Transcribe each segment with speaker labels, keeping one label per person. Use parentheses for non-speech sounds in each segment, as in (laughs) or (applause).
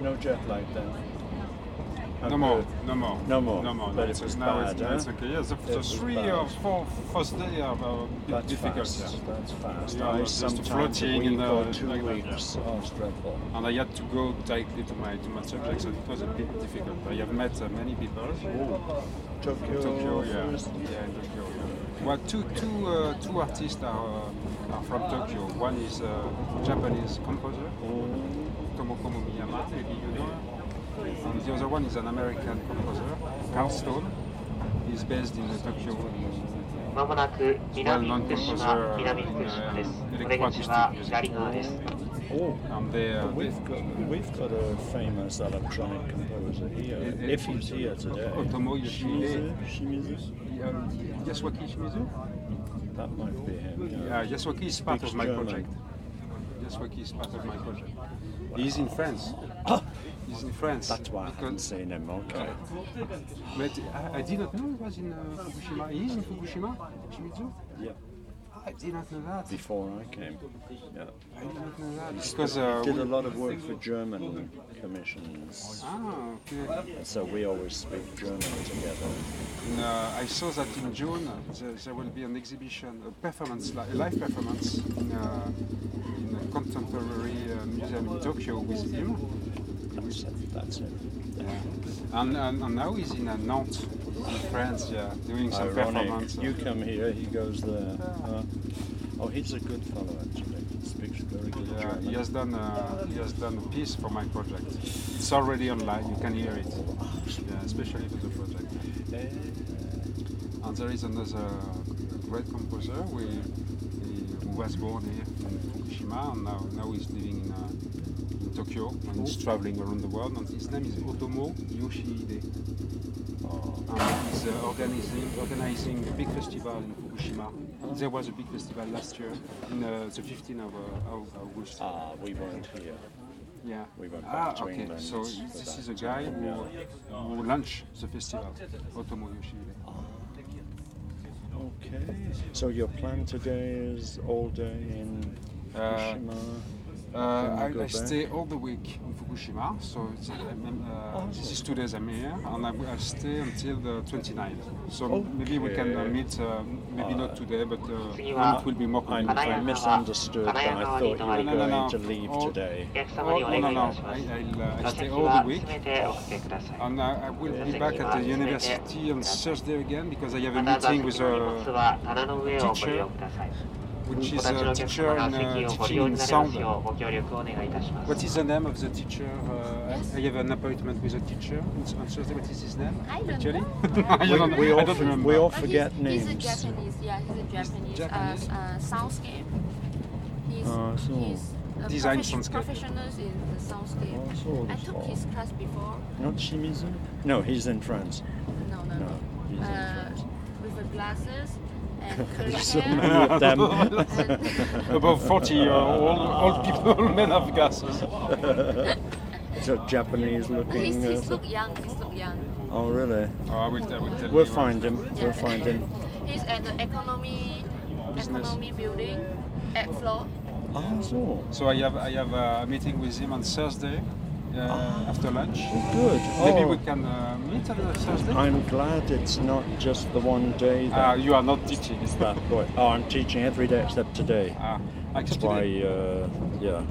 Speaker 1: no jet lag then. I'm
Speaker 2: No more,
Speaker 1: good.
Speaker 2: no more,
Speaker 1: No more.
Speaker 2: no more.
Speaker 1: But
Speaker 2: it's
Speaker 1: it was
Speaker 2: now
Speaker 1: bad,
Speaker 2: it's,
Speaker 1: huh?
Speaker 2: it's okay. Yes, the,
Speaker 1: It
Speaker 2: the
Speaker 1: was
Speaker 2: three
Speaker 1: bad.
Speaker 2: or four first day are uh, bit
Speaker 1: That's
Speaker 2: difficult.
Speaker 1: fast.
Speaker 2: yeah.
Speaker 1: That's fast.
Speaker 2: Yeah,
Speaker 1: I
Speaker 2: it's just
Speaker 1: sometimes a
Speaker 2: floating in
Speaker 1: week
Speaker 2: the-
Speaker 1: or two
Speaker 2: like that, yeah.
Speaker 1: weeks are stressful.
Speaker 2: And I had to go directly to my to my subjects, and it was a bit difficult. I have met uh, many people.
Speaker 1: Oh, Tokyo,
Speaker 2: Tokyo, yeah,
Speaker 1: first.
Speaker 2: yeah, in Tokyo. Yeah. Well, two two uh, two artists are, uh, are from Tokyo. One is uh, Japanese composer Tomoko Miyama, maybe you know, and the other one is an American composer, Carl Stone. He's based in Tokyo.
Speaker 3: まもなく南福
Speaker 2: Well,
Speaker 3: 島
Speaker 2: non-composer,
Speaker 3: 南福島です
Speaker 2: uh,
Speaker 3: これ口は左側です
Speaker 1: Oh,
Speaker 2: And they, uh, they
Speaker 1: we've got we've got a famous electronic composer here.
Speaker 2: It- it-
Speaker 1: if he's here today,
Speaker 2: Otomo Yoshihide.
Speaker 1: Shimizu, Shimizu?
Speaker 2: uh, Yasuaki Shimizu.
Speaker 1: that might be him. Yeah.
Speaker 2: Yeah, Yasuaki is part
Speaker 1: Speaks
Speaker 2: of my
Speaker 1: German.
Speaker 2: project. Yasuaki is part of my project. He's in France. He's in France.
Speaker 1: Ah! That's why I haven't
Speaker 2: Because,
Speaker 1: seen him. Okay.
Speaker 2: but I, I did not know he was in uh, Fukushima. He is in Fukushima, Shimizu?
Speaker 1: Yeah.
Speaker 2: I did not know that.
Speaker 1: Before I came. Yeah.
Speaker 2: I did not know that. Because, uh,
Speaker 1: Did
Speaker 2: we-
Speaker 1: a lot of work for German commissions,
Speaker 2: ah, okay.
Speaker 1: so we always speak German together.
Speaker 2: And, uh, I saw that in June uh, there, there will be an exhibition, a performance, li- a live performance in, uh, in a contemporary uh, museum in Tokyo with him.
Speaker 1: That's it. That's it.
Speaker 2: And, and, and now he's in uh, Nantes, in France, yeah, doing some
Speaker 1: Ironic.
Speaker 2: performance.
Speaker 1: You come here, he goes there. huh? oh, he's a good fellow actually. He speaks very good
Speaker 2: yeah, he
Speaker 1: German.
Speaker 2: has done uh, he has done a piece for my project. It's already online. You can hear it, yeah, especially for the project. And there is another great composer. We, he, who was born here in Fukushima and now, now he's living in, uh, in Tokyo and he's traveling around the world. And his name is Otomo Yoshihide. and he's uh, organizing, organizing a big festival in Fukushima. There was a big festival last year, in uh, the 15th of, uh, of August.
Speaker 1: Ah, we weren't here.
Speaker 2: yeah.
Speaker 1: we went
Speaker 2: ah,
Speaker 1: back to
Speaker 2: okay.
Speaker 1: England for
Speaker 2: So this
Speaker 1: that.
Speaker 2: is a guy who, who launched the festival, Otomo Yoshihide.
Speaker 1: Okay. So your plan today is all day in Fukushima.
Speaker 2: Uh, Uh,
Speaker 1: Then you
Speaker 2: I,
Speaker 1: go
Speaker 2: I
Speaker 1: back.
Speaker 2: stay all the week in Fukushima, so it's, I'm, uh,
Speaker 1: Oh.
Speaker 2: this is two days I'm here, and I, will stay until the 29th. So maybe we can uh,
Speaker 1: Okay.
Speaker 2: meet, uh, maybe not today, but uh,
Speaker 3: Three
Speaker 2: when it
Speaker 3: months.
Speaker 2: will be more
Speaker 1: I,
Speaker 2: convenient.
Speaker 1: I misunderstood. I thought you were
Speaker 3: No,
Speaker 1: going
Speaker 2: no, no, no.
Speaker 1: to leave
Speaker 2: Oh.
Speaker 1: today.
Speaker 3: お客様
Speaker 2: Oh,
Speaker 3: にお願
Speaker 2: no,
Speaker 3: いい
Speaker 2: no,
Speaker 3: た
Speaker 2: no.
Speaker 3: しま
Speaker 2: I, I'll,
Speaker 3: す
Speaker 2: uh,
Speaker 3: 座
Speaker 2: I stay
Speaker 3: 席
Speaker 2: all
Speaker 3: は
Speaker 2: the week,
Speaker 3: 全てお避けください
Speaker 2: and uh, I will be back at the university on Thursday again because I have a
Speaker 3: また座
Speaker 2: meeting
Speaker 3: 席
Speaker 2: with
Speaker 3: の荷
Speaker 2: a,
Speaker 3: 物は棚の上をご利用ください
Speaker 2: which
Speaker 3: お
Speaker 2: is
Speaker 3: 立ちの
Speaker 2: a
Speaker 3: お客
Speaker 2: teacher
Speaker 3: 様
Speaker 2: in uh,
Speaker 3: が席をご利
Speaker 2: teaching
Speaker 3: 用に
Speaker 2: in
Speaker 3: なります
Speaker 2: sound.
Speaker 3: ようご協力をお願いいたします
Speaker 2: What is the name of the teacher? Uh, I- I have an appointment with a teacher on on Thursday. What is his name?
Speaker 4: I don't
Speaker 2: actually?
Speaker 4: know.
Speaker 1: (laughs)
Speaker 2: I
Speaker 1: We,
Speaker 2: don't,
Speaker 1: we
Speaker 2: I
Speaker 1: all,
Speaker 2: don't
Speaker 1: for-
Speaker 2: remember.
Speaker 1: we all
Speaker 4: But
Speaker 1: forget
Speaker 4: he's,
Speaker 1: names.
Speaker 4: He's a Japanese, yeah, he's a Japanese,
Speaker 2: Japanese?
Speaker 4: Uh, uh, soundscape. He's,
Speaker 1: Ah, so-
Speaker 4: he's a
Speaker 2: Design
Speaker 4: profes-
Speaker 2: soundscape.
Speaker 4: professional in the soundscape.
Speaker 1: Ah, so
Speaker 4: I
Speaker 1: that's
Speaker 4: took
Speaker 1: all.
Speaker 4: his class before.
Speaker 1: Not Shimizu? No, he's in (laughs) France.
Speaker 4: No, no,
Speaker 1: No,
Speaker 4: no.
Speaker 1: he's in
Speaker 4: uh,
Speaker 1: France.
Speaker 4: with the glasses and
Speaker 1: (laughs)
Speaker 4: curly
Speaker 1: So
Speaker 4: hair.
Speaker 1: many of (laughs) them.
Speaker 2: Above 40 year uh, old, old people, men have glasses.
Speaker 1: so Japanese
Speaker 4: He's,
Speaker 1: looking.
Speaker 4: he's
Speaker 1: uh,
Speaker 4: look young. He's look young.
Speaker 1: oh, really?
Speaker 2: Oh, I will, I will tell
Speaker 1: We'll
Speaker 2: you.
Speaker 1: find him. We'll find him.
Speaker 4: He's at the economy,
Speaker 2: Business.
Speaker 4: economy building, at floor.
Speaker 1: Ah,
Speaker 2: Oh,
Speaker 1: so.
Speaker 2: So I have, I have uh, a meeting with him on Thursday uh, after lunch.
Speaker 1: Good.
Speaker 2: Maybe
Speaker 1: Oh,
Speaker 2: we can uh, meet on Thursday.
Speaker 1: I'm glad it's not just the one day
Speaker 2: Ah,
Speaker 1: that
Speaker 2: you are not teaching.
Speaker 1: is that boy. Oh, I'm teaching every day except today.
Speaker 2: Ah, except
Speaker 1: That's why, uh, yeah,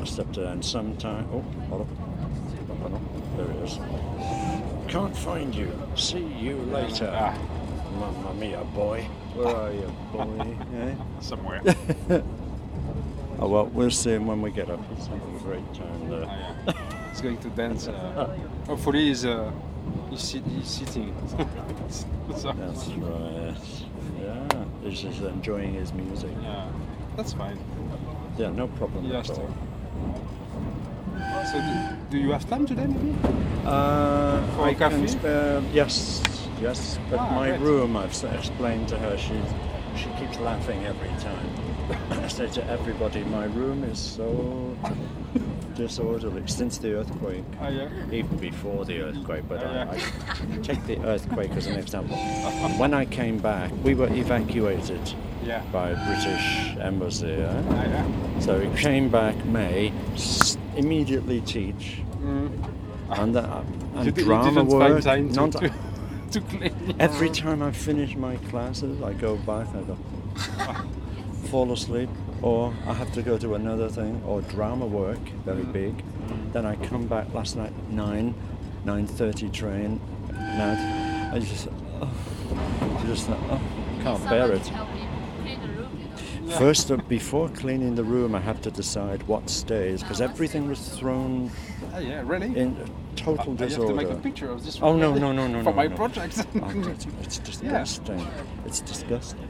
Speaker 1: except today. And sometime. Oh, hold on. Hold on. There it is. Can't find you. See you later.
Speaker 2: Ah.
Speaker 1: Mamma mia, boy. Where are you,
Speaker 2: (laughs)
Speaker 1: boy? Eh? (laughs)
Speaker 2: somewhere. Ah,
Speaker 1: Oh, well, we'll see him when we get up. He's having a great time there.
Speaker 2: Ah, yeah. He's going to dance. Uh,
Speaker 1: (laughs)
Speaker 2: hopefully, he's, uh, he's, sit- he's sitting. (laughs) So-
Speaker 1: That's right. Yeah, he's just enjoying his music.
Speaker 2: yeah, that's fine.
Speaker 1: Yeah, no problem
Speaker 2: Yeah,
Speaker 1: at all.
Speaker 2: sure. So, do, do you have time today, maybe?
Speaker 1: Uh,
Speaker 2: For
Speaker 1: I
Speaker 2: coffee?
Speaker 1: can spare. Yes, yes. But
Speaker 2: Ah,
Speaker 1: my
Speaker 2: great.
Speaker 1: room, I've s- explained to her, she she keeps laughing every time. (laughs) I say to everybody, my room is so (laughs) disorderly since the earthquake.
Speaker 2: Ah, yeah.
Speaker 1: even before the earthquake, but
Speaker 2: Yeah.
Speaker 1: I, I take the earthquake as an
Speaker 2: (laughs)
Speaker 1: example. When I came back, we were evacuated
Speaker 2: Yeah.
Speaker 1: by British embassy. eh?
Speaker 2: Ah, yeah.
Speaker 1: So we came back May, s- immediately teach, and, uh, and
Speaker 2: Mm. (laughs) you, di- you
Speaker 1: drama
Speaker 2: didn't
Speaker 1: work.
Speaker 2: find time to, (laughs)
Speaker 1: not-
Speaker 2: to, to clean.
Speaker 1: (laughs) every time I finish my classes, I go back. I go (laughs) fall asleep, or I have to go to another thing, or drama work, very
Speaker 2: Mm.
Speaker 1: big. Then I come back last night nine, nine thirty train. Now I just, oh, just oh, can't bear
Speaker 4: Somebody
Speaker 1: it.
Speaker 4: help me clean the room, you know.
Speaker 1: First, uh, before cleaning the room, I have to decide what stays because everything was thrown
Speaker 2: Ah, yeah, really?
Speaker 1: in total
Speaker 2: I have to
Speaker 1: disorder.
Speaker 2: make a picture of this.
Speaker 1: Oh no no no no
Speaker 2: (laughs) For
Speaker 1: no,
Speaker 2: my
Speaker 1: no. (laughs)
Speaker 2: project.
Speaker 1: Oh, it's, it's disgusting. It's disgusting.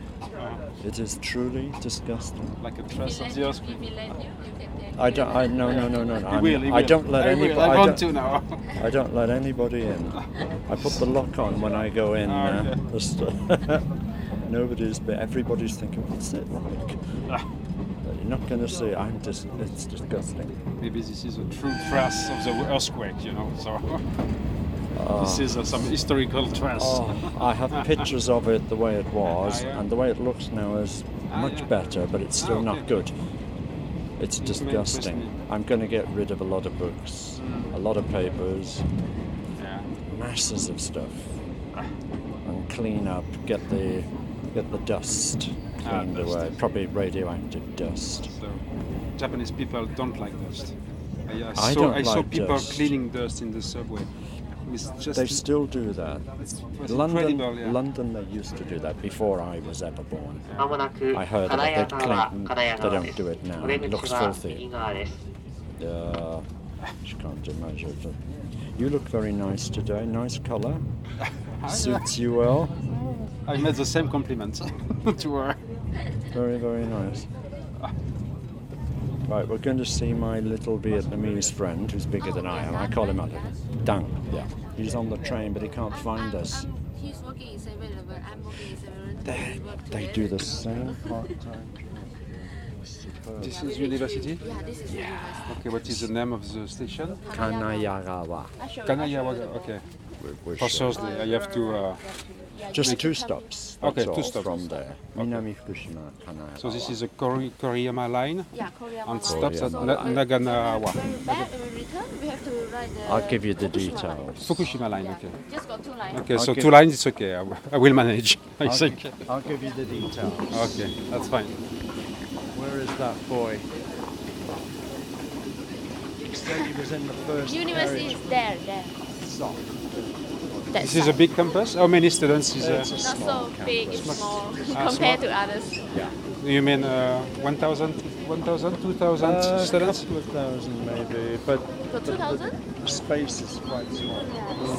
Speaker 1: It is truly disgusting.
Speaker 2: (laughs) like a
Speaker 4: If
Speaker 2: trust
Speaker 4: he
Speaker 2: of
Speaker 4: let
Speaker 2: the
Speaker 4: you,
Speaker 2: earth.
Speaker 4: if he let you, you can take
Speaker 1: I
Speaker 4: it.
Speaker 1: don't. I no no no no. no.
Speaker 2: He
Speaker 1: I'm-
Speaker 2: will, he
Speaker 1: I
Speaker 2: will.
Speaker 1: don't let
Speaker 2: I
Speaker 1: anybody.
Speaker 2: Will. I, want to
Speaker 1: don't,
Speaker 2: now. (laughs)
Speaker 1: I don't let anybody in. I put the lock on when I go in.
Speaker 2: Oh,
Speaker 1: uh,
Speaker 2: okay.
Speaker 1: the st- (laughs) nobody's. But everybody's thinking, what's it like?
Speaker 2: Ah.
Speaker 1: But You're not going to see. I'm just. It's disgusting.
Speaker 2: Maybe this is a true trust of the earthquake, you know. So (laughs) this
Speaker 1: Ah.
Speaker 2: is uh, some historical trust.
Speaker 1: Oh, I have pictures of it the way it was,
Speaker 2: Ah, yeah.
Speaker 1: and the way it looks now is
Speaker 2: Ah,
Speaker 1: much
Speaker 2: yeah.
Speaker 1: better, but it's
Speaker 2: Ah,
Speaker 1: still not
Speaker 2: okay.
Speaker 1: good. It's
Speaker 2: It's very
Speaker 1: disgusting.
Speaker 2: interesting.
Speaker 1: I'm going to get rid of a lot of books, a lot of papers,
Speaker 2: (laughs) Yeah.
Speaker 1: masses of stuff, and clean up, get the get the dust
Speaker 2: Ah,
Speaker 1: cleaned
Speaker 2: dust,
Speaker 1: away,
Speaker 2: dust.
Speaker 1: probably radioactive dust.
Speaker 2: So Japanese people don't like dust. I, uh,
Speaker 1: I
Speaker 2: saw,
Speaker 1: don't
Speaker 2: I saw
Speaker 1: like
Speaker 2: people
Speaker 1: dust.
Speaker 2: cleaning dust in the subway. It's just
Speaker 1: They still do that.
Speaker 2: it's
Speaker 1: London,
Speaker 2: incredible. Yeah.
Speaker 1: London, they used to do that before I was ever born.
Speaker 3: まもなく
Speaker 1: I heard that
Speaker 3: 金谷
Speaker 1: they
Speaker 3: 川
Speaker 1: claim
Speaker 3: 金谷
Speaker 1: they
Speaker 3: 川で
Speaker 1: don't
Speaker 3: す
Speaker 1: do it now.
Speaker 3: お出
Speaker 1: It
Speaker 3: 口
Speaker 1: looks
Speaker 3: は
Speaker 1: filthy.
Speaker 3: 右側です
Speaker 1: Uh, just can't imagine. it. You look very nice today. Nice colour. Suits you well.
Speaker 2: I made the same compliment (laughs) to her.
Speaker 1: Very, very nice. Right, we're going to see my little Vietnamese friend who's bigger than I am. I call him Alan. Dang, yeah. He's on the train, but he can't find
Speaker 4: I'm-
Speaker 1: us.
Speaker 4: I'm- He's working in 7-Eleven. I'm working in 7-Eleven.
Speaker 1: They,
Speaker 4: We work
Speaker 1: they
Speaker 4: together.
Speaker 1: do the same part-time.
Speaker 2: This
Speaker 4: Yeah,
Speaker 2: is
Speaker 4: we reach
Speaker 2: university.
Speaker 4: uni- Yeah, this is university.
Speaker 2: Okay, what is the name of the station?
Speaker 1: Kanayagawa.
Speaker 4: I show you- I show you
Speaker 2: Kanagawa.
Speaker 4: the board.
Speaker 2: Okay.
Speaker 1: We're, we're
Speaker 2: For
Speaker 1: sure.
Speaker 2: Thursday, I have to. Uh,
Speaker 1: Just two stops. that's
Speaker 2: Okay,
Speaker 1: all,
Speaker 2: two stops.
Speaker 1: from there. Minami Fukushima Kanagawa.
Speaker 2: so this is a Kori- Koriyama line.
Speaker 4: Yeah, Korea
Speaker 2: And
Speaker 4: Mama.
Speaker 2: stops at
Speaker 1: Korea.
Speaker 2: Na- Naganawa.
Speaker 4: When we back, when we return, we have to ride the
Speaker 1: I'll give you the
Speaker 4: Fukushima line.
Speaker 1: details.
Speaker 2: Fukushima line.
Speaker 4: Yeah,
Speaker 2: Okay.
Speaker 4: just got two lines.
Speaker 2: Okay. So
Speaker 1: Okay.
Speaker 2: two lines. It's okay. I, w- I will manage. (laughs)
Speaker 1: I'll,
Speaker 2: I think.
Speaker 1: gi- I'll give you the details.
Speaker 2: Okay. That's fine.
Speaker 1: Where is that boy? He said he was in the first
Speaker 4: University
Speaker 1: carriage
Speaker 4: is there, there.
Speaker 1: sock.
Speaker 4: That
Speaker 2: This is a big campus. How many students
Speaker 1: It's
Speaker 2: is
Speaker 1: a
Speaker 2: there?
Speaker 4: not
Speaker 1: small
Speaker 4: so big,
Speaker 1: campus.
Speaker 4: it's small
Speaker 2: Ah,
Speaker 4: (laughs) compared to others.
Speaker 1: Yeah.
Speaker 2: You mean uh, 1,000, 1,000, 2,000
Speaker 1: Uh, a
Speaker 2: students?
Speaker 1: couple of thousand maybe, but
Speaker 4: For 2000?
Speaker 1: the space is quite small.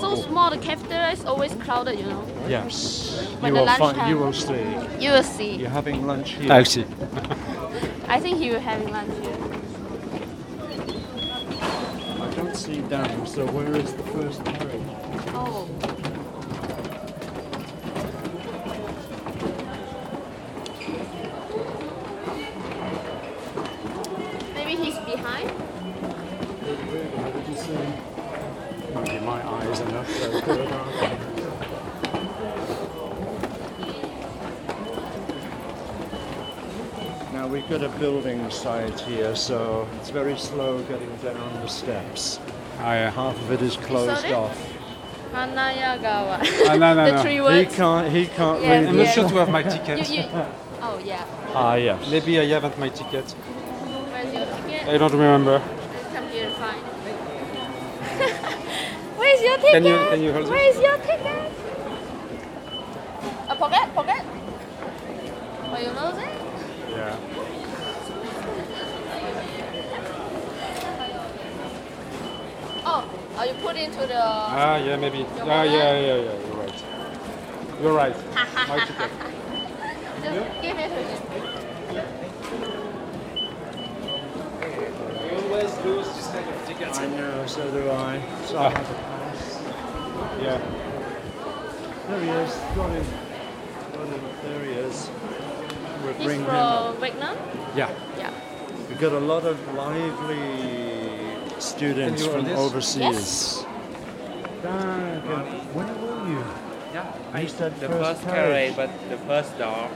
Speaker 4: So small, the cafeteria is always crowded, you know.
Speaker 1: Yes.
Speaker 4: When the lunch time-
Speaker 1: see.
Speaker 4: You will see.
Speaker 1: You're having lunch here.
Speaker 2: I'll see.
Speaker 4: I think he will have lunch here.
Speaker 1: I don't see down, so where is the first carriage?
Speaker 4: Oh. Maybe he's behind?
Speaker 1: How did you see? Okay, my eyes are not so good. Now we've got a building site here, so it's very slow getting down the steps.
Speaker 2: Ah,
Speaker 1: Half of it is closed
Speaker 4: it?
Speaker 1: off.
Speaker 4: (laughs) Hanayagawa.
Speaker 2: Ah, no, no,
Speaker 4: the
Speaker 2: no.
Speaker 4: three
Speaker 1: He
Speaker 4: words.
Speaker 1: can't. He can't
Speaker 4: Yeah,
Speaker 1: read
Speaker 2: I'm
Speaker 1: the.
Speaker 2: not sure to have my
Speaker 4: You,
Speaker 2: ticket.
Speaker 4: you, oh yeah.
Speaker 1: Ah, yes.
Speaker 2: Maybe I haven't my ticket.
Speaker 4: Where's your ticket?
Speaker 2: I don't remember.
Speaker 4: Let's come here and find. (laughs) Where's your ticket?
Speaker 2: Can you- can you hold it?
Speaker 4: Where's your ticket? A pocket, pocket. Oh, you lose it?
Speaker 2: Yeah.
Speaker 4: Oh, oh, you put into the.
Speaker 2: Ah, yeah, maybe. Ah, yeah, yeah, yeah, yeah. You're right. You're right. My ticket.
Speaker 4: just give it to him.
Speaker 2: I always lose this kind of tickets.
Speaker 1: I know. So do I. So I have a pass.
Speaker 2: Yeah.
Speaker 1: There he is. Got him. Got him. There he is. We'll
Speaker 4: He's
Speaker 1: bring him up.
Speaker 4: from Vietnam.
Speaker 2: Yeah.
Speaker 4: Yeah.
Speaker 1: We've got a lot of lively students
Speaker 2: Can you
Speaker 1: from
Speaker 2: order this?
Speaker 1: overseas.
Speaker 4: Yes.
Speaker 1: Dag, uh, When were you?
Speaker 5: Yeah,
Speaker 1: You
Speaker 5: I
Speaker 1: said
Speaker 5: the
Speaker 1: first
Speaker 5: first
Speaker 1: carriage.
Speaker 5: carriage, but the first door.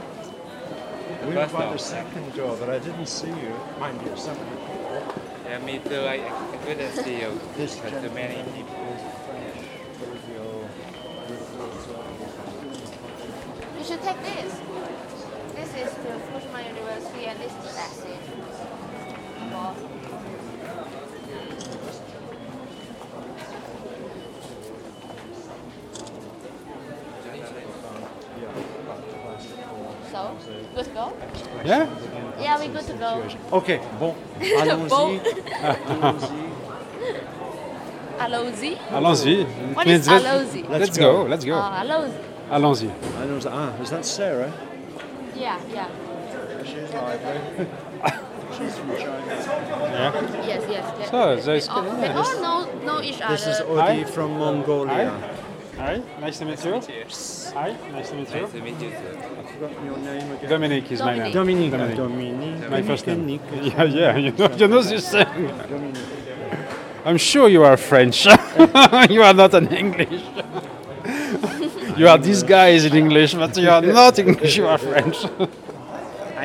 Speaker 5: The
Speaker 1: We were
Speaker 5: first
Speaker 1: by
Speaker 5: door.
Speaker 1: the second door, but I didn't see you. Mind you, somebody
Speaker 5: Yeah, me too. I, I couldn't see you.
Speaker 1: This
Speaker 5: But too many.
Speaker 1: gentleman is French, Sergio Rufus.
Speaker 4: You should take this. This is the Fukushima University and this is acid. Well, So, good to go?
Speaker 2: Yeah?
Speaker 4: Yeah, we're good to go.
Speaker 1: Ok,
Speaker 4: (laughs)
Speaker 1: bon, allons-y.
Speaker 4: Allons-y.
Speaker 2: Allons-y.
Speaker 4: What
Speaker 2: It means
Speaker 4: is
Speaker 2: let's-
Speaker 4: allons-y?
Speaker 2: Let's go, let's
Speaker 4: Oh,
Speaker 2: go.
Speaker 4: allons-y.
Speaker 2: Allons-y.
Speaker 1: allons Ah, is that Sarah?
Speaker 4: Yeah, yeah.
Speaker 1: She's lively. She's from China.
Speaker 4: Yes, yes. They,
Speaker 2: So,
Speaker 4: they,
Speaker 2: there's-
Speaker 4: they all, they all know, know each other.
Speaker 1: This is
Speaker 2: Hi.
Speaker 1: Odi from Mongolia.
Speaker 2: Hi, nice to meet you. Hi, nice to meet you.
Speaker 5: Nice to meet you too.
Speaker 1: I've forgotten your name again.
Speaker 2: Dominic is my name.
Speaker 1: Dominique.
Speaker 2: Dominique.
Speaker 1: Dominique.
Speaker 2: My first name.
Speaker 1: Dominique.
Speaker 2: Yeah, yeah, you know, you know this thing.
Speaker 1: Dominique.
Speaker 2: I'm sure you are French. (laughs) you are not an English. (laughs) you are disguised in English, but you are not English, you are French.
Speaker 5: I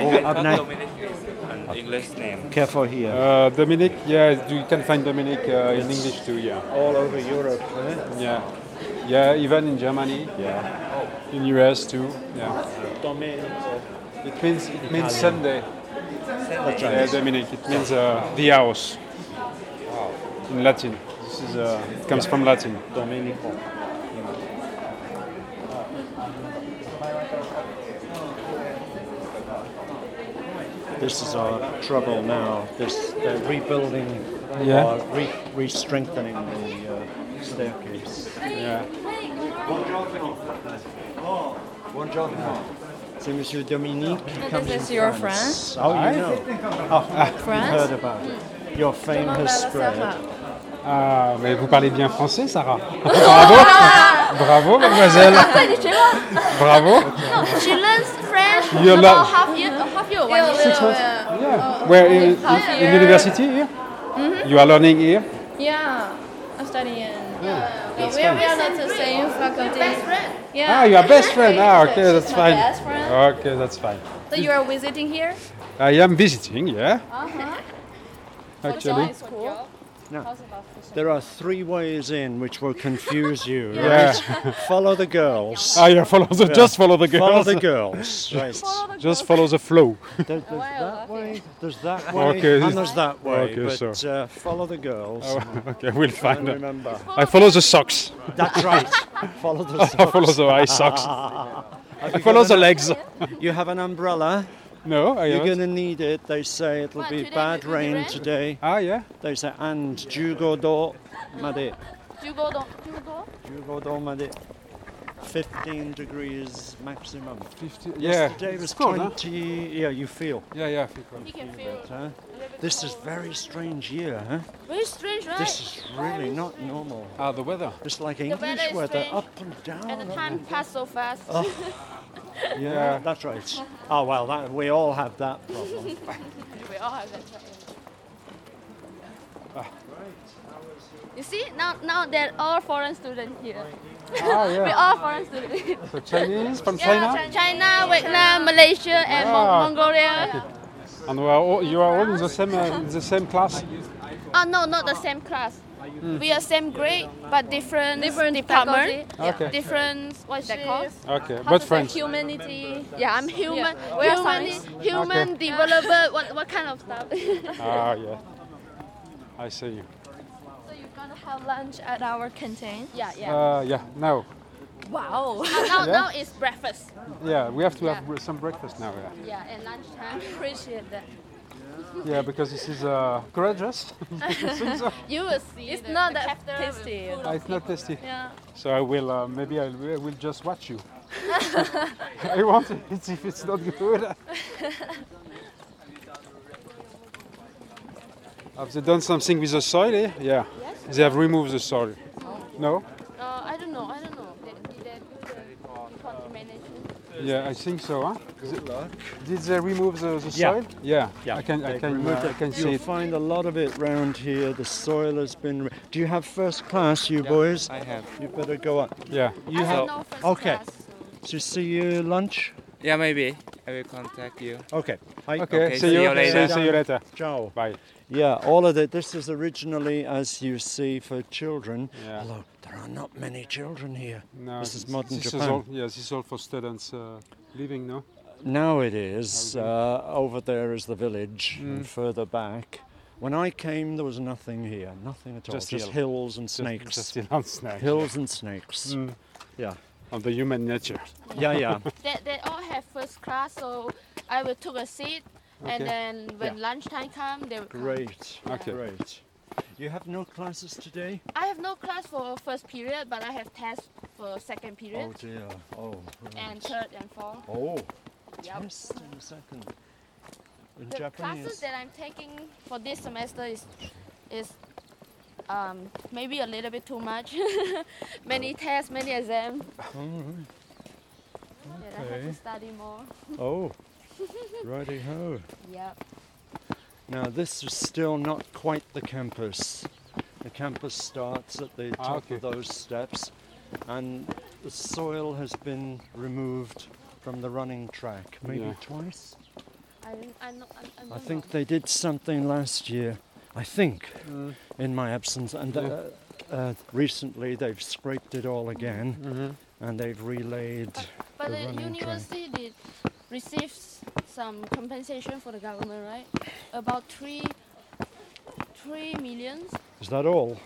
Speaker 1: Oh,
Speaker 5: can
Speaker 1: up
Speaker 5: call
Speaker 1: next.
Speaker 5: Dominic is an English name.
Speaker 1: Careful here.
Speaker 2: Uh, Dominic, yeah, you can find Dominic uh, in English too, yeah.
Speaker 1: All over Europe. eh?
Speaker 2: Yeah. Yeah, even in Germany, Oh.
Speaker 1: Yeah.
Speaker 2: in US too. Yeah.
Speaker 1: Dominique.
Speaker 2: It means it means Sunday.
Speaker 1: That's
Speaker 2: Yeah,
Speaker 1: right.
Speaker 2: Dominic, it means uh, the house. In Latin. This is uh, it comes from Latin.
Speaker 1: Domenico. This is our trouble now. This they're rebuilding
Speaker 2: Yeah.
Speaker 1: or re, re-strengthening the uh, staircase.
Speaker 2: Yeah.
Speaker 1: Buongiorno. C'est Monsieur Dominique. who
Speaker 4: This
Speaker 1: comes
Speaker 4: is
Speaker 1: in
Speaker 4: your
Speaker 1: France. Oh, you know.
Speaker 4: France?
Speaker 1: Heard about it. Your fame has spread.
Speaker 2: Ah, mais vous parlez bien français, Sarah. (laughs) Bravo, bravo, mademoiselle. Bravo.
Speaker 4: No, she learns French Oh.
Speaker 2: You
Speaker 4: about
Speaker 2: love-
Speaker 4: half
Speaker 6: Uh-huh.
Speaker 4: year, half year, one year.
Speaker 2: Six months. Yeah. Where in, in
Speaker 4: yeah.
Speaker 2: university here?
Speaker 4: Mm-hmm.
Speaker 2: You are learning here.
Speaker 6: Yeah, I'm studying. But we, we are not the same faculty.
Speaker 4: Best friend.
Speaker 6: Yeah.
Speaker 2: Ah, you are best friend. Ah, okay,
Speaker 6: She's
Speaker 2: that's
Speaker 6: my
Speaker 2: fine. Uh,
Speaker 6: best friend.
Speaker 2: Okay, that's fine.
Speaker 6: So you are visiting here?
Speaker 2: I am visiting, yeah.
Speaker 6: Uh-huh.
Speaker 2: Actually.
Speaker 6: Cool.
Speaker 1: There are three ways in which will confuse (laughs) you.
Speaker 2: Yeah.
Speaker 1: right? Follow the girls.
Speaker 2: Ah, yeah, follow the, just follow the girls.
Speaker 1: Follow the girls. Right.
Speaker 2: Just follow the flow.
Speaker 1: There, there's that way, there's that way,
Speaker 2: Okay, this-
Speaker 1: and there's that way.
Speaker 2: okay,
Speaker 1: but
Speaker 2: so-
Speaker 1: uh, follow the girls.
Speaker 2: okay, we'll
Speaker 1: and
Speaker 2: find out.
Speaker 1: remember,
Speaker 2: I follow the socks.
Speaker 1: that's right. Follow the.
Speaker 2: I follow the eye socks.
Speaker 1: Have
Speaker 2: I
Speaker 1: you
Speaker 2: follow
Speaker 1: got
Speaker 2: the
Speaker 1: an-
Speaker 2: legs.
Speaker 1: You have an umbrella.
Speaker 2: No, I
Speaker 1: You're
Speaker 2: haven't.
Speaker 1: going to need it. They say it'll
Speaker 4: What,
Speaker 1: be
Speaker 4: today
Speaker 1: bad
Speaker 4: will be
Speaker 1: rain
Speaker 4: rain?
Speaker 1: today.
Speaker 2: Ah, yeah.
Speaker 1: They say and jugodo made,
Speaker 4: Do you go down? Do you go?
Speaker 1: jugodo made. 15 degrees maximum.
Speaker 2: 50,
Speaker 1: Yesterday was 20. Yeah, you feel.
Speaker 2: Yeah, yeah.
Speaker 4: You can feel
Speaker 1: it, huh? This is very strange year, huh?
Speaker 4: very strange, right?
Speaker 1: This is really not normal.
Speaker 2: Ah, the weather.
Speaker 1: It's like English
Speaker 4: weather is
Speaker 1: weather,
Speaker 4: strange.
Speaker 1: up and down.
Speaker 4: and the time passed so fast.
Speaker 2: Yeah.
Speaker 1: That's right. Oh well, that, we all have that problem.
Speaker 4: (laughs) we all have that problem. You see, now now they're all foreign students here.
Speaker 6: (laughs)
Speaker 2: Ah,
Speaker 4: We're
Speaker 2: yeah.
Speaker 4: all foreign students.
Speaker 2: So Chinese from
Speaker 4: yeah,
Speaker 2: China,
Speaker 4: China, Vietnam, Malaysia, and Mon-
Speaker 2: Ah.
Speaker 4: Mongolia.
Speaker 2: and we are all, you are all in the same uh, in the same class.
Speaker 4: Oh no, not the same class. We are same grade, but different different department,
Speaker 6: faculty. Yeah.
Speaker 2: Okay.
Speaker 4: different what's that called?
Speaker 2: Okay,
Speaker 6: How
Speaker 2: but
Speaker 6: to say
Speaker 2: French.
Speaker 6: Humanity.
Speaker 4: Yeah, I'm human.
Speaker 6: We are
Speaker 4: Human,
Speaker 6: science.
Speaker 4: human developer. What what kind of stuff?
Speaker 2: Ah, yeah. I see you.
Speaker 6: So you're gonna have lunch at our canteen?
Speaker 4: yeah, yeah.
Speaker 2: Uh, yeah. Now,
Speaker 6: Wow.
Speaker 4: now
Speaker 6: (laughs)
Speaker 4: now it's breakfast.
Speaker 2: yeah, we have to have bre- some breakfast now. Yeah.
Speaker 4: Yeah, and lunchtime.
Speaker 6: Appreciate that.
Speaker 2: Yeah, because this is uh, courageous. (laughs)
Speaker 4: You will see.
Speaker 6: It's
Speaker 4: the-
Speaker 6: not
Speaker 4: the
Speaker 6: that
Speaker 4: cafeteria will full of
Speaker 6: tasty.
Speaker 2: Ah, it's not tasty.
Speaker 6: Yeah.
Speaker 2: So I will uh, maybe I will I will just watch you. (laughs) I won't eat if it's not good. (laughs) have they done something with the soil? Eh? Yeah. They have removed the soil. No?
Speaker 4: (laughs) (laughs) Uh, I don't know. I don't know. Did, did they do the contamination?
Speaker 2: Yeah, I think so. Huh? Good luck. Did they remove the, the
Speaker 1: Yeah.
Speaker 2: soil? Yeah.
Speaker 1: Yeah,
Speaker 2: I can I
Speaker 1: they've
Speaker 2: can
Speaker 1: removed
Speaker 2: uh, I
Speaker 1: it.
Speaker 2: can see
Speaker 1: You'll
Speaker 2: it.
Speaker 1: find a lot of it round here. The soil has been. Re- Do you have first class, you boys?
Speaker 5: I have.
Speaker 1: You better go up.
Speaker 2: Yeah.
Speaker 1: You
Speaker 4: I
Speaker 1: have.
Speaker 4: don't
Speaker 5: have-
Speaker 4: know first
Speaker 1: Okay.
Speaker 4: class.
Speaker 1: To see you lunch.
Speaker 5: Yeah, maybe. I will contact you.
Speaker 1: Okay. Hi.
Speaker 2: Okay.
Speaker 5: Okay,
Speaker 2: see, you. See, see you later.
Speaker 1: Ciao.
Speaker 2: Bye.
Speaker 7: Yeah, all of it. This is originally, as you see, for children.
Speaker 2: Yeah.
Speaker 7: Although there are not many children here.
Speaker 2: No,
Speaker 7: this is modern
Speaker 2: this
Speaker 7: Japan.
Speaker 2: Is all, yeah, this is all for students uh, living, no?
Speaker 7: Now it is.
Speaker 2: Okay.
Speaker 7: Uh, over there is the village, and further back. When I came, there was nothing here, nothing at all.
Speaker 2: Just
Speaker 7: Just,
Speaker 2: hill-
Speaker 7: hills and
Speaker 2: Just-
Speaker 7: snakes.
Speaker 2: Just, the land snakes.
Speaker 7: Hills and snakes.
Speaker 2: Mm.
Speaker 7: Yeah,
Speaker 2: Of the human nature.
Speaker 7: yeah, yeah.
Speaker 4: They, they all have first class, so I will took a seat,
Speaker 2: Okay.
Speaker 4: and then when lunchtime come, they will come.
Speaker 7: Great.
Speaker 2: Okay.
Speaker 7: Great. You have no classes today?
Speaker 4: I have no class for first period, but I have test for second period
Speaker 7: Oh dear. Oh. right.
Speaker 4: and third and fourth.
Speaker 7: Oh.
Speaker 4: Yep.
Speaker 7: Yes, in a second. In
Speaker 4: The classes
Speaker 7: Japanese.
Speaker 4: that I'm taking for this semester is is um, maybe a little bit too much. (laughs) many tests, many exams. That I have
Speaker 7: Oh, Okay.
Speaker 4: to study more.
Speaker 7: Oh. Righty ho.
Speaker 4: Yep.
Speaker 7: Now this is still not quite the campus. The campus starts at the
Speaker 2: Ah,
Speaker 7: top
Speaker 2: okay.
Speaker 7: of those steps, and the soil has been removed from the running track maybe
Speaker 2: Yeah.
Speaker 7: twice.
Speaker 4: I, I, know, I, I,
Speaker 7: I
Speaker 4: don't
Speaker 7: think
Speaker 4: know.
Speaker 7: they did something last year. I think in my absence, and
Speaker 2: Uh. Yeah.
Speaker 7: uh, uh, recently they've scraped it all again,
Speaker 2: Mm-hmm.
Speaker 7: and they've relaid.
Speaker 4: But
Speaker 7: the
Speaker 4: the,
Speaker 7: running
Speaker 4: university did receives some compensation for the government, right? About three, three millions.
Speaker 7: Is that all?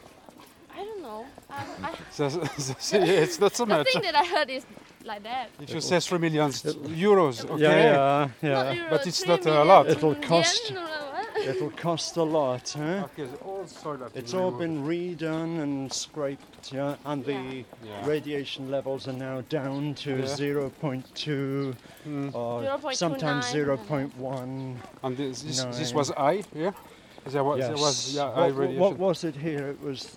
Speaker 4: I don't know. I,
Speaker 2: (laughs)
Speaker 4: I,
Speaker 2: So- so- so, yeah, it's not so
Speaker 4: the
Speaker 2: much.
Speaker 4: thing that I heard is like that.
Speaker 2: If you say 3 million euros, okay?
Speaker 7: Yeah, yeah,
Speaker 4: Not
Speaker 7: yeah.
Speaker 4: euro,
Speaker 2: But it's
Speaker 4: three
Speaker 2: not a
Speaker 4: million
Speaker 2: lot.
Speaker 7: It'll
Speaker 4: yen,
Speaker 7: cost-
Speaker 4: no, no, uh, what?
Speaker 7: It'll cost a lot, huh?
Speaker 2: Okay, so all soil has
Speaker 7: It's all been redone and scraped, yeah, and the
Speaker 2: Yeah.
Speaker 7: radiation levels are now down to
Speaker 2: Yeah.
Speaker 7: 0.2
Speaker 2: Mm.
Speaker 7: or
Speaker 4: 0.29.
Speaker 7: sometimes 0.1.
Speaker 2: And this, this, this
Speaker 7: No.
Speaker 2: was I, yeah? There was, there was yeah,
Speaker 7: What-
Speaker 2: I
Speaker 7: what,
Speaker 2: radiation.
Speaker 7: what was it here? It was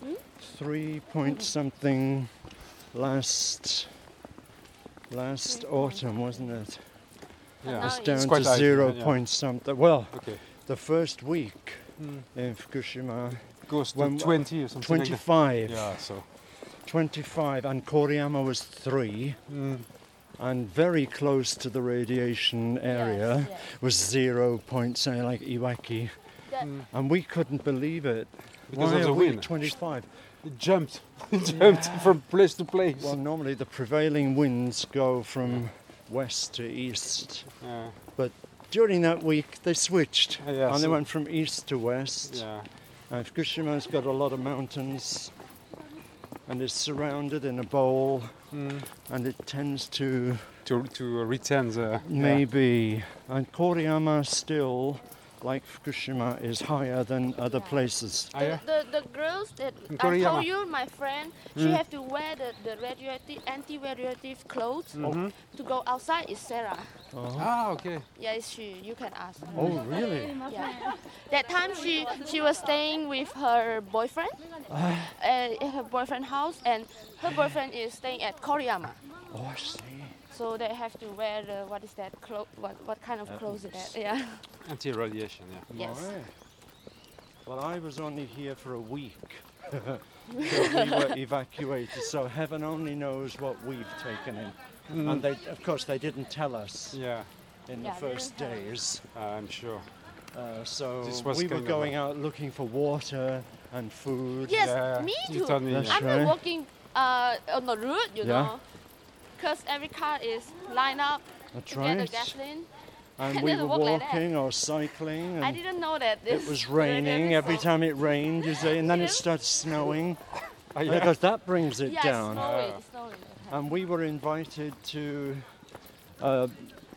Speaker 7: 3 point something last last autumn, wasn't it?
Speaker 2: yeah.
Speaker 4: It's
Speaker 7: It's
Speaker 4: Oh, yeah.
Speaker 7: down
Speaker 2: quite
Speaker 7: to
Speaker 2: high,
Speaker 7: 0
Speaker 2: yeah, yeah.
Speaker 7: point something. Well,
Speaker 2: Okay,
Speaker 7: the first week
Speaker 2: Hmm.
Speaker 7: in Fukushima,
Speaker 2: goes to
Speaker 7: When-
Speaker 2: 20 or something like
Speaker 7: 25.
Speaker 2: that. Yeah, so.
Speaker 7: 25 and Koriyama was 3
Speaker 2: Mm.
Speaker 7: and very close to the radiation area
Speaker 4: yes.
Speaker 7: was 0 point something like Iwaki
Speaker 4: That-
Speaker 7: and we couldn't believe it
Speaker 2: Mm. Because
Speaker 7: Why
Speaker 2: of the
Speaker 7: are we
Speaker 2: wind.
Speaker 7: 25
Speaker 2: It jumped, (laughs) it jumped from place to place.
Speaker 7: well normally the prevailing winds go from west to east
Speaker 2: yeah,
Speaker 7: but during that week they switched
Speaker 2: Ah, yeah,
Speaker 7: and they
Speaker 2: so-
Speaker 7: went from east to west
Speaker 2: yeah.
Speaker 7: And Fukushima's got a lot of mountains and is surrounded in a bowl
Speaker 2: Mm.
Speaker 7: and it tends to
Speaker 2: To, to return the.
Speaker 7: maybe. And Koriyama still, like Fukushima, is higher than other
Speaker 4: Yeah.
Speaker 7: places.
Speaker 2: Yeah. Ah, yeah?
Speaker 4: The, the, the girls that
Speaker 2: In
Speaker 4: I
Speaker 2: Korea. Mm.
Speaker 4: told you, my friend, she have to wear the, the radioactive, anti-radioactive clothes
Speaker 2: Mm-hmm.
Speaker 4: to go outside is Sarah.
Speaker 2: Ah, okay.
Speaker 4: Yeah, it's she. You can ask.
Speaker 7: Oh, really?
Speaker 4: Yeah. That time she she was staying with her
Speaker 2: (sighs)
Speaker 4: boyfriend, uh, in her boyfriend house, and her boyfriend is staying at Koriyama.
Speaker 7: Oh, I see.
Speaker 4: So they have to wear the what is that clo- what what kind
Speaker 2: Uh,
Speaker 4: of clothes is that? Yeah.
Speaker 2: Anti radiation, yeah.
Speaker 4: Yes.
Speaker 7: Alright. Well, I was only here for a week. (laughs) till we
Speaker 4: (laughs)
Speaker 7: were evacuated, so heaven only knows what we've taken in. And they, of course, they didn't tell us
Speaker 2: Yeah,
Speaker 7: in
Speaker 4: Mm. Yeah,
Speaker 7: the
Speaker 4: they
Speaker 7: first
Speaker 4: didn't tell us.
Speaker 7: days.
Speaker 2: I'm sure.
Speaker 7: Uh, so
Speaker 2: This was
Speaker 7: we were
Speaker 2: kind of
Speaker 7: going out looking for water and food.
Speaker 4: Yes,
Speaker 2: yeah.
Speaker 4: me
Speaker 2: you
Speaker 4: too.
Speaker 2: told me,
Speaker 7: That's
Speaker 2: yeah.
Speaker 4: I'm not
Speaker 7: right.
Speaker 4: walking uh, on the route, you
Speaker 7: Yeah.
Speaker 4: know, because every car is lined up
Speaker 7: That's
Speaker 4: to get the
Speaker 7: right.
Speaker 4: gasoline. (laughs)
Speaker 7: And
Speaker 4: I
Speaker 7: we
Speaker 4: never
Speaker 7: were
Speaker 4: walk like that.
Speaker 7: walking or cycling,
Speaker 4: I
Speaker 7: and
Speaker 4: didn't know that.
Speaker 7: it
Speaker 4: this (laughs)
Speaker 7: was radiating
Speaker 4: radioactive
Speaker 7: every
Speaker 4: salt.
Speaker 7: time it rained, you see, and then
Speaker 4: Yeah.
Speaker 7: it started snowing
Speaker 2: Ah, yeah.
Speaker 7: because that brings it
Speaker 4: Yeah,
Speaker 7: down.
Speaker 4: it's snowing.
Speaker 2: Ah.
Speaker 4: It's snowing.
Speaker 7: And we were invited to uh,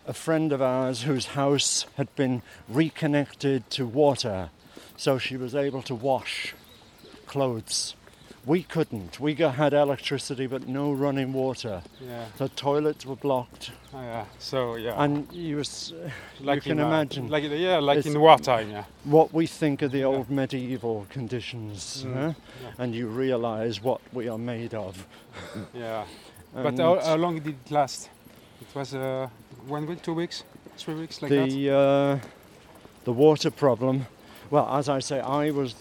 Speaker 7: a friend of ours whose house had been reconnected to water, so she was able to wash clothes. We couldn't. We go- had electricity but no running water.
Speaker 2: Yeah.
Speaker 7: The toilets were blocked,
Speaker 2: Ah, yeah. So, yeah.
Speaker 7: and you, was,
Speaker 2: like
Speaker 7: you can
Speaker 2: in, uh,
Speaker 7: imagine
Speaker 2: Like, yeah, like
Speaker 7: It's-
Speaker 2: in wartime, yeah.
Speaker 7: what we think of the old medieval conditions,
Speaker 2: Mm.
Speaker 7: huh? and you realise what we are made of.
Speaker 2: Yeah. but
Speaker 7: And
Speaker 2: how, how long did it last? It was uh, one week, two weeks, three weeks, like that?
Speaker 7: the uh, the water problem. Well, as I say, I was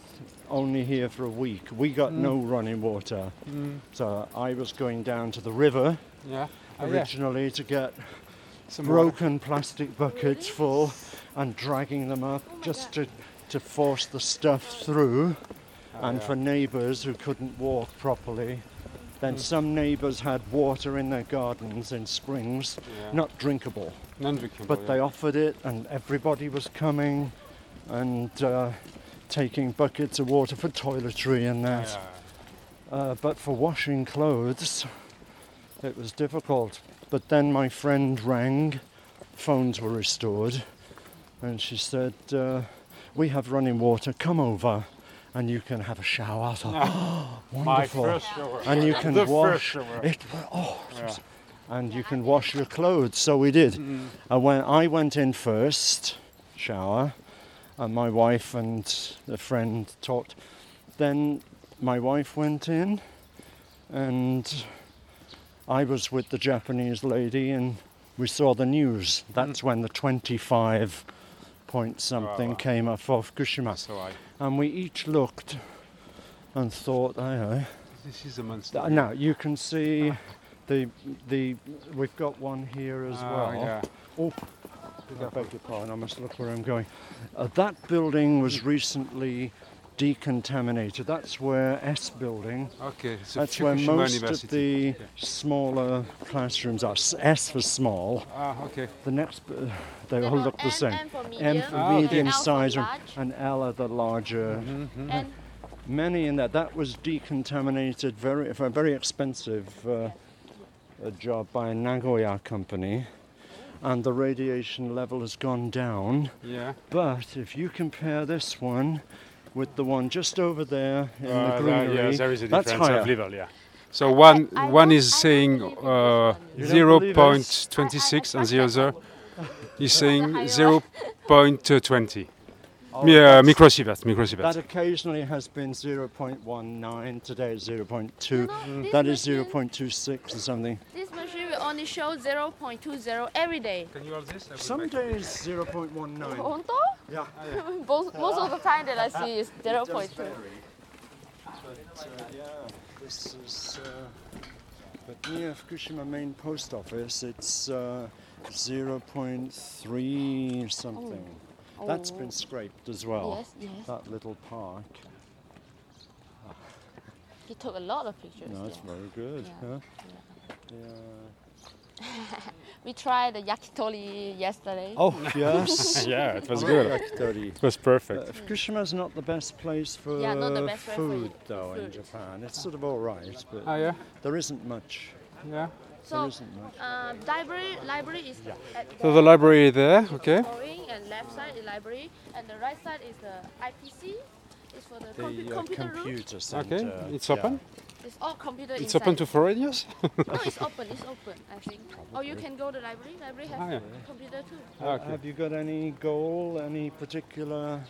Speaker 7: only here for a week. We got no running water,
Speaker 2: Mm,
Speaker 7: so I was going down to the river
Speaker 2: yeah. Ah, yeah.
Speaker 7: originally to get
Speaker 2: Some water.
Speaker 7: broken plastic buckets full and dragging them up just to to force the stuff through, and for neighbours who couldn't walk properly. Then some neighbours had water in their gardens in springs,
Speaker 2: Yeah. Oh,
Speaker 7: not drinkable,
Speaker 2: Non drinking.
Speaker 7: but they offered it, and everybody was coming and uh, taking buckets of water for toiletry and that. Uh, but for washing clothes, it was difficult. But then my friend rang, phones were restored, and she said, uh, We have running water, come over and you can have a shower. I thought,
Speaker 2: My
Speaker 7: Wonderful.
Speaker 2: first shower.
Speaker 7: and you can
Speaker 2: The first
Speaker 7: wash.
Speaker 2: shower.
Speaker 7: It, wa- oh, it was- and you can wash your clothes. So we did. And when I went in first, shower, and my wife and the friend talked. Then my wife went in, and I was with the Japanese lady, and we saw the news. That's when the 25 point something
Speaker 2: wow.
Speaker 7: came up for Fukushima.
Speaker 2: So I.
Speaker 7: And we each looked and thought, I know.
Speaker 2: This is a monster.
Speaker 7: Th- Uh, Now you can see the the we've got one here as
Speaker 2: Ah,
Speaker 7: well.
Speaker 2: yeah.
Speaker 7: Oh, I beg your pardon. I must look where I'm going. Uh, that building was recently decontaminated. That's where S building.
Speaker 2: Okay. So
Speaker 7: That's where
Speaker 2: Fukushima
Speaker 7: most of
Speaker 2: University.
Speaker 7: the smaller classrooms are. S- S for small.
Speaker 2: Ah, okay.
Speaker 7: The next, b- they all
Speaker 4: No,
Speaker 7: look the
Speaker 4: M-
Speaker 7: same.
Speaker 4: M for
Speaker 7: M
Speaker 4: medium,
Speaker 7: for
Speaker 2: Ah, okay.
Speaker 7: medium
Speaker 4: L for
Speaker 7: size and,
Speaker 4: large.
Speaker 7: and L are the larger.
Speaker 4: And
Speaker 7: Many in that. That was decontaminated very for a very expensive uh, uh job by a Nagoya company, and the radiation level has gone down.
Speaker 2: Yeah.
Speaker 7: But if you compare this one with the one just over there in
Speaker 2: Uh,
Speaker 7: the
Speaker 2: there-
Speaker 7: greenery,
Speaker 2: yeah, there is a
Speaker 7: that's
Speaker 2: difference
Speaker 7: higher.
Speaker 2: of level, yeah. So one
Speaker 4: I
Speaker 2: one
Speaker 4: don't-
Speaker 2: is
Speaker 4: I don't
Speaker 2: saying
Speaker 4: believe it is
Speaker 2: uh,
Speaker 7: You don't
Speaker 2: zero
Speaker 7: believe
Speaker 2: point
Speaker 7: us?
Speaker 2: twenty six, and the
Speaker 4: I- I-
Speaker 2: other is saying
Speaker 4: higher
Speaker 2: zero point twenty.
Speaker 7: Oh,
Speaker 2: Mi- uh,
Speaker 7: that's-
Speaker 2: microsievert, microsievert.
Speaker 7: That occasionally has been 0.19, today it's 0.2,
Speaker 4: No, no,
Speaker 7: that
Speaker 4: this
Speaker 7: is
Speaker 4: machine-
Speaker 7: 0.26 or something.
Speaker 4: this machine will only show 0.20 every day.
Speaker 2: Can you hold this?
Speaker 7: Some days 0.19.
Speaker 4: Honto?
Speaker 7: Yeah.
Speaker 4: (laughs) Most, most of the time that I see is
Speaker 7: It does
Speaker 4: 0.2.
Speaker 7: vary. But uh, (laughs) yeah, this is. Uh, but near Fukushima main post office, it's uh, 0.3 something. That's been scraped as well.
Speaker 4: Oh. Yes, yes.
Speaker 7: That little park.
Speaker 4: He took a lot of pictures.
Speaker 7: No, it's
Speaker 4: yeah.
Speaker 7: very good.
Speaker 4: Yeah.
Speaker 7: Huh? Yeah.
Speaker 4: We tried the yakitori yesterday.
Speaker 7: (laughs) Oh yes.
Speaker 2: yeah, it was
Speaker 7: I
Speaker 2: good.
Speaker 7: like yakitori.
Speaker 2: It was
Speaker 7: Uh,
Speaker 2: perfect.
Speaker 7: Fukushima's not the best place for
Speaker 4: Yeah, not the best place for
Speaker 7: food,
Speaker 4: eat-
Speaker 7: though, in
Speaker 4: food. Uh,
Speaker 7: Japan. It's sort of all right, but
Speaker 2: Ah, yeah,
Speaker 7: there isn't much.
Speaker 2: yeah.
Speaker 7: There
Speaker 4: so,
Speaker 7: isn't much.
Speaker 4: uh, library, library is at the
Speaker 2: So the library there, okay?
Speaker 4: drawing and left side is library and the right side is the IPC. It's for the, compu-
Speaker 7: The uh,
Speaker 4: computer room.
Speaker 7: computer center.
Speaker 2: Okay, it's open.
Speaker 4: It's all computer
Speaker 2: It's
Speaker 4: inside.
Speaker 2: open to foreigners.
Speaker 4: No, it's open. It's open. I think. Or you can go to library. Library has
Speaker 2: Ah, yeah.
Speaker 4: computer too.
Speaker 7: Yeah.
Speaker 2: Okay.
Speaker 7: Have you got any goal, any particular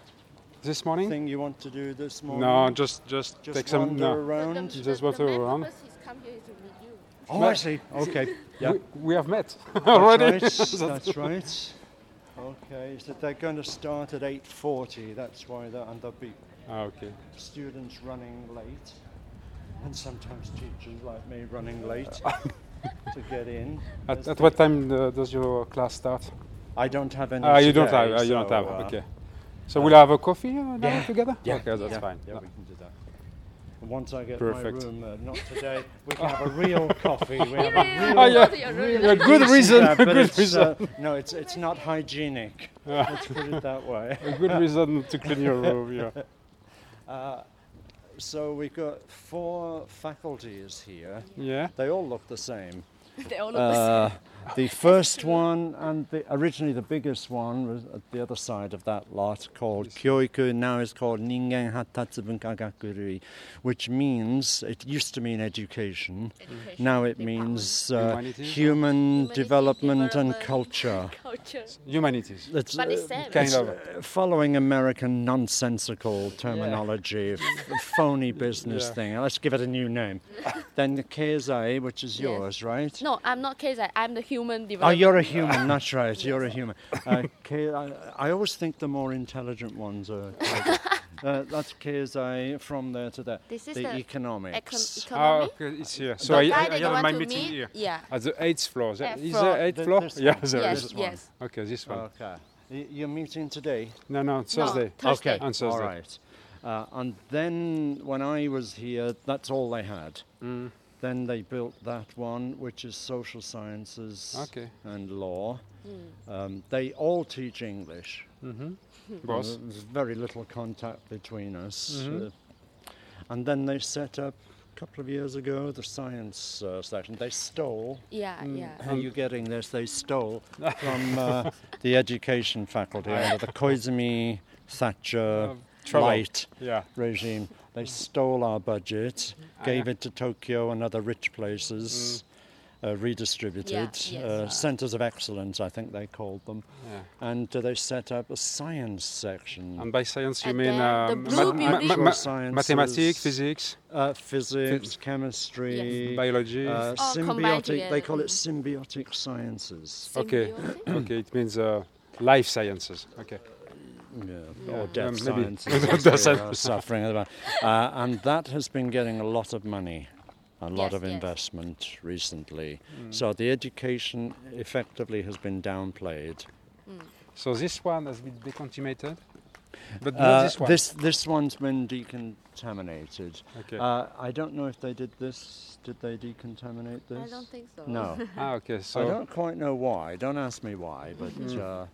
Speaker 2: This morning?
Speaker 7: thing you want to do this morning?
Speaker 2: No, just just,
Speaker 7: Just
Speaker 2: take some.
Speaker 7: wander
Speaker 2: No.
Speaker 4: The-
Speaker 7: around.
Speaker 4: the-
Speaker 2: Just
Speaker 4: the
Speaker 2: water
Speaker 4: main
Speaker 2: around.
Speaker 4: purpose is come here is to meet you.
Speaker 7: Oh, I see. Okay. Yeah.
Speaker 2: We, we have met
Speaker 1: Oh,
Speaker 7: That's
Speaker 2: already.
Speaker 1: (laughs)
Speaker 7: right. That's right. Okay. So they're going to start at 8:40. That's why there and there'll be
Speaker 2: Ah, okay.
Speaker 7: students running late, and sometimes teachers like me running
Speaker 1: (laughs)
Speaker 7: late to get in.
Speaker 2: At,
Speaker 7: There's
Speaker 2: at
Speaker 7: the-
Speaker 2: what time uh, does your class start?
Speaker 7: I don't have any.
Speaker 2: Ah, you don't
Speaker 7: today,
Speaker 2: have. ah, you don't
Speaker 7: so,
Speaker 2: have.
Speaker 7: uh,
Speaker 2: okay. So we'll have a coffee uh, now
Speaker 7: yeah,
Speaker 2: together.
Speaker 7: yeah,
Speaker 2: okay, that's
Speaker 7: yeah,
Speaker 2: fine.
Speaker 7: Yeah,
Speaker 2: No.
Speaker 7: we can do that. And once I get
Speaker 2: Perfect.
Speaker 7: my room, uh, not
Speaker 1: (laughs)
Speaker 7: today, we can have a real coffee. We have a
Speaker 4: Really?
Speaker 7: real
Speaker 2: Oh,
Speaker 4: Go
Speaker 2: yeah.
Speaker 4: to your room.
Speaker 2: Yeah,
Speaker 7: (laughs)
Speaker 2: good reason.
Speaker 7: Yeah, but
Speaker 2: good
Speaker 7: (laughs) it's,
Speaker 2: reason.
Speaker 7: uh, no, it's it's not hygienic. Let's put it that way.
Speaker 2: a (laughs) good reason to clean your room.
Speaker 7: (laughs)
Speaker 2: Yeah.
Speaker 7: So we've got four faculties here.
Speaker 2: Yeah.
Speaker 7: They all look the same.
Speaker 4: They all look
Speaker 7: Uh, the first one and the, originally the biggest one was at the other side of that lot called Kyoiku, now it's called Ningen Hatatsu Bunkagakuri, which means, it used to mean education, now it means uh,
Speaker 2: Humanities?
Speaker 7: human development and
Speaker 4: development.
Speaker 7: culture.
Speaker 4: culture.
Speaker 2: Humanities.
Speaker 7: It's,
Speaker 4: But it's
Speaker 7: uh,
Speaker 4: same.
Speaker 2: Kind
Speaker 7: it's,
Speaker 2: of.
Speaker 7: uh, following American nonsensical terminology, f- phony business
Speaker 2: Yeah.
Speaker 7: thing. Let's give it a new
Speaker 2: (laughs)
Speaker 7: name. then the KSA, which is
Speaker 4: Yes.
Speaker 7: yours, right?
Speaker 4: No, I'm not KSI. I'm the human
Speaker 7: Oh,
Speaker 4: developer.
Speaker 7: you're a human. That's right. You're a human. Uh, K- I, I always think the more intelligent ones
Speaker 4: (laughs)
Speaker 7: are. clever. uh, that's KSI from there to there.
Speaker 4: This is
Speaker 7: the
Speaker 4: the
Speaker 7: economics.
Speaker 4: Econ-
Speaker 2: Ah,
Speaker 4: economy.
Speaker 2: okay, it's here. So
Speaker 4: The
Speaker 2: I,
Speaker 4: guy
Speaker 2: I,
Speaker 4: that
Speaker 2: I
Speaker 4: you
Speaker 2: have
Speaker 4: want
Speaker 2: my
Speaker 4: to
Speaker 2: meeting
Speaker 4: meet?
Speaker 2: here.
Speaker 4: Yeah.
Speaker 2: At the eighth floor. Is
Speaker 4: Eighth
Speaker 2: is
Speaker 4: floor.
Speaker 2: there eighth
Speaker 7: Th-
Speaker 2: floor?
Speaker 7: this
Speaker 2: Yeah,
Speaker 7: one.
Speaker 2: there
Speaker 4: yes,
Speaker 2: is.
Speaker 7: one.
Speaker 4: yes.
Speaker 2: Okay, this one.
Speaker 7: okay.
Speaker 1: Y- You're meeting today?
Speaker 2: No, no, Thursday.
Speaker 6: Thursday.
Speaker 2: On Thursday.
Speaker 1: All right. Uh, and then when I was here, that's all they had. Then they built that one, which is social sciences
Speaker 2: Okay.
Speaker 1: and law.
Speaker 4: Hmm.
Speaker 1: Um, they all teach English.
Speaker 7: Mm-hmm.
Speaker 2: (laughs) Boss.
Speaker 1: There- There's very little contact between us.
Speaker 2: Mm-hmm.
Speaker 1: Uh, and then they set up a couple of years ago the science uh, section. They stole.
Speaker 4: Yeah,
Speaker 2: mm.
Speaker 4: yeah.
Speaker 1: How are you getting this? They stole from
Speaker 2: (laughs)
Speaker 1: uh, the education faculty under the Koizumi Thatcher
Speaker 2: Oh, trouble.
Speaker 1: light
Speaker 7: Mm-hmm.
Speaker 2: Yeah.
Speaker 1: regime. They stole our budget,
Speaker 2: Ah,
Speaker 1: gave it to Tokyo and other rich places,
Speaker 2: Mm.
Speaker 1: uh, redistributed
Speaker 4: yes.
Speaker 1: uh, centres of excellence, I think they called them,
Speaker 2: Yeah.
Speaker 1: and uh, they set up a science section.
Speaker 2: And by science, you
Speaker 4: And
Speaker 2: mean
Speaker 4: then the
Speaker 2: um,
Speaker 4: blue building.
Speaker 1: Natural
Speaker 2: mathematics,
Speaker 1: sciences.
Speaker 2: physics,
Speaker 1: uh, physics,
Speaker 2: Phys-
Speaker 1: chemistry,
Speaker 2: biology.
Speaker 1: uh,
Speaker 4: All combined
Speaker 1: symbiotic. They call it
Speaker 4: together.
Speaker 1: symbiotic sciences.
Speaker 2: okay. (clears throat) okay, it means uh, life sciences. Okay.
Speaker 1: Yeah, or death
Speaker 2: um, maybe.
Speaker 1: sciences.
Speaker 2: (laughs) Death
Speaker 1: that's
Speaker 2: science.
Speaker 1: really, uh, suffering. at the moment. Uh, and that has been getting a lot of money, a lot
Speaker 4: Yes,
Speaker 1: of
Speaker 4: yes.
Speaker 1: investment recently.
Speaker 2: Mm.
Speaker 1: So the education effectively has been downplayed.
Speaker 2: So this one has been decontaminated, but not
Speaker 1: Uh,
Speaker 2: this one.
Speaker 1: this this one's been decontaminated.
Speaker 2: Okay.
Speaker 1: Uh, I don't know if they did this. Did they decontaminate this?
Speaker 4: I don't think so. (laughs)
Speaker 1: No.
Speaker 2: ah, okay.
Speaker 1: I
Speaker 2: So
Speaker 1: don't quite know why. Don't ask me why, but.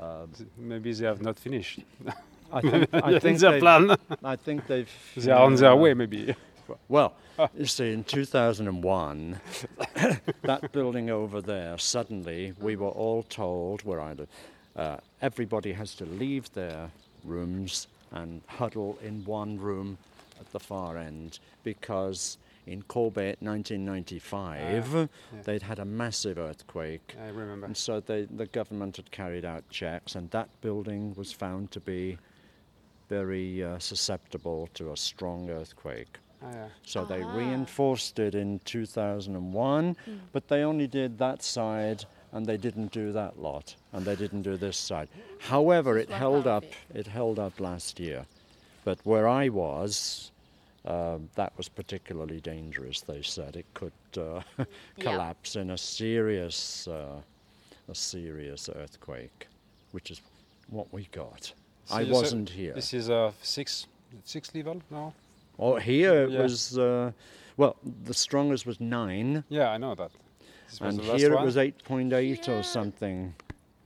Speaker 1: Uh,
Speaker 2: th- maybe they have not finished.
Speaker 1: (laughs) I think, I
Speaker 2: In
Speaker 1: think
Speaker 2: their
Speaker 1: they've-
Speaker 2: plan.
Speaker 1: I think they've.
Speaker 2: (laughs) they are on
Speaker 1: (laughs)
Speaker 2: their
Speaker 1: uh,
Speaker 2: way, maybe.
Speaker 1: Well, you see, in 2001, (coughs) that building over there, suddenly we were all told where I live, uh, everybody has to leave their rooms and huddle in one room at the far end because in Kobe 1995, they'd had a massive earthquake.
Speaker 2: I remember.
Speaker 1: And so they, the government had carried out checks, and that building was found to be very uh, susceptible to a strong earthquake.
Speaker 2: Ah, yeah.
Speaker 1: So they reinforced it in 2001, but they only did that side and they didn't do that lot and they didn't do this side. However, it
Speaker 6: one
Speaker 1: held
Speaker 6: half
Speaker 1: up
Speaker 6: it.
Speaker 1: it held up last year. But where I was, um, that was particularly dangerous. They said it could uh, (laughs) collapse in a serious uh, a serious earthquake, which is what we got.
Speaker 2: So
Speaker 1: I
Speaker 2: you said
Speaker 1: wasn't here.
Speaker 2: This is a six, six level now.
Speaker 1: Oh, here it
Speaker 2: Yeah.
Speaker 1: was. Uh, well, the strongest was nine,
Speaker 2: Yeah, I know that. This was
Speaker 1: and
Speaker 2: the last
Speaker 1: here
Speaker 2: one.
Speaker 1: it was eight point eight
Speaker 4: Yeah.
Speaker 1: or something.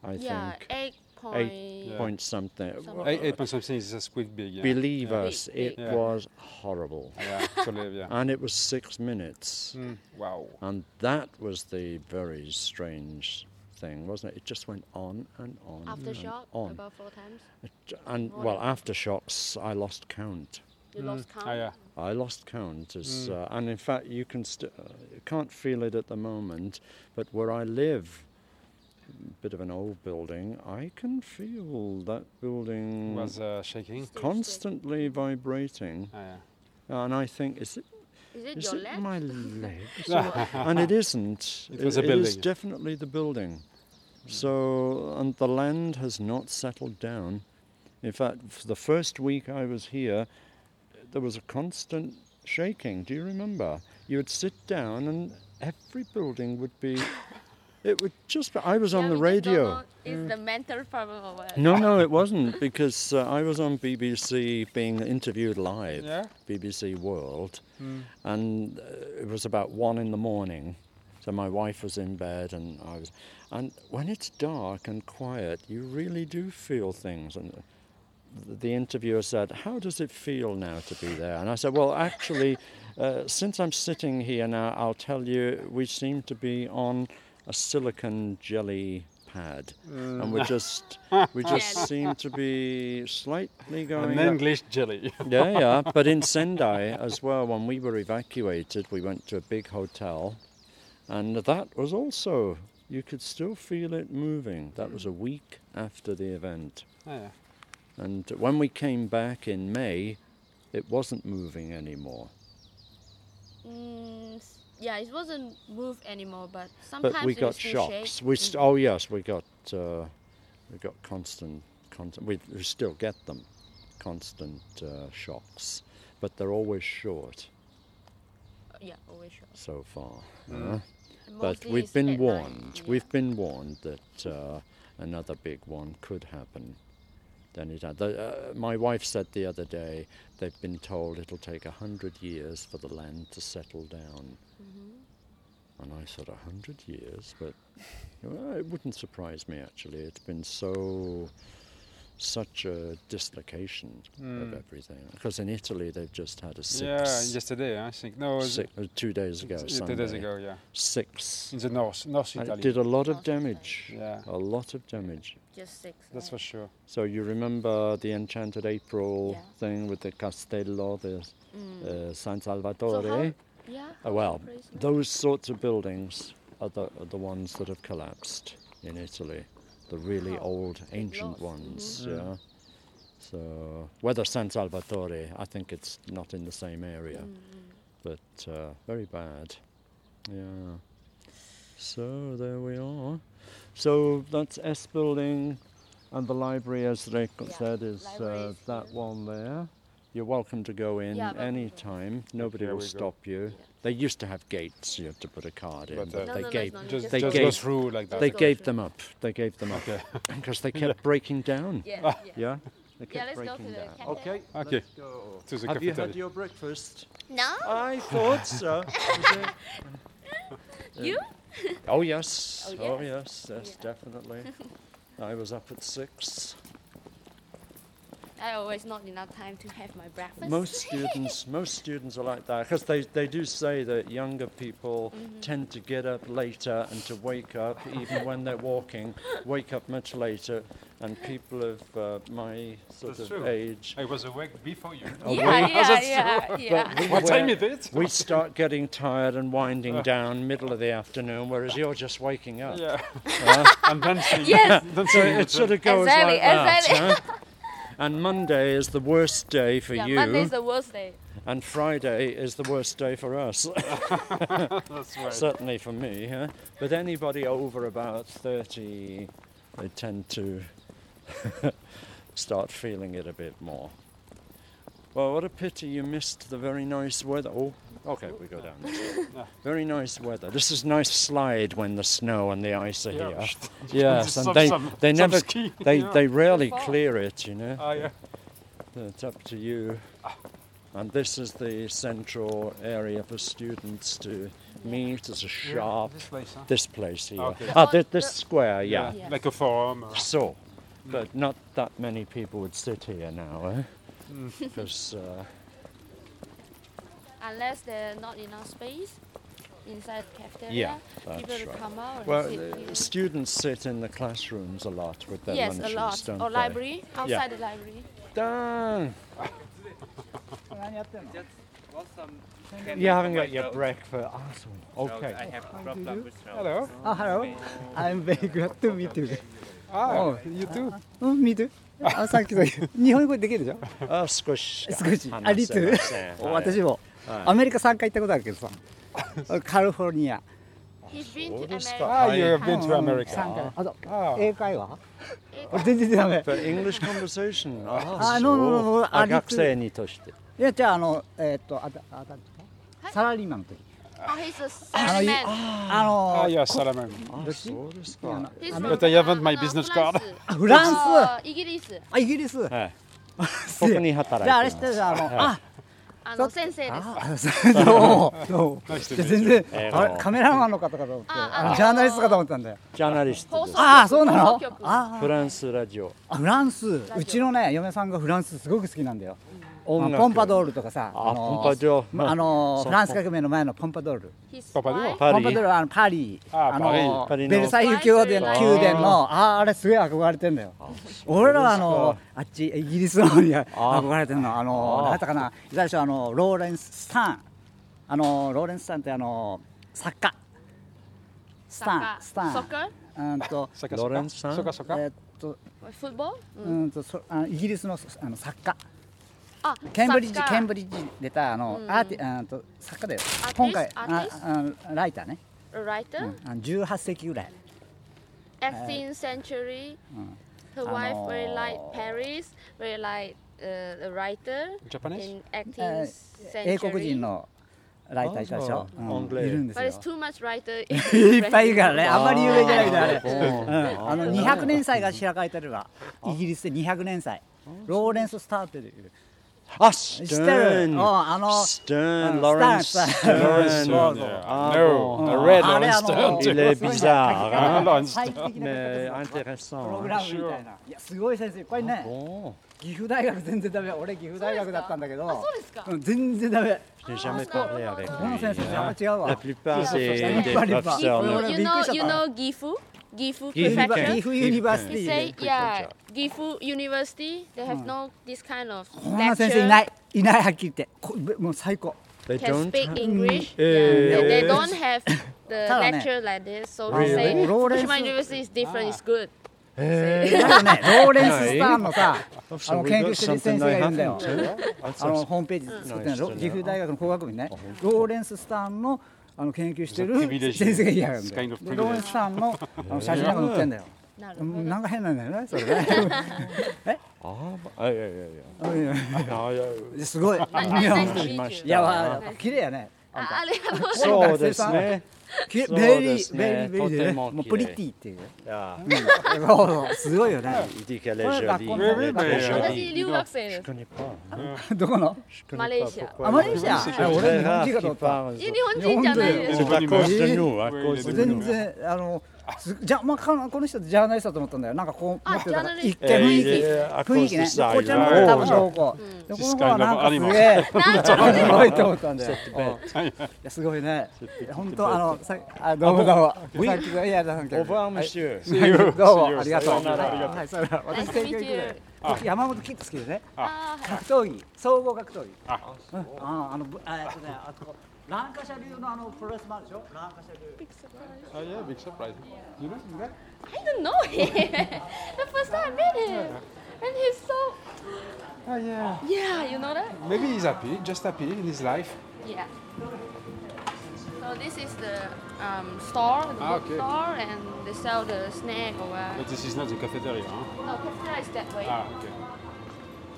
Speaker 1: I
Speaker 4: Yeah,
Speaker 1: think
Speaker 4: eight point.
Speaker 1: eight
Speaker 2: Yeah.
Speaker 1: point something.
Speaker 4: Something.
Speaker 2: Eight, eight point something is a squid big. Yeah.
Speaker 1: Believe
Speaker 2: yeah.
Speaker 1: us, it
Speaker 2: Yeah.
Speaker 1: was horrible,
Speaker 2: Yeah, totally,
Speaker 1: (laughs)
Speaker 2: yeah.
Speaker 1: and it was six minutes,
Speaker 2: Mm, wow.
Speaker 1: and that was the very strange thing, wasn't it? It just went on and on
Speaker 4: Aftershock
Speaker 1: and on,
Speaker 4: about four times.
Speaker 1: It- and well, aftershocks. I lost count.
Speaker 4: You lost count.
Speaker 2: Ah, yeah.
Speaker 1: I lost count, as, uh, and in fact, you can st- uh, you can't feel it at the moment, but where I live, bit of an old building, I can feel that building
Speaker 2: Was uh, shaking.
Speaker 1: constantly vibrating,
Speaker 2: Ah, yeah.
Speaker 1: and I think is it
Speaker 4: Is it
Speaker 1: is
Speaker 4: your
Speaker 1: it
Speaker 4: leg?
Speaker 1: my legs, or-
Speaker 4: (laughs)
Speaker 1: (laughs) and it isn't.
Speaker 2: It was a
Speaker 1: It is
Speaker 2: building.
Speaker 1: definitely the building. So, and the land has not settled down. In fact, f- the first week I was here, there was a constant shaking. Do you remember? You would sit down, and every building would
Speaker 2: (laughs)
Speaker 1: be. It would just. be- I was on
Speaker 4: Yeah,
Speaker 1: the
Speaker 4: we just don't
Speaker 1: radio.
Speaker 4: know It's the mental problem
Speaker 1: (laughs)
Speaker 4: or what?
Speaker 1: No, no, it wasn't because uh, I was on BBC being interviewed live,
Speaker 2: Yeah?
Speaker 1: BBC World, and uh, it was about one in the morning. So my wife was in bed, and I was. And when it's dark and quiet, you really do feel things. And th- the interviewer said, "How does it feel now to be there?" And I said, "Well, actually, uh, since I'm sitting here now, I'll tell you, we seem to be on a silicon jelly pad, and we just we just seem to be slightly going."
Speaker 2: An
Speaker 1: up-
Speaker 2: English jelly. (laughs) Ah,
Speaker 1: yeah, yeah. But in Sendai as well, when we were evacuated, we went to a big hotel, and that was also you could still feel it moving. That was a week after the event.
Speaker 2: Ah, yeah.
Speaker 1: And when we came back in May, it wasn't moving anymore.
Speaker 4: Mm, s- yeah, it wasn't move anymore, but sometimes
Speaker 1: But we
Speaker 4: it
Speaker 1: got
Speaker 4: still
Speaker 1: shocks.
Speaker 4: shake.
Speaker 1: We st- oh yes, we got uh, we got constant constant. We, we still get them, constant uh, shocks, but they're always short.
Speaker 4: yeah, always short.
Speaker 1: so far.
Speaker 2: Mm.
Speaker 1: uh, but
Speaker 4: Mostly
Speaker 1: we've
Speaker 4: it's
Speaker 1: been
Speaker 4: at night,
Speaker 1: warned.
Speaker 4: yeah.
Speaker 1: We've been warned that uh, another big one could happen. Then it had. The, uh, my wife said the other day they've been told it'll take a hundred years for the land to settle down. And I said a hundred years, but well, it wouldn't surprise me actually. It's been so such a dislocation of
Speaker 2: Mm.
Speaker 1: everything because in Italy they've just had a six,
Speaker 2: Yeah, yesterday I think. No, it was
Speaker 1: six uh, two days ago,
Speaker 2: two
Speaker 1: Sunday,
Speaker 2: days ago. Yeah,
Speaker 1: six
Speaker 2: in the north, north
Speaker 1: and it
Speaker 2: Italy.
Speaker 1: Uh, did a lot of
Speaker 4: Lots of
Speaker 1: damage.
Speaker 2: Yeah,
Speaker 1: A lot of damage.
Speaker 4: Just six.
Speaker 2: that's for sure.
Speaker 1: So you remember the Enchanted April
Speaker 4: Yeah.
Speaker 1: thing with the Castello, the uh, San Salvatore?
Speaker 4: Mm. yeah.
Speaker 1: Uh, well,
Speaker 4: Praise God.
Speaker 1: those sorts of buildings are the, are the ones that have collapsed in Italy, the really
Speaker 4: Wow. Mm.
Speaker 1: old, ancient
Speaker 4: loss.
Speaker 1: ones.
Speaker 2: Mhm.
Speaker 1: Yeah. So whether San Salvatore, I think it's not in the same area,
Speaker 4: Mm-hmm.
Speaker 1: but uh, very bad. Yeah. So there we are. So that's S building, and the library, as Rick
Speaker 4: Yeah,
Speaker 1: said, is
Speaker 4: library
Speaker 1: uh,
Speaker 4: is
Speaker 1: that
Speaker 4: here.
Speaker 1: one there. You're welcome to go in
Speaker 4: Yeah, welcome
Speaker 1: any
Speaker 4: to go.
Speaker 1: time. Nobody
Speaker 2: Here
Speaker 1: will
Speaker 2: we go.
Speaker 1: stop you. They used to have gates. You have to put a card in,
Speaker 2: But,
Speaker 1: but
Speaker 2: uh,
Speaker 1: they
Speaker 4: no, no,
Speaker 1: gave
Speaker 4: it's not.
Speaker 2: Just,
Speaker 1: They
Speaker 2: just go
Speaker 1: gave-
Speaker 2: through like that.
Speaker 1: they
Speaker 4: go
Speaker 1: gave
Speaker 4: through.
Speaker 1: them up. They gave them up (laughs) because
Speaker 2: (laughs)
Speaker 1: they kept breaking down.
Speaker 4: Yeah, yeah.
Speaker 1: Yeah, they kept
Speaker 4: let's go
Speaker 1: breaking
Speaker 4: to the
Speaker 1: down.
Speaker 4: cafe. Okay,
Speaker 2: Okay. let's
Speaker 1: go.
Speaker 2: To the
Speaker 1: have you had
Speaker 2: cafeteria.
Speaker 1: your breakfast?
Speaker 4: No,
Speaker 1: I thought so.
Speaker 4: you?
Speaker 1: Oh yes.
Speaker 4: Oh,
Speaker 1: Oh yes. Yes, definitely. I was up at six.
Speaker 4: I always not enough time to have my breakfast.
Speaker 1: Most
Speaker 4: (laughs)
Speaker 1: students, most students are like that because they, they do say that younger people
Speaker 4: Mm-hmm.
Speaker 1: tend to get up later and to wake up even when they're walking, wake up much later, and people of uh, my sort
Speaker 2: That's
Speaker 1: of
Speaker 2: true.
Speaker 1: age.
Speaker 2: I was awake before you.
Speaker 4: yeah, yeah,
Speaker 2: that's
Speaker 1: (laughs)
Speaker 4: yeah, yeah.
Speaker 1: we
Speaker 2: (laughs) What time
Speaker 1: were- (laughs)
Speaker 2: is it? Uh.
Speaker 1: We start getting tired and winding down middle of the afternoon, whereas you're just waking up.
Speaker 2: Yeah,
Speaker 1: huh?
Speaker 2: (laughs) I'm dancing.
Speaker 4: Yes.
Speaker 1: So (laughs) it sort
Speaker 4: (laughs)
Speaker 1: of goes
Speaker 4: Exactly,
Speaker 1: like that. huh? And Monday is the worst day for
Speaker 4: yeah
Speaker 1: you,
Speaker 4: Monday's the worst day.
Speaker 1: and Friday is the worst day for us.
Speaker 2: That's right.
Speaker 1: Certainly for me, huh? But anybody over about 30, they tend to (laughs) start feeling it a bit more. Well, what a pity you missed the very nice weather. Oh, okay, we go down. this
Speaker 2: (laughs)
Speaker 1: way.
Speaker 2: No.
Speaker 1: Very nice weather. This is nice slide when the snow and the ice are
Speaker 2: Yeah.
Speaker 1: here. Yes, and
Speaker 2: Some-
Speaker 1: they,
Speaker 2: some-
Speaker 1: they
Speaker 2: some
Speaker 1: never,
Speaker 2: ski,
Speaker 1: (laughs) they,
Speaker 2: yeah.
Speaker 1: they rarely
Speaker 4: Fall.
Speaker 1: clear it, you know.
Speaker 2: Ah, yeah.
Speaker 1: It's up to you. And this is the central area for students to meet. It's a
Speaker 2: Yeah,
Speaker 1: sharp,
Speaker 2: This place, huh?
Speaker 1: this place here.
Speaker 2: Okay.
Speaker 1: Ah, this, this square, yeah.
Speaker 4: Yeah.
Speaker 2: Like a forum. Or
Speaker 1: So, but not that many people would sit here
Speaker 4: (laughs)
Speaker 1: now, eh? Because uh,
Speaker 4: Unless there's not enough space inside
Speaker 1: Yeah,
Speaker 4: cafeteria, people
Speaker 1: that's
Speaker 4: will
Speaker 1: right.
Speaker 4: come out and
Speaker 1: Well,
Speaker 4: sit
Speaker 1: uh,
Speaker 4: here.
Speaker 1: students sit in the classrooms a lot with their
Speaker 4: Yes, a
Speaker 1: lunches,
Speaker 4: lot.
Speaker 1: don't
Speaker 4: Or
Speaker 1: they?
Speaker 4: library, outside the library.
Speaker 1: Dang!
Speaker 5: Want some candy
Speaker 1: You haven't
Speaker 5: for my
Speaker 1: got your
Speaker 5: throat?
Speaker 1: breakfast. Awesome.
Speaker 5: Throat, I
Speaker 1: Okay.
Speaker 5: have problem with throat.
Speaker 2: Hello.
Speaker 8: Oh, hello. I'm very glad to meet you.
Speaker 2: Ah,
Speaker 8: Oh.
Speaker 2: you too.
Speaker 8: うん、meet you. あ、さっきの日本語できるでしょ
Speaker 1: Ah, squish.
Speaker 8: 少し。あ、リトゥ私も、アメリカ3回行ったことあるけどさ。カリフォルニア。
Speaker 4: He's been to
Speaker 1: What is
Speaker 4: America.
Speaker 1: that?
Speaker 2: Ah, you have been to
Speaker 8: 3
Speaker 2: America.
Speaker 8: 回。あと、
Speaker 2: Ah.
Speaker 8: 英会話俺全然ダメ。
Speaker 1: For English conversation. Ah,
Speaker 8: Ah, no, no, no, no, I need to-
Speaker 1: 学生にとして。
Speaker 8: いや、じゃあ、あの、えーっと、あた、あた、サラリーマンの時。
Speaker 4: Oh, he's a
Speaker 8: あの、い
Speaker 4: salesman.
Speaker 8: あ
Speaker 2: Ah,
Speaker 8: の、
Speaker 2: yeah, Salaman.
Speaker 1: あ、そうですか。
Speaker 4: He's
Speaker 8: But
Speaker 4: from,
Speaker 2: I haven't
Speaker 4: uh,
Speaker 2: my
Speaker 4: no,
Speaker 2: business
Speaker 4: France.
Speaker 8: あフランス。
Speaker 4: Uh, イギリス。
Speaker 8: あ、イギリス。じゃ (laughs)
Speaker 1: はい。ここに働いてます。
Speaker 8: あ、あれ知ってるじゃん、あの、あ、
Speaker 4: あの先生です。
Speaker 8: あ、 (laughs) そうどうも、どうも。
Speaker 2: Nice to
Speaker 8: じゃあ
Speaker 2: meet
Speaker 8: 全然
Speaker 1: 英、語
Speaker 8: あれカメラマンの方かと思って、あのジャーナリストかと思ったんだよ。
Speaker 1: ジャーナリストです。
Speaker 4: 放送
Speaker 8: ああ、そうなの
Speaker 4: 放送局
Speaker 8: あ
Speaker 1: フランスラジオ
Speaker 8: あ、フランス、
Speaker 4: オ
Speaker 8: うちのね、嫁さんがフランスすごく好きなんだよ。
Speaker 1: 音楽
Speaker 8: ポンパドールとかさ、
Speaker 1: あポ
Speaker 8: の
Speaker 1: ンパドール
Speaker 8: まあの
Speaker 1: そう
Speaker 8: フランス革命の前のポンパドール。
Speaker 4: His
Speaker 2: パパでは
Speaker 4: wife-
Speaker 1: パ
Speaker 8: ポ
Speaker 1: リ
Speaker 8: ンパドールはあのパリ、
Speaker 2: あ
Speaker 8: の
Speaker 1: パリパリの
Speaker 8: ベルサイユ宮殿
Speaker 4: あー
Speaker 8: 宮殿の、ああ、あれすごい憧れてんだよ。俺らはあのあっちイギリスの方に憧れてるの、あの
Speaker 1: あー
Speaker 8: 何だったかな、最初あのローレンススタン、あのローレンススタンってあの作家、ス
Speaker 4: サ
Speaker 8: タ
Speaker 4: ッカ
Speaker 8: ン、
Speaker 4: ー
Speaker 8: スタン、
Speaker 4: ソッカー
Speaker 8: うーんと。
Speaker 2: そっか
Speaker 1: ロレンスさん
Speaker 2: そっかそっか。
Speaker 8: えーっと、
Speaker 4: フットボール
Speaker 8: うーんと、そ、あのイギリスの、あの作家。
Speaker 4: あ、
Speaker 8: ケンブリッジ
Speaker 4: サッ、カー
Speaker 8: ケンブリッジに出た、あの、アーティ、うんと、作家だよ
Speaker 4: アーティス。
Speaker 8: 今回、
Speaker 4: ア
Speaker 8: あ
Speaker 4: ーティス、
Speaker 8: あライターね、
Speaker 4: writer,
Speaker 8: あの18世紀ぐらい。
Speaker 4: 18th century. Her
Speaker 8: あのー
Speaker 4: wife very like Paris, very like uh, a writer
Speaker 2: Japanese?
Speaker 4: in 18th
Speaker 8: えー
Speaker 4: century.
Speaker 8: 英国人の、えライターいたでしょ、
Speaker 1: あ
Speaker 8: う
Speaker 1: そうオン
Speaker 8: ん、
Speaker 1: グレイ
Speaker 8: いるんです
Speaker 4: But
Speaker 8: よ
Speaker 4: it's too much writer.
Speaker 8: いっぱいいるからね、あんまり有名じゃないんだ、あれ。
Speaker 1: あー
Speaker 8: うん、あの200年祭が開かれてるわ、イギリスで200年祭。ローレンス・スターっていう。
Speaker 1: あ、
Speaker 8: 知
Speaker 1: ス
Speaker 8: って
Speaker 1: テ
Speaker 8: る
Speaker 1: ーン
Speaker 8: おあの、
Speaker 1: ステー
Speaker 8: うん
Speaker 1: ン、ロレンス・
Speaker 8: ス
Speaker 1: ス
Speaker 8: タ
Speaker 1: テ
Speaker 8: ー
Speaker 1: ーン。
Speaker 8: そう
Speaker 9: Stern,
Speaker 8: そう
Speaker 1: Ah,
Speaker 9: yeah. No, I read
Speaker 8: あれ
Speaker 9: Lawrence
Speaker 8: あの
Speaker 9: Stern too.
Speaker 1: いう Il est bizarre, hein?
Speaker 8: そういう画期的な
Speaker 1: ね、
Speaker 8: 画
Speaker 1: ア
Speaker 8: 期
Speaker 1: ン
Speaker 8: 的な
Speaker 1: テレサ
Speaker 8: プログ
Speaker 1: ン。
Speaker 8: ラムみたいな。いや、すごい先生、これね、
Speaker 1: Bon,
Speaker 8: 岐阜大学全然ダメ。俺、岐阜大学だったんだけど、
Speaker 6: そうですか。
Speaker 8: うん全然ダメ。
Speaker 1: je n'ai jamais parlé avec
Speaker 8: この
Speaker 1: lui.
Speaker 8: 先生、
Speaker 1: hein.
Speaker 8: やっぱ違う
Speaker 1: La
Speaker 8: わ。
Speaker 1: plupart
Speaker 8: Yeah.
Speaker 1: des, des
Speaker 8: Pas les pas.
Speaker 1: professeurs. ne-
Speaker 8: Voilà,
Speaker 4: you
Speaker 8: big
Speaker 4: know,
Speaker 8: picture.
Speaker 4: you know Gifu, Gifu
Speaker 8: 岐阜
Speaker 4: prefecture.
Speaker 8: ユニバーシテ
Speaker 4: He
Speaker 8: ィ。
Speaker 4: say, yeah, Gifu University, they have no this kind of
Speaker 8: こんな先生い
Speaker 4: lecture.
Speaker 8: ない。いない、はっきり言って。こもう最高。
Speaker 1: They don't.
Speaker 4: Can speak English.
Speaker 1: Eh.
Speaker 4: Yeah. They, they don't have the
Speaker 8: ただね
Speaker 4: lecture like this. So
Speaker 8: Really?
Speaker 4: he say,
Speaker 8: Lawrence-
Speaker 4: Fukushima University is different. It's good.
Speaker 8: だからね、ローレンス・スターンのさ、
Speaker 1: Oh,
Speaker 8: あ
Speaker 1: so
Speaker 8: の
Speaker 1: we
Speaker 8: 研
Speaker 1: got
Speaker 8: 究してる
Speaker 1: something
Speaker 8: 先
Speaker 1: they
Speaker 8: 生がいるんだよ
Speaker 1: haven't.。That's
Speaker 2: (laughs)
Speaker 8: あの
Speaker 1: abs-
Speaker 8: ホームページ作ってるの、
Speaker 1: うん
Speaker 8: 岐阜大学の工学部にね、ローレンス・スターンのあの研究してる
Speaker 2: It's a privilege.
Speaker 8: 先生がいやがるん
Speaker 2: It's
Speaker 8: だ
Speaker 2: kind
Speaker 8: よ
Speaker 2: of。
Speaker 8: でローレンス・スターンのあの写真なんか載ってんだよ。うんなんか変なんだよ
Speaker 1: (laughs)
Speaker 8: ね、それね。
Speaker 1: Ah, bah, yeah, yeah, yeah.
Speaker 8: う
Speaker 1: Ah, yeah, yeah.
Speaker 8: んすごい。い
Speaker 4: Nice
Speaker 8: や
Speaker 4: to meet you.
Speaker 8: いや、わ綺麗やね。
Speaker 4: ああ (laughs) りがとうございます。
Speaker 1: そうですね。
Speaker 8: きれ
Speaker 1: そう
Speaker 8: ベリ
Speaker 1: です
Speaker 8: ー、
Speaker 1: ね
Speaker 8: ベリー、ベリー
Speaker 1: と
Speaker 8: でね、
Speaker 1: て
Speaker 8: も
Speaker 1: も
Speaker 8: う
Speaker 1: 綺麗
Speaker 8: プリティってい
Speaker 1: い
Speaker 8: う。
Speaker 1: や
Speaker 8: (laughs) そうそうすごいよね。
Speaker 1: Il dit qu'elle
Speaker 8: Ouais,
Speaker 1: est
Speaker 8: par
Speaker 1: jolie.
Speaker 8: contre,
Speaker 1: elle est
Speaker 2: oui,
Speaker 1: très
Speaker 2: mais, euh,
Speaker 4: 私
Speaker 1: jolie.
Speaker 4: 留学生
Speaker 1: Je
Speaker 4: です。
Speaker 1: connais pas. hein.
Speaker 8: どこの？
Speaker 1: Je connais pas
Speaker 4: Malaysia.
Speaker 1: pourquoi.
Speaker 8: Ah, Malaysia.
Speaker 1: C'est très
Speaker 8: Ah, ouais,
Speaker 1: rare
Speaker 8: je me dis
Speaker 1: qu'ils
Speaker 8: que-
Speaker 1: parlent.
Speaker 4: え日本人じゃないです。
Speaker 1: C'est à cause de nous. À
Speaker 2: Oui,
Speaker 1: cause de
Speaker 2: les
Speaker 8: 全
Speaker 1: nous.
Speaker 8: 然あのすじゃまあかこの人ジャーナリストだと思ったんだよ。なんかこう
Speaker 4: あ
Speaker 8: 持ってたから
Speaker 4: ジャーナリ
Speaker 8: 一
Speaker 4: スト
Speaker 8: 見雰囲
Speaker 1: Eh,
Speaker 8: 気
Speaker 1: il est à
Speaker 8: 雰囲
Speaker 1: cause
Speaker 8: 気
Speaker 1: de
Speaker 8: ね。
Speaker 1: ça,
Speaker 8: お
Speaker 1: il
Speaker 8: 茶
Speaker 1: a
Speaker 8: も
Speaker 1: un
Speaker 8: 多
Speaker 1: rôle.
Speaker 8: 分同行。でこの子はなんかす
Speaker 2: This
Speaker 8: げ
Speaker 2: kind
Speaker 8: えすごいと思ったんだよ。
Speaker 1: bête.
Speaker 8: いやすごいね。本当あのさあどうもどうも。さっきのいやださん
Speaker 1: Au revoir, monsieur.
Speaker 8: はいどうもありがとう。
Speaker 1: さようなら
Speaker 8: はいさよなら。私
Speaker 4: Nice to meet
Speaker 8: 提供行くのよ
Speaker 4: you。
Speaker 8: 僕山本キッズ好きでね。
Speaker 4: あー
Speaker 8: 格闘技総合格闘技あ、うん、ああのぶあえっとねあそこランカシャ流のあのプロレスもあるでしょランカシャ流
Speaker 2: Oh yeah, big surprise. You know that?
Speaker 4: I don't know him. (laughs) The first time I met him, and he's so
Speaker 2: Oh yeah.
Speaker 4: yeah. You know that?
Speaker 2: Maybe he's happy, just happy in his life.
Speaker 4: Yeah. So this is the um, store, the
Speaker 2: Ah,
Speaker 4: book
Speaker 2: okay.
Speaker 4: store, and they sell the snack or what.
Speaker 2: But this is not the cafeteria. Huh?
Speaker 4: No, cafeteria is that way.
Speaker 2: Ah, okay.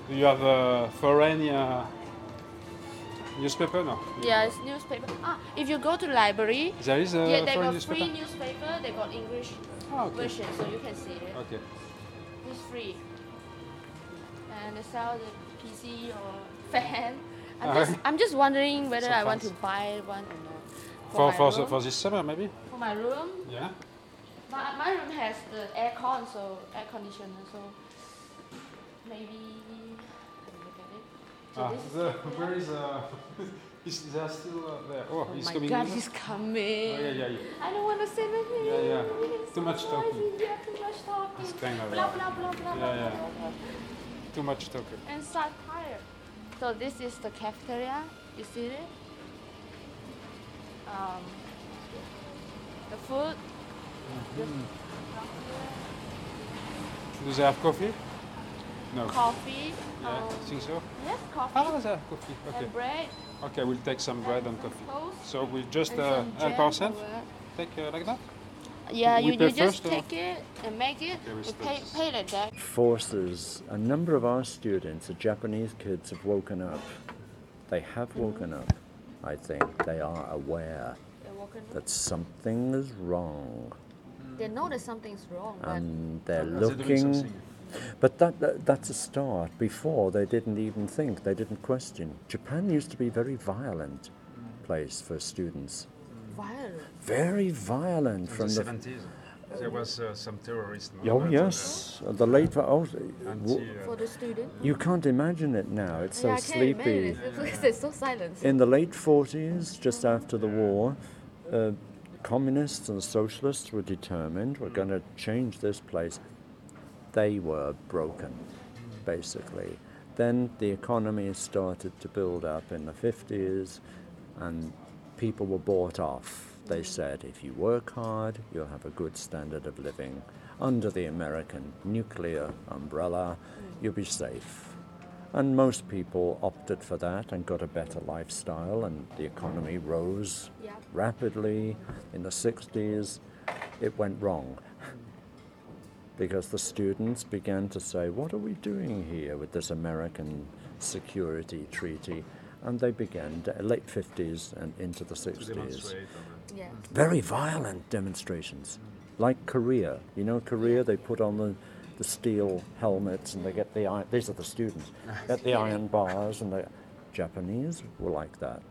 Speaker 2: Do you have a foreign uh, newspaper? No.
Speaker 4: Yeah, it's newspaper. Ah, if you go to library,
Speaker 2: There is a
Speaker 4: yeah, they
Speaker 2: foreign
Speaker 4: got
Speaker 2: newspaper.
Speaker 4: free newspaper. They got English
Speaker 2: Ah, okay.
Speaker 4: version, so you can see it.
Speaker 2: Okay.
Speaker 4: It's free. And they sell the PC or fan.
Speaker 2: Uh-huh.
Speaker 4: I'm just, I'm just wondering whether I want to buy one or not.
Speaker 2: For
Speaker 4: my
Speaker 2: for,
Speaker 4: room.
Speaker 2: for this summer maybe?
Speaker 4: for my room,
Speaker 2: Yeah.
Speaker 4: my, my room has the aircon, so air conditioner, so maybe. let me look at it. So
Speaker 2: Ah,
Speaker 4: this is
Speaker 2: the, (laughs)
Speaker 4: cafeteria.
Speaker 2: where is uh? (laughs) is they are still uh, there? Oh, he's
Speaker 4: Oh my
Speaker 2: coming.
Speaker 4: god,
Speaker 2: in.
Speaker 4: he's
Speaker 2: Oh,
Speaker 4: coming.
Speaker 2: yeah, yeah, yeah.
Speaker 4: I don't want to sit with him.
Speaker 2: Yeah, yeah.
Speaker 4: It's
Speaker 2: Too much
Speaker 4: noisy.
Speaker 2: talking.
Speaker 4: Yeah, too much talking.
Speaker 2: It's kind of
Speaker 4: blah,
Speaker 2: loud.
Speaker 4: blah, blah, blah, blah,
Speaker 2: Yeah, yeah.
Speaker 4: blah, blah.
Speaker 2: Too much talker.
Speaker 4: and start tired. So this is the cafeteria. You see it? Um, the food.
Speaker 2: Do they have coffee? No.
Speaker 4: The coffee.
Speaker 2: Yeah,
Speaker 4: Um,
Speaker 2: think so.
Speaker 4: yes, coffee
Speaker 2: Ah, they have coffee. Okay.
Speaker 4: and bread.
Speaker 2: Okay, we'll take some bread and coffee.
Speaker 4: Toast.
Speaker 2: So we just
Speaker 4: and
Speaker 2: uh,
Speaker 4: some
Speaker 2: help
Speaker 4: jam
Speaker 2: ourselves.
Speaker 4: or what.
Speaker 2: Take uh, like that.
Speaker 4: Yeah,
Speaker 2: We
Speaker 4: you,
Speaker 2: pay
Speaker 4: you just
Speaker 2: first or-
Speaker 4: take it and make it.
Speaker 2: we
Speaker 4: You
Speaker 2: split
Speaker 4: pay,
Speaker 2: this.
Speaker 4: pay like that.
Speaker 1: forces a number of our students, the Japanese kids, have woken up. They have woken up, I think. They are aware
Speaker 4: They're walking.
Speaker 1: that something is wrong
Speaker 4: They know that something's wrong, but
Speaker 1: and they're
Speaker 2: They're doing
Speaker 1: looking.
Speaker 2: something.
Speaker 1: But that, that, that's a start. Before, they didn't even think, they didn't question. Japan used to be a very violent place for students.
Speaker 4: violent.
Speaker 1: Very violent
Speaker 2: In
Speaker 1: from
Speaker 2: the
Speaker 1: the
Speaker 2: 70s, there was uh, some terrorists. no?
Speaker 1: Oh
Speaker 2: But, uh,
Speaker 1: yes, the late. Oh, w-
Speaker 2: anti, uh,
Speaker 4: For the student,
Speaker 1: you can't imagine it now. It's so
Speaker 4: yeah, I can't
Speaker 1: sleepy.
Speaker 4: imagine it because it's so silent.
Speaker 1: In the late 40s, just after the war, uh, communists and socialists were determined we're going to change this place. They were broken, basically. Then the economy started to build up in the 50s, and people were bought off. They said, if you work hard, you'll have a good standard of living. Under the American nuclear umbrella, you'll be safe. And most people opted for that and got a better lifestyle, and the economy rose
Speaker 4: Yeah.
Speaker 1: rapidly. In the 60s, it went wrong (laughs) because the students began to say, What are we doing here with this American security treaty? and they began d- late 50s and into the
Speaker 2: to
Speaker 1: 60s.
Speaker 2: demonstrate. or-
Speaker 4: Yeah.
Speaker 1: Very violent demonstrations, like Korea. You know, Korea, they put on the, the steel helmets and they get the iron, these are the students, get the iron bars, and the Japanese were like that.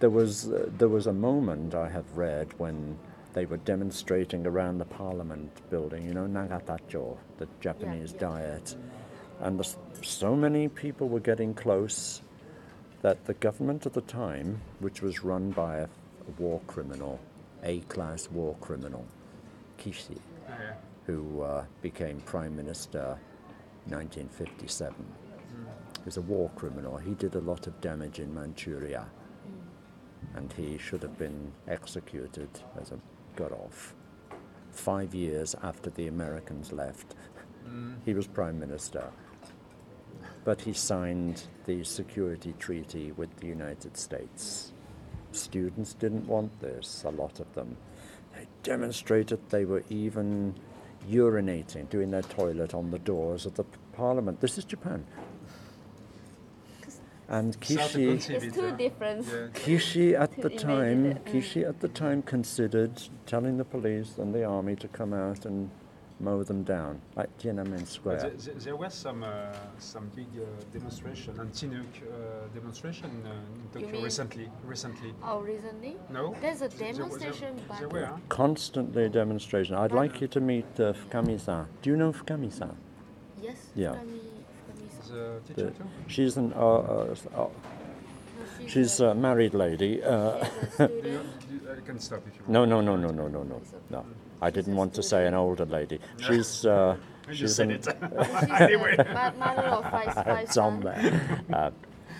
Speaker 1: There was, uh, there was a moment I have read when they were demonstrating around the parliament building, you know, Nagatacho, the Japanese
Speaker 4: yeah.
Speaker 1: diet. And the, s- so many people were getting close that the government at the time, which was run by a, a war criminal, A class war criminal, Kishi, who uh, became prime minister 1957, was a war criminal. He did a lot of damage in Manchuria and he should have been executed as a got off. Five years after the Americans left, he was prime minister. But he signed the security treaty with the United States. Students didn't want this, a lot of them. They demonstrated they were even urinating, doing their toilet on the doors of the p- parliament. This is Japan. And
Speaker 2: It's hard to
Speaker 1: Kishi.
Speaker 2: conceive
Speaker 4: It's
Speaker 2: it,
Speaker 4: two
Speaker 2: huh?
Speaker 4: different.
Speaker 2: Yeah.
Speaker 1: Kishi at
Speaker 4: To
Speaker 1: the
Speaker 4: imagine
Speaker 1: time,
Speaker 4: it, mm.
Speaker 1: Kishi at the time considered telling the police and the army to come out and mow them down, like Tiananmen
Speaker 2: But
Speaker 1: Square.
Speaker 2: there, there- there were some uh, some big uh, demonstration, anti-nuke uh, demonstration uh, in Tokyo
Speaker 4: mean-
Speaker 2: recently. Recently,
Speaker 4: Oh, recently?
Speaker 2: no.
Speaker 4: There's
Speaker 2: There- there
Speaker 4: a
Speaker 2: was- there-
Speaker 4: demonstration, but
Speaker 2: There were. huh?
Speaker 1: Constantly demonstration. I'd like you to meet uh, Fukami-san. Do you know Fukami-san?
Speaker 4: yes.
Speaker 1: Yeah.
Speaker 4: Fukami- Fukami-san.
Speaker 2: The Uh, teacher
Speaker 1: The-
Speaker 2: too.
Speaker 1: She's an uh, uh, s- uh,
Speaker 4: No, she's,
Speaker 1: she's
Speaker 4: a,
Speaker 1: a married lady. Uh, (laughs)
Speaker 4: she's a
Speaker 2: Do you, (laughs)
Speaker 4: student.
Speaker 2: do, I can stop if you want.
Speaker 1: no, no, no, no, no, no, no, no. I didn't want to say an older lady. She's uh,
Speaker 2: (laughs) I just
Speaker 1: she's
Speaker 2: said
Speaker 1: an
Speaker 2: it. (laughs)
Speaker 4: she's a ma- mother of
Speaker 1: (laughs)
Speaker 4: five, five
Speaker 1: Uh, It's on
Speaker 4: sons.
Speaker 1: there.
Speaker 4: (laughs)
Speaker 1: Uh,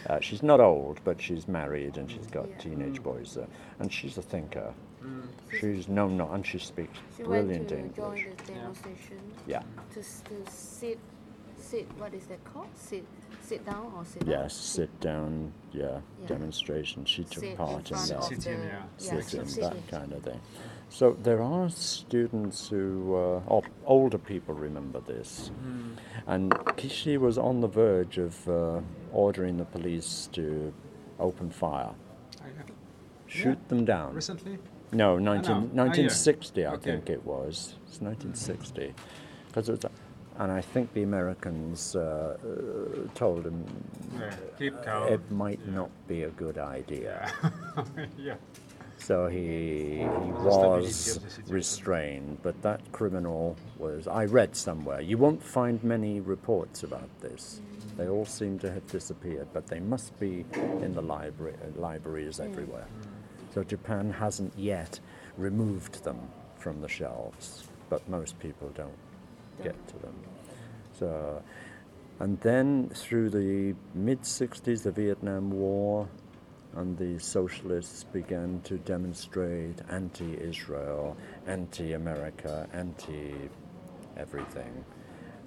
Speaker 1: uh, she's not old, but she's married and she's got
Speaker 4: Yeah. Mm.
Speaker 1: teenage boys there. And she's a thinker. She's no, no, and she speaks
Speaker 4: She
Speaker 1: brilliant
Speaker 4: went to
Speaker 1: English.
Speaker 4: join the demonstration
Speaker 1: Yeah,
Speaker 4: to, s- to sit, sit, what is that called? Sit, sit down or sit up?
Speaker 1: yes, sit down, yeah,
Speaker 4: Yeah.
Speaker 1: demonstration. She took
Speaker 4: sit in
Speaker 1: part in
Speaker 4: front
Speaker 1: that.
Speaker 4: of
Speaker 2: Sit
Speaker 4: the,
Speaker 2: in, yeah.
Speaker 4: yeah,
Speaker 1: sit in,
Speaker 4: sit in.
Speaker 1: that kind of thing. So there are students who, uh, or older people remember this.
Speaker 4: Mm.
Speaker 1: And Kishi was on the verge of uh, ordering the police to open fire,
Speaker 2: Ah, yeah.
Speaker 1: shoot them down.
Speaker 2: Recently.
Speaker 1: No, 19,
Speaker 2: Ah, yeah.
Speaker 1: 1960, I
Speaker 2: Okay.
Speaker 1: think it was. It's 1960. 'Cause it was, and I think the Americans uh, uh, told him
Speaker 2: Yeah. Keep calm.
Speaker 1: it might not be a good idea.
Speaker 2: (laughs) yeah.
Speaker 1: So he, he
Speaker 2: the stability
Speaker 1: was
Speaker 2: of the situation.
Speaker 1: restrained, but that criminal was. I read somewhere. You won't find many reports about this. They all seem to have disappeared, but they must be in the library, uh, libraries everywhere. So Japan hasn't yet removed them from the shelves, but most people don't get to them. So, and then through the mid 60s, the Vietnam War, and the socialists began to demonstrate anti Israel, anti America, anti everything.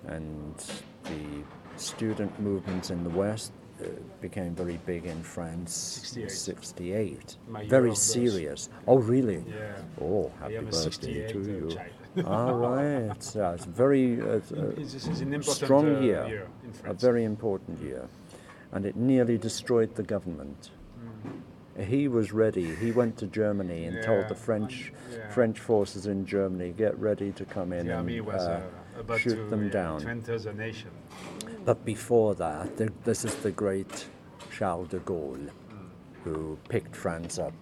Speaker 1: And the student movements in the West uh, became very big in France in
Speaker 2: 68.
Speaker 1: 68.
Speaker 2: My year
Speaker 1: Very
Speaker 2: of birth.
Speaker 1: serious. Oh, really?
Speaker 2: Yeah.
Speaker 1: Oh,
Speaker 2: I
Speaker 1: happy
Speaker 2: am a
Speaker 1: birthday
Speaker 2: 68
Speaker 1: to you.
Speaker 2: child.
Speaker 1: All
Speaker 2: (laughs)
Speaker 1: right. Yeah, it's very uh, it's, uh,
Speaker 2: This is an important
Speaker 1: strong
Speaker 2: uh,
Speaker 1: year,
Speaker 2: in
Speaker 1: a
Speaker 2: France.
Speaker 1: very important year, and it nearly destroyed the government. He was ready. He went to Germany and told the
Speaker 2: Mm. Yeah,
Speaker 1: French
Speaker 2: I- yeah.
Speaker 1: French forces in Germany, "Get ready to come in
Speaker 2: The army
Speaker 1: and
Speaker 2: was
Speaker 1: uh,
Speaker 2: uh, about
Speaker 1: shoot
Speaker 2: to,
Speaker 1: them
Speaker 2: yeah,
Speaker 1: down."
Speaker 2: to enter the nation.
Speaker 1: But before that, th this is the great Charles de Gaulle,
Speaker 2: Mm.
Speaker 1: who picked France up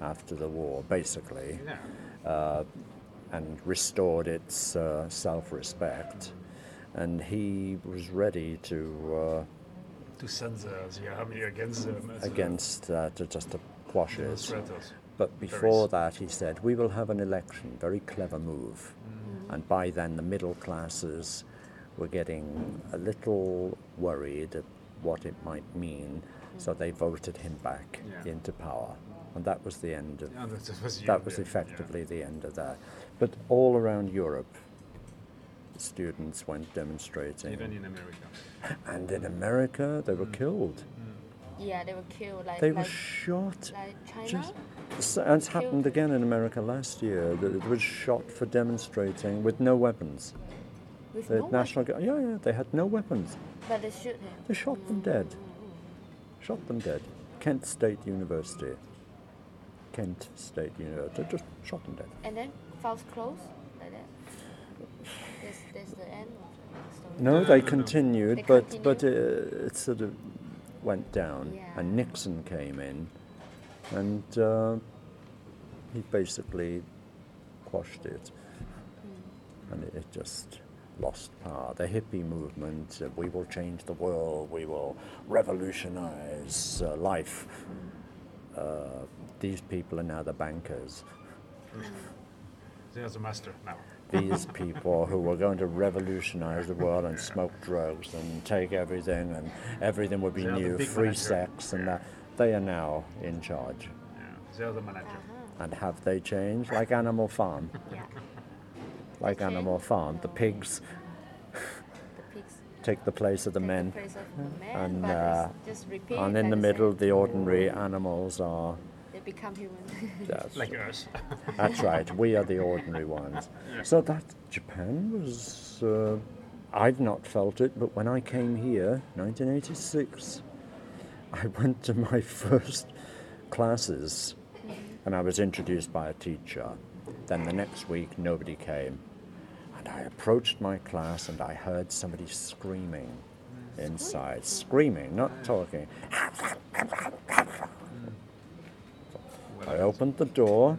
Speaker 1: after the war, basically.
Speaker 2: Yeah.
Speaker 1: and restored its uh, self respect. And he was ready to,
Speaker 2: To send the, the army against them.
Speaker 1: uh, against uh, to just to quash it.
Speaker 2: demonstrators.
Speaker 1: But before that, he said, We will have an election. Very clever move.
Speaker 2: Mm.
Speaker 1: And by then, the middle classes were getting a little worried at what it might mean. So they voted him back
Speaker 2: Yeah.
Speaker 1: into power. And that was the end of
Speaker 2: Yeah, that was, the
Speaker 1: that
Speaker 2: end,
Speaker 1: was
Speaker 2: yeah,
Speaker 1: effectively the end of that. But all around Europe, students went
Speaker 2: yeah.
Speaker 1: demonstrating,
Speaker 2: Even Mm. in America.
Speaker 1: and in America, they were killed.
Speaker 4: Yeah, they were killed. Like,
Speaker 1: They were
Speaker 4: like,
Speaker 1: shot.
Speaker 4: like China?
Speaker 1: Just, so- and it's happened
Speaker 4: Killed.
Speaker 1: again in America last year. That it was shot for demonstrating with no weapons.
Speaker 4: With
Speaker 1: The
Speaker 4: no
Speaker 1: national, Gu- yeah, yeah, they had no weapons.
Speaker 4: But they shoot him.
Speaker 1: They shot them dead. shot them dead. Kent State University. Kent State University. Just shot them dead.
Speaker 4: And then files close like that. That's, that's the end of the story.
Speaker 1: No, they continued,
Speaker 4: They
Speaker 1: but but uh, it sort of went down,
Speaker 4: Yeah.
Speaker 1: and Nixon came in, and uh, he basically quashed it, and it, it just lost power. The hippie movement, uh, we will change the world, we will revolutionize uh, life. Uh, these people are now the bankers.
Speaker 9: There's a master now.
Speaker 1: these people who were going to revolutionize the world and smoke drugs and take everything and everything would be
Speaker 9: They are the
Speaker 1: new,
Speaker 9: big
Speaker 1: free
Speaker 9: manager.
Speaker 1: sex and that. They are now in charge.
Speaker 9: Yeah. They're the manager.
Speaker 1: And have they changed? Like Animal Farm.
Speaker 4: Uh-huh. Yeah,
Speaker 1: Like Animal Farm. The pigs
Speaker 4: the pigs.
Speaker 1: take the place of the
Speaker 4: take
Speaker 1: men.
Speaker 4: The place of the men,
Speaker 1: And,
Speaker 4: but
Speaker 1: uh,
Speaker 4: it's just repeated.
Speaker 1: And in
Speaker 4: by
Speaker 1: the
Speaker 4: same-
Speaker 1: middle, the ordinary animals are.
Speaker 4: They become human.
Speaker 1: (laughs)
Speaker 4: (laughs)
Speaker 1: That's,
Speaker 9: Like us.
Speaker 1: that's right, we are the ordinary ones. So that Japan was. Uh, I've not felt it, but when I came here, 1986, I (laughs) went to my first classes and I was introduced by a teacher. Then the next week, nobody came. And I approached my class and I heard somebody screaming inside. Screaming, not talking. I opened the door.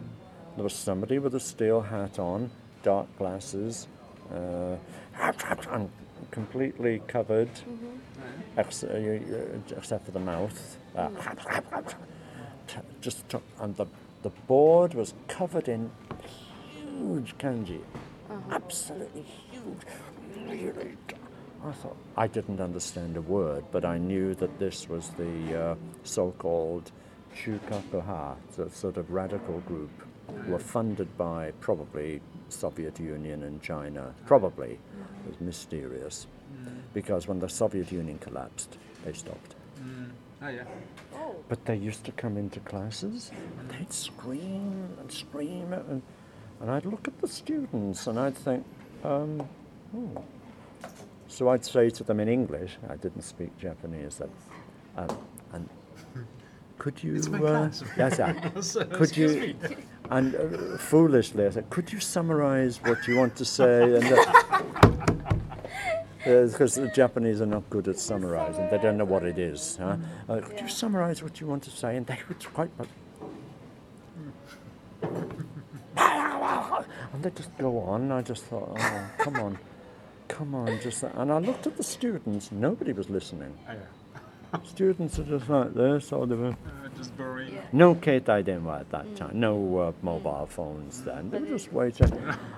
Speaker 1: There was somebody with a steel hat on, dark glasses, uh, and completely covered, ex- uh, you- you- except for the mouth. Uh, (laughs) t- just took, and the, the board was covered in huge kanji, absolutely huge. Really, d- I thought I didn't understand a word, but I knew that this was the uh, so-called Shukakuha, the sort of radical group, were funded by probably Soviet Union and China. Probably, it was mysterious, because when the Soviet Union collapsed, they stopped.
Speaker 5: Oh,
Speaker 2: Ah, yeah.
Speaker 1: But they used to come into classes and they'd scream and scream and, and I'd look at the students and I'd think, um, hmm. so I'd say to them in English, I didn't speak Japanese then, um, and could you,
Speaker 9: my
Speaker 1: uh,
Speaker 9: class.
Speaker 1: (laughs) yes, uh,
Speaker 9: (laughs) So,
Speaker 1: could
Speaker 9: excuse
Speaker 1: you,
Speaker 9: me.
Speaker 1: and uh, foolishly I said, could you summarize what you want to say? And uh, that, Uh, because the Japanese are not good at summarizing, they don't know what it is. Huh? Uh, could you summarize what you want to say? And they would quite much. (laughs) And they just go on. And I just thought, oh, come on, come on, just. And I looked at the students. Nobody was listening.
Speaker 2: Ah, yeah.
Speaker 1: Students are just like this, or they were.
Speaker 2: Uh, just boring.
Speaker 1: No Ketai Denwa at that time, no uh, mobile phones then. They were just waiting.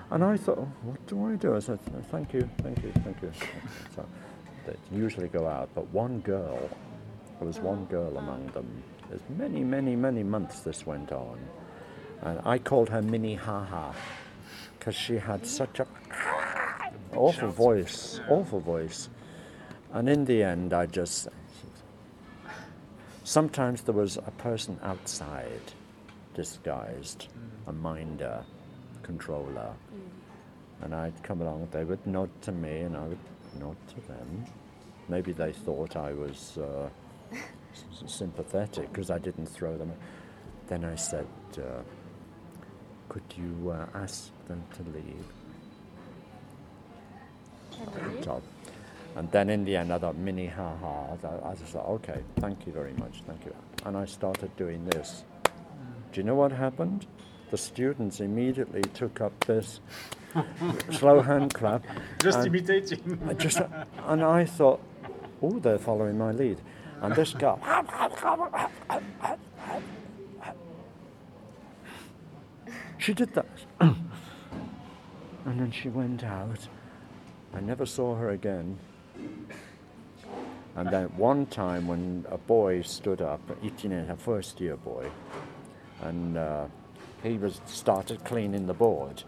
Speaker 1: And I thought, "Oh, what do I do? I said, "No, thank you, thank you, thank you. (laughs) So they usually go out, but one girl, there was one girl among them. There's many, many, many months this went on. And I called her Minnie Haha because she had such a awful voice, awful voice. And in the end, I just. Sometimes there was a person outside disguised, a minder, controller. And I'd come along, they would nod to me, and I would nod to them. Maybe they thought I was uh, s- s- sympathetic because I didn't throw them. Then I said, uh, Could you uh, ask them to leave?
Speaker 4: Can
Speaker 1: job. And then in the end, I thought, mini ha ha. I- I just thought, okay, thank you very much, thank you. And I started doing this. Do you know what happened? The students immediately took up this
Speaker 9: (laughs)
Speaker 1: slow hand clap.
Speaker 9: Just
Speaker 1: and,
Speaker 9: imitating.
Speaker 1: I just, and I thought, oh, they're following my lead. And this girl, she did that. (coughs) and then she went out. I never saw her again. And then one time when a boy stood up, Ichine, a first year boy, and uh, he was started cleaning the board.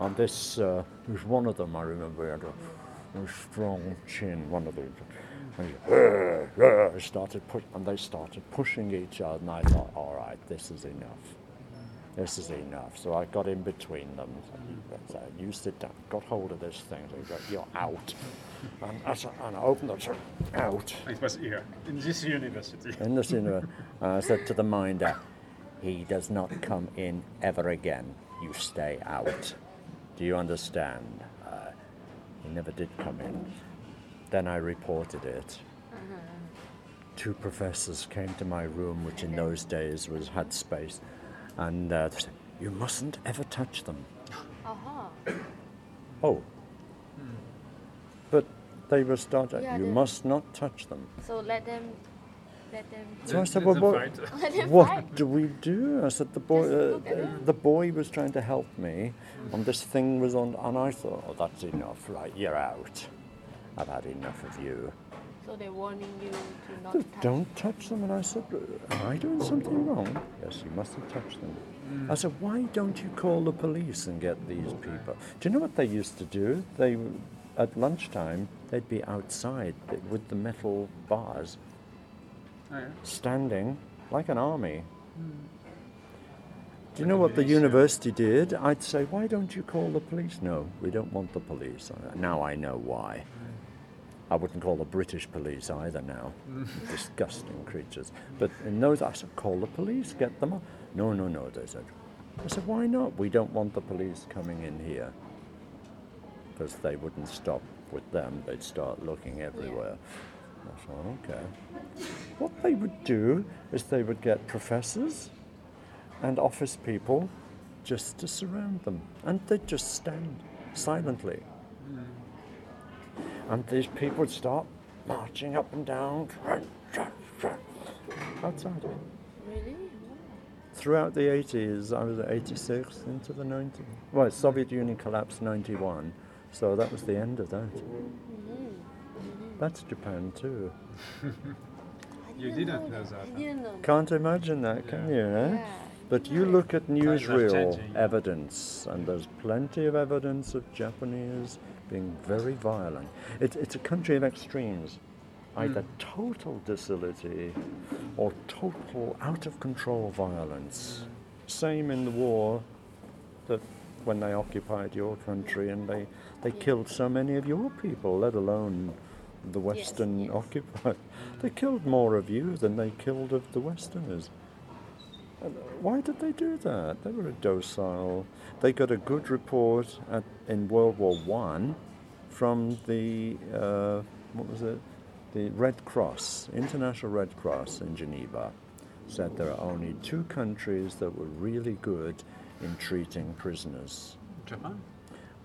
Speaker 1: And this uh, it was one of them I remember he had a, a strong chin, one of them. And he "Arr, arr," started push, and they started pushing each other, and I thought, all right, this is enough. this is enough. So I got in between them. That's it. You sit down. Got hold of this thing. So you go, you're out. And, I said- and I opened it. so, Out.
Speaker 9: It was here in this university.
Speaker 1: (laughs) In the cinema, I said to the minder, he does not come in ever again. You stay out. Do you understand? Uh, he never did come in. Then I reported it.
Speaker 4: Uh-huh.
Speaker 1: Two professors came to my room, which in those days was had space, and uh, they said, "You mustn't ever touch
Speaker 4: (gasps)
Speaker 1: them."
Speaker 4: Aha.
Speaker 1: Oh, but they were starting.
Speaker 4: Hmm. Yeah,
Speaker 1: you
Speaker 4: they-
Speaker 1: must not touch them.
Speaker 4: So let them, let them,
Speaker 1: So I said,
Speaker 9: It's
Speaker 1: "Well,
Speaker 9: a
Speaker 1: what-
Speaker 4: (laughs)
Speaker 9: fight.
Speaker 4: let them fight.
Speaker 1: What do we do? I said the boy.
Speaker 4: Just
Speaker 1: Uh,
Speaker 4: look at it.
Speaker 1: the boy was trying to help me, and this thing was on. And I thought, oh, that's enough. Right, you're out. I've had enough of you.
Speaker 4: So they're warning you to not
Speaker 1: Just
Speaker 4: touch.
Speaker 1: Don't touch them. And I said, am I doing something wrong? Yes, you mustn't touch them. I said, why don't you call the police and get these people? Do you know what they used to do? They, at lunchtime, they'd be outside with the metal bars, standing like an army. Do you know what the university did? I'd say, why don't you call the police? No, we don't want the police. Now I know why. I wouldn't call the British police either now. Disgusting creatures. But in those, I said, call the police, get them. On. No, no, no, they said. I said, why not? We don't want the police coming in here. Because they wouldn't stop with them, they'd start looking everywhere. I thought, okay. What they would do is they would get professors and office people just to surround them, and they'd just stand silently. And these people would start marching up and down outside.
Speaker 4: Really?
Speaker 1: Throughout the 80s, I was at 86 into the 90s. Well, Soviet Union collapsed 91, so that was the end of that. That's Japan too.
Speaker 2: You didn't know that.
Speaker 4: I didn't know.
Speaker 1: Can't imagine that, can you? Eh?
Speaker 4: Yeah.
Speaker 1: But you look at
Speaker 2: Times are
Speaker 1: newsreel
Speaker 2: changing.
Speaker 1: evidence, and there's plenty of evidence of Japanese being very violent. It, it's a country of extremes either total docility or total out of control violence. Same in the war that when they occupied your country and they, they killed so many of your people, let alone the Western
Speaker 4: yes.
Speaker 1: occupied. (laughs) They killed more of you than they killed of the Westerners. And Why did they do that? They were docile. They got a good report at, in World War One from the uh, what was it? The Red Cross, International Red Cross in Geneva, said there are only two countries that were really good in treating prisoners.
Speaker 2: Japan?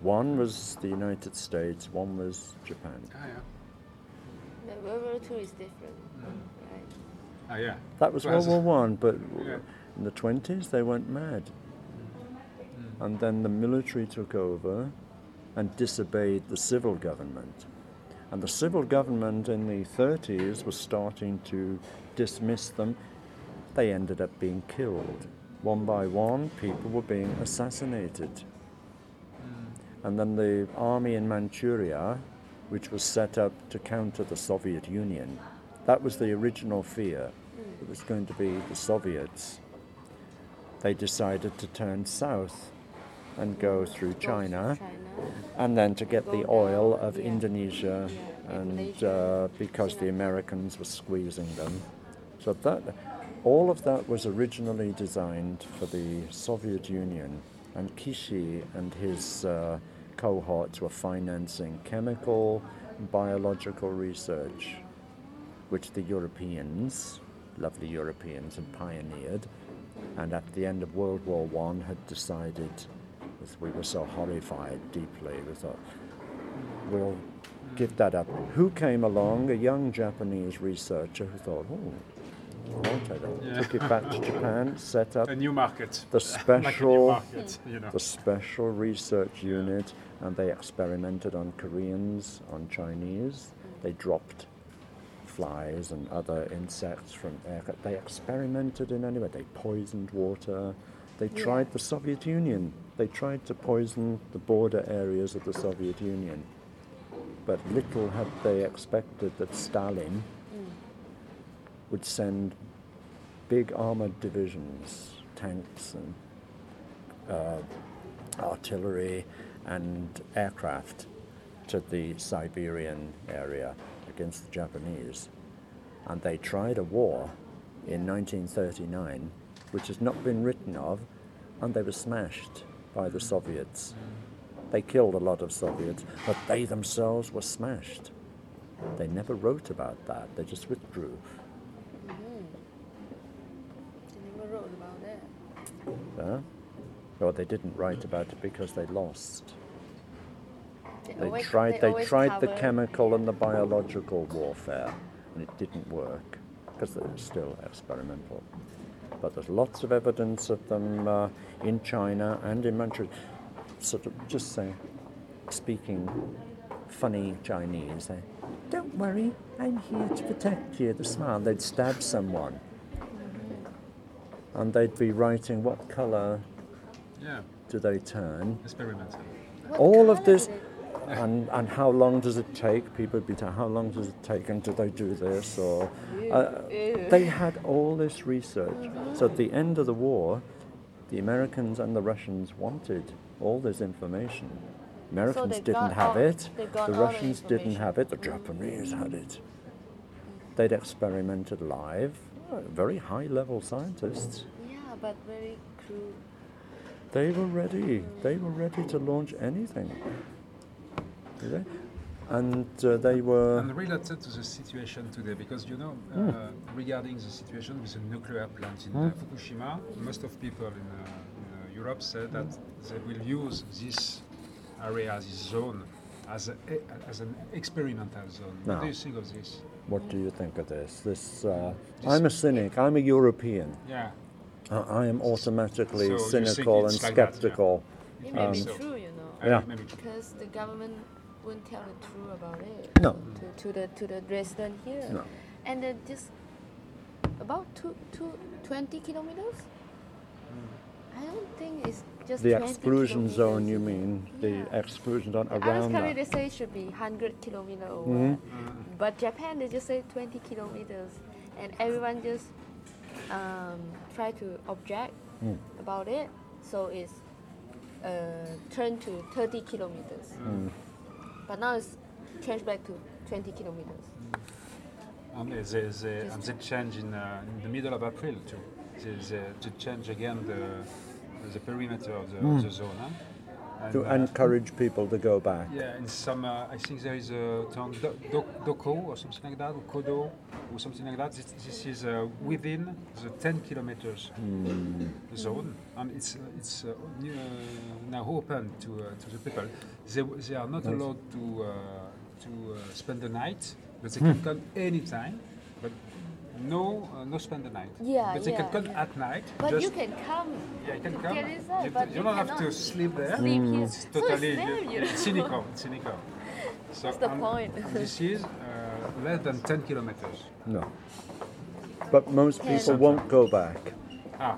Speaker 1: One was the United States. One was Japan.
Speaker 2: Ah, yeah.
Speaker 4: The World War Two is different, right?
Speaker 2: Ah, yeah.
Speaker 1: That was
Speaker 2: It
Speaker 1: World War One, but
Speaker 2: Yeah.
Speaker 1: in the twenties they went mad, and then the military took over and disobeyed the civil government, and the civil government in the thirties was starting to dismiss them. They ended up being killed one by one. People were being assassinated, and then the army in Manchuria, which was set up to counter the Soviet Union, that was the original fear it was going to be the Soviets, they decided to turn south and go through China
Speaker 4: China.
Speaker 1: and then to get the
Speaker 4: Go
Speaker 1: oil
Speaker 4: down,
Speaker 1: of
Speaker 4: yeah.
Speaker 1: Indonesia
Speaker 4: Yeah, and
Speaker 1: and
Speaker 4: Malaysia,
Speaker 1: uh, because the
Speaker 4: Singapore.
Speaker 1: Americans were squeezing them. So that all of that was originally designed for the Soviet Union and Kishi and his uh, cohorts were financing chemical biological research which the Europeans, lovely Europeans, had pioneered, and at the end of World War One had decided, as we were so horrified deeply, we thought we'll give that up. Who came along? A young Japanese researcher who thought, oh, I want it. Took it back to Japan,
Speaker 9: (laughs)
Speaker 1: set up
Speaker 9: A new market.
Speaker 1: the
Speaker 9: Like a new
Speaker 1: special
Speaker 9: market, you know.
Speaker 1: the special research unit and they experimented on Koreans, on Chinese. They dropped flies and other insects from aircraft. They experimented in any way. They poisoned water. They tried the Soviet Union. They tried to poison the border areas of the Soviet Union. But little had they expected that Stalin would send big armored divisions, tanks and uh, artillery and aircraft to the Siberian area against the Japanese. And they tried a war in 1939, which has not been written of, and they were smashed by the Soviets. They killed a lot of Soviets, but they themselves were smashed. They never wrote about that, they just withdrew.
Speaker 4: They never wrote about that.
Speaker 1: Huh? Or they didn't write about it because they lost. They
Speaker 4: always-
Speaker 1: tried. They,
Speaker 4: always
Speaker 1: tried the
Speaker 4: cover-
Speaker 1: chemical and the biological warfare, and it didn't work because it was still experimental. But there's lots of evidence of them uh, in China and in Manchuria, sort of just say, speaking funny Chinese. They, Don't worry, I'm here to protect you. The smile. They'd stab someone, and they'd be writing what color
Speaker 2: Yeah,
Speaker 1: do they turn
Speaker 2: experimental.
Speaker 4: What
Speaker 1: all of
Speaker 4: colour
Speaker 1: this
Speaker 4: did
Speaker 1: and, and how long does it take people would be t- how long does it take and do they do this or uh, they had all this research so at the end of the war the americans and the russians wanted all this information americans
Speaker 4: they
Speaker 1: didn't
Speaker 4: got
Speaker 1: have
Speaker 4: all-
Speaker 1: it
Speaker 4: they got
Speaker 1: the
Speaker 4: all the
Speaker 1: russians didn't
Speaker 4: information. Mm.
Speaker 1: have it the japanese had it they'd experimented live uh, very high level scientists
Speaker 4: Yeah, but very crude.
Speaker 1: they were ready. They were ready to launch anything. You know? And uh, they were.
Speaker 2: And related to the situation today, because you know,
Speaker 1: Hmm.
Speaker 2: uh, regarding the situation with the nuclear plant in uh, Fukushima, most of people in, uh, in uh, Europe say that they will use this area, this zone, as, a, as an experimental zone. What
Speaker 1: No.
Speaker 2: do you think of this?
Speaker 1: What do you think of this? This. Uh,
Speaker 2: This-
Speaker 1: I'm a cynic. I'm a European.
Speaker 2: Yeah.
Speaker 1: I, I am automatically
Speaker 2: So you think
Speaker 1: cynical and
Speaker 2: it's like that, yeah.
Speaker 1: skeptical.
Speaker 6: It may be
Speaker 2: Um,
Speaker 6: true, you know.
Speaker 2: I
Speaker 1: Yeah.
Speaker 2: maybe-
Speaker 4: Because the government wouldn't tell the truth about it.
Speaker 1: No.
Speaker 4: To, to the to the resident here.
Speaker 1: No.
Speaker 4: And then just about two, two, 20 kilometers. I don't think it's just
Speaker 1: Hmm. The
Speaker 4: 20
Speaker 1: exclusion
Speaker 4: kilometers,
Speaker 1: zone, you
Speaker 4: know.
Speaker 1: mean? The
Speaker 4: Yeah.
Speaker 1: exclusion zone
Speaker 4: Others
Speaker 1: around
Speaker 4: country
Speaker 1: that. Mm-hmm.
Speaker 4: they say it should be 100 kilometers over, but Japan they just say 20 kilometers, and everyone just um, try to object
Speaker 1: Mm.
Speaker 4: about it. So it's uh, turned to 30 kilometers,
Speaker 1: Mm.
Speaker 4: but now it's changed back to 20 kilometers.
Speaker 2: And they, they, they, and they change in, uh, in the middle of April too. They, they, they change again the, the perimeter of the, of the zone. Huh?
Speaker 1: Hmm. To
Speaker 2: uh,
Speaker 1: encourage people to go back.
Speaker 2: yeah, in some, uh, I think there is a term, do, do, Doko or something like that, or Kodo or something like that. This, this is uh, within the 10 kilometers zone, and it's uh, it's uh, new, uh, now open to uh, to the people. They, they are not allowed to uh, to uh, spend the night, but they can come anytime. But no, uh, no spend the night.
Speaker 4: Yeah,
Speaker 2: but they can
Speaker 4: yeah,
Speaker 2: come
Speaker 4: yeah.
Speaker 2: at night.
Speaker 4: But
Speaker 2: just
Speaker 4: you can come.
Speaker 2: yeah, you can
Speaker 4: to
Speaker 2: come.
Speaker 4: get inside,
Speaker 2: you,
Speaker 4: but
Speaker 2: you
Speaker 4: you
Speaker 2: don't have to
Speaker 4: cannot
Speaker 2: sleep there.
Speaker 4: sleep
Speaker 1: Mm.
Speaker 4: here.
Speaker 2: It's
Speaker 4: So it's
Speaker 2: totally
Speaker 4: there, you know.
Speaker 2: (laughs) cynical. It's cynical. So
Speaker 4: That's the
Speaker 2: and-
Speaker 4: point.
Speaker 2: and this is uh, less than 10 kilometers.
Speaker 1: No. But most people won't go back.
Speaker 2: Ah,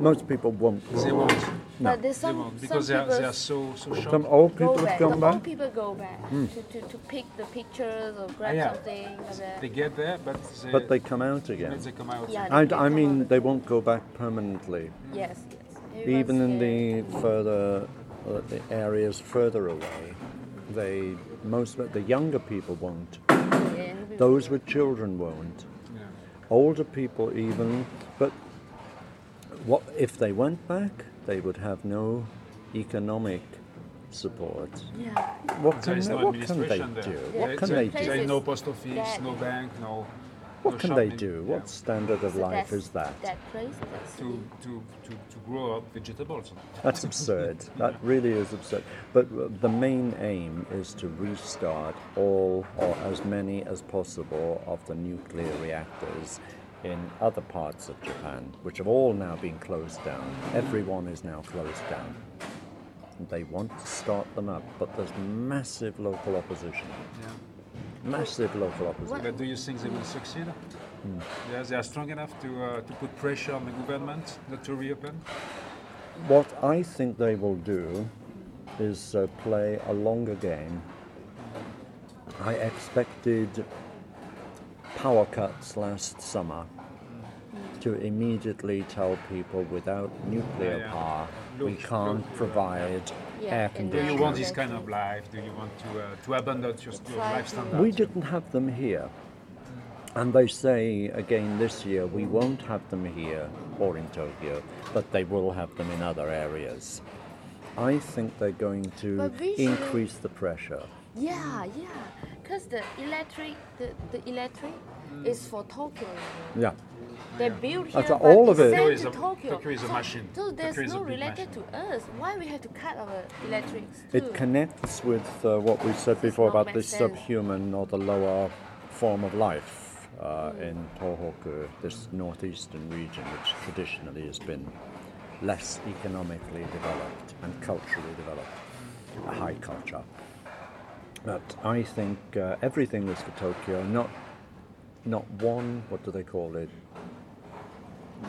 Speaker 1: Most people won't.
Speaker 2: they won't.
Speaker 4: But there's
Speaker 2: They
Speaker 4: some
Speaker 2: won't
Speaker 4: some
Speaker 2: because they are,
Speaker 4: people
Speaker 2: they are so so short.
Speaker 1: Some old
Speaker 4: go
Speaker 1: people have
Speaker 4: back.
Speaker 1: gone
Speaker 4: the
Speaker 1: back.
Speaker 4: old people go back to, to, to pick the pictures or grab
Speaker 2: Hmm. yeah.
Speaker 4: something. Or that.
Speaker 2: They get there, but they,
Speaker 1: But they come out
Speaker 2: but
Speaker 1: again.
Speaker 2: they come out.
Speaker 4: Yeah,
Speaker 1: I,
Speaker 4: they
Speaker 1: I
Speaker 4: come
Speaker 1: mean,
Speaker 4: out.
Speaker 1: they won't go back permanently.
Speaker 4: Yes, yes. Everyone's
Speaker 1: even in
Speaker 4: scared.
Speaker 1: the further uh, the areas further away they most of the younger people won't
Speaker 4: Yeah,
Speaker 1: those with children won't
Speaker 2: Yeah.
Speaker 1: older people even but what if they went back they would have no economic support
Speaker 4: yeah.
Speaker 1: what
Speaker 2: There
Speaker 1: can
Speaker 2: is
Speaker 1: they,
Speaker 2: no
Speaker 1: what can they
Speaker 2: administration
Speaker 1: do
Speaker 2: there.
Speaker 1: what
Speaker 2: There-
Speaker 1: can
Speaker 2: there,
Speaker 1: they
Speaker 2: There
Speaker 1: do
Speaker 2: is no post office,
Speaker 4: That-
Speaker 2: no bank, no. no
Speaker 1: what can they
Speaker 2: shopping.
Speaker 1: do
Speaker 2: Yeah.
Speaker 1: what standard of
Speaker 4: So
Speaker 1: life
Speaker 4: that's-
Speaker 1: is that
Speaker 4: That place. That's
Speaker 2: To, to, to, to grow up vegetables.
Speaker 1: That's absurd. That really is absurd. But uh, the main aim is to restart all or as many as possible of the nuclear reactors in other parts of Japan, which have all now been closed down. Everyone is now closed down. They want to start them up, but there's massive local opposition.
Speaker 2: Yeah.
Speaker 1: Massive local opposition. Hmm.
Speaker 2: But do you think they will succeed? Yeah, they are strong enough to, uh, to put pressure on the government not to reopen?
Speaker 1: What I think they will do is uh, play a longer game. I expected power cuts last summer to immediately tell people without nuclear
Speaker 2: Hmm. Yeah, Hmm. yeah.
Speaker 1: power we
Speaker 2: Look,
Speaker 1: can't
Speaker 2: look.
Speaker 1: provide
Speaker 4: Yeah,
Speaker 1: air
Speaker 4: and
Speaker 2: Do you
Speaker 1: conditioning.
Speaker 2: want this kind of life? Do you want to uh, to abandon your, your life standard?
Speaker 1: We didn't have them here. And they say again this year we won't have them here or in Tokyo, but they will have them in other areas. I think they're going to
Speaker 4: But we should-
Speaker 1: increase the pressure.
Speaker 4: Yeah, yeah. Cause the electric, the, the electric
Speaker 2: Hmm.
Speaker 4: is for Tokyo.
Speaker 1: Yeah.
Speaker 4: They build here,
Speaker 1: That's
Speaker 4: but
Speaker 1: all of it.
Speaker 4: it's
Speaker 2: Tokyo
Speaker 4: sent
Speaker 2: is
Speaker 4: to
Speaker 2: a-
Speaker 4: Tokyo.
Speaker 2: Tokyo is a
Speaker 4: so,
Speaker 2: machine.
Speaker 4: So there's
Speaker 2: Tokyo is a
Speaker 4: no
Speaker 2: big
Speaker 4: related to us. Why we have to cut our electrics too?
Speaker 1: It connects with uh, what we said before
Speaker 4: not
Speaker 1: about
Speaker 4: make
Speaker 1: the
Speaker 4: sense.
Speaker 1: subhuman or the lower form of life uh, in Tohoku, this northeastern region, which traditionally has been less economically developed and culturally developed, a high culture. But I think uh, everything was for Tokyo, not not one, what do they call it?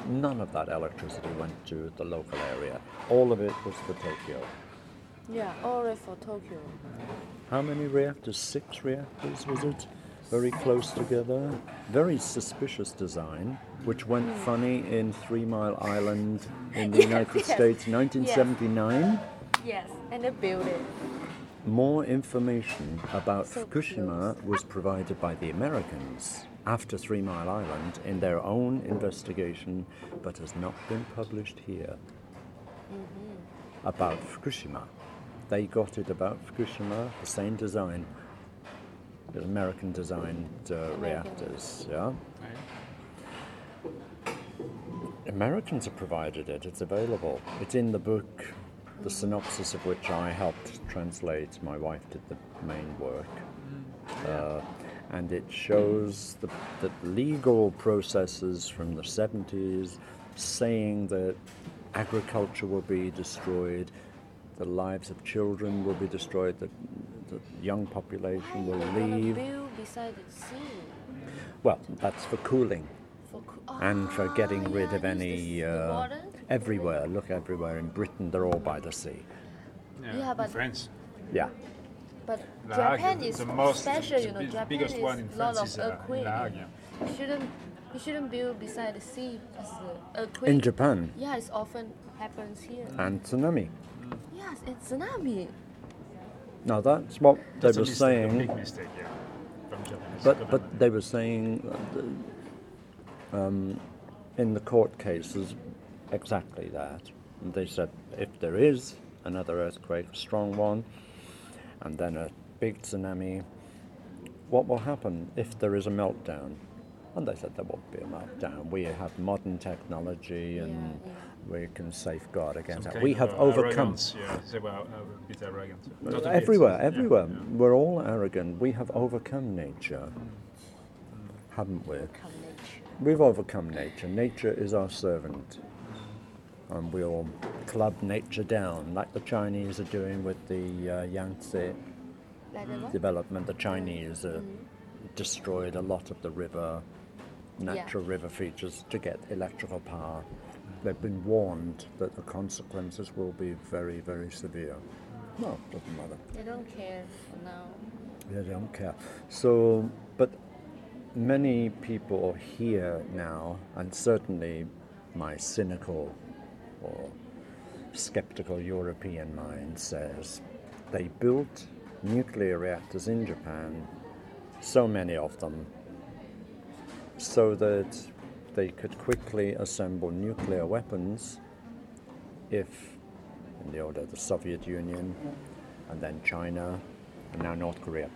Speaker 1: None of that electricity went to the local area. All of it was for Tokyo.
Speaker 4: yeah, all for Tokyo.
Speaker 1: How many reactors? Six reactors, was it? Very close together. Very suspicious design, which went funny in Three Mile Island in the
Speaker 4: Yes,
Speaker 1: United
Speaker 4: yes.
Speaker 1: States, 1979.
Speaker 4: Yes, and they build it.
Speaker 1: More information about
Speaker 4: So
Speaker 1: Fukushima was provided by the Americans after Three Mile Island in their own investigation, but has not been published here. About Fukushima. They got it about Fukushima, the same design, the American designed uh, reactors, yeah? Americans have provided it, it's available. It's in the book, the synopsis of which I helped translate. My wife did the main work. Uh, and it shows the, the legal processes from the 70s saying that agriculture will be destroyed, the lives of children will be destroyed, that the young population
Speaker 4: Why
Speaker 1: will
Speaker 4: they gonna
Speaker 1: leave.
Speaker 4: build beside the sea?
Speaker 1: Well, that's for cooling
Speaker 4: For coo-
Speaker 1: and for getting
Speaker 4: Ah,
Speaker 1: rid of
Speaker 4: yeah, use
Speaker 1: any
Speaker 4: the s- the
Speaker 1: uh,
Speaker 4: water to get rid
Speaker 1: everywhere. Look everywhere in Britain, they're all by the sea.
Speaker 4: yeah, but-
Speaker 2: France.
Speaker 1: Yeah,
Speaker 4: of- But
Speaker 2: La Hague,
Speaker 4: Japan is
Speaker 2: the most,
Speaker 4: special,
Speaker 2: the
Speaker 4: you know.
Speaker 2: big-
Speaker 4: Japan
Speaker 2: biggest
Speaker 4: is
Speaker 2: one in
Speaker 4: lot
Speaker 2: France
Speaker 4: of
Speaker 2: is uh,
Speaker 4: earthquake.
Speaker 2: La Hague. yeah.
Speaker 4: You shouldn't, you shouldn't build beside the sea. 'cause, uh, earthquake.
Speaker 1: in Uh. Japan
Speaker 4: Yeah, it's often happens here.
Speaker 1: and tsunami.
Speaker 4: Yes, it's tsunami.
Speaker 1: Now that's what they
Speaker 2: That's a
Speaker 1: were
Speaker 2: mistake, a
Speaker 1: saying.
Speaker 2: big mistake, yeah, from Japanese
Speaker 1: But
Speaker 2: government.
Speaker 1: but they were saying uh, the- um, in the court cases exactly that. And they said if there is another earthquake, a strong one, and then a big tsunami, what will happen if there is a meltdown? And they said there won't be a meltdown. We have modern technology and
Speaker 4: yeah.
Speaker 1: we can safeguard
Speaker 2: Some
Speaker 1: against that.
Speaker 2: kind
Speaker 1: We
Speaker 2: of,
Speaker 1: have
Speaker 2: uh,
Speaker 1: overcome.
Speaker 2: arrogance, Yeah, they were uh, a bit arrogant. Not a bit,
Speaker 1: uh, Everywhere,
Speaker 2: yeah,
Speaker 1: everywhere.
Speaker 2: yeah.
Speaker 1: We're all arrogant. We have overcome nature, haven't we? We've overcome nature. Nature is our servant. And we'll club nature down, like the Chinese are doing with the uh, Yangtze
Speaker 4: Like that
Speaker 2: Mm.
Speaker 4: one?
Speaker 1: development. The Chinese uh, destroyed a lot of the river, natural river features, to get electrical power. They've been warned that the consequences will be very, very severe. Well, doesn't matter.
Speaker 4: They don't care for now.
Speaker 1: They don't care. So, but many people here now, and certainly my cynical or skeptical European mind says they built nuclear reactors in Japan, so many of them, so that they could quickly assemble nuclear weapons if, in the order of the Soviet Union, and then China, and now North Korea,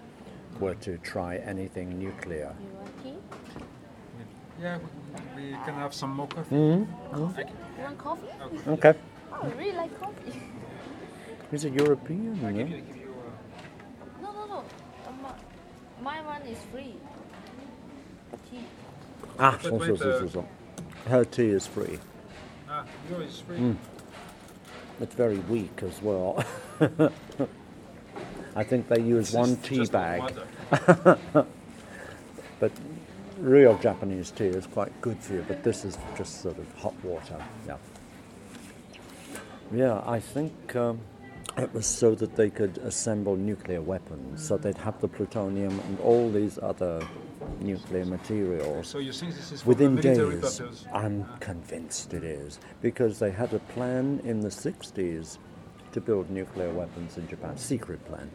Speaker 1: were to try anything nuclear.
Speaker 4: You lucky?
Speaker 2: Yeah, we- we can have some more coffee.
Speaker 4: You want coffee?
Speaker 1: Okay.
Speaker 4: Oh, I really like
Speaker 1: (laughs)
Speaker 4: coffee.
Speaker 1: He's a European,
Speaker 2: I give
Speaker 1: yeah?
Speaker 2: you, give you uh,
Speaker 4: No, no, no. Um, my- my one is free. Tea.
Speaker 1: Ah,
Speaker 2: But
Speaker 1: so, so,
Speaker 2: wait, uh,
Speaker 1: so, so, so. Her tea is free.
Speaker 2: ah, no, it's free.
Speaker 1: Mm. It's very weak as well. (laughs) I think they use
Speaker 2: It's
Speaker 1: one
Speaker 2: just-
Speaker 1: tea
Speaker 2: just the
Speaker 1: bag, (laughs)
Speaker 2: water.
Speaker 1: but real Japanese tea is quite good for you, but this is just sort of hot water. Yeah. Yeah, I think um, it was so that they could assemble nuclear weapons, so they'd have the plutonium and all these other nuclear materials.
Speaker 2: So you think this is for
Speaker 1: Within
Speaker 2: military
Speaker 1: days,
Speaker 2: purpose?
Speaker 1: I'm convinced it is because they had a plan in the 60s to build nuclear weapons in Japan, secret plan.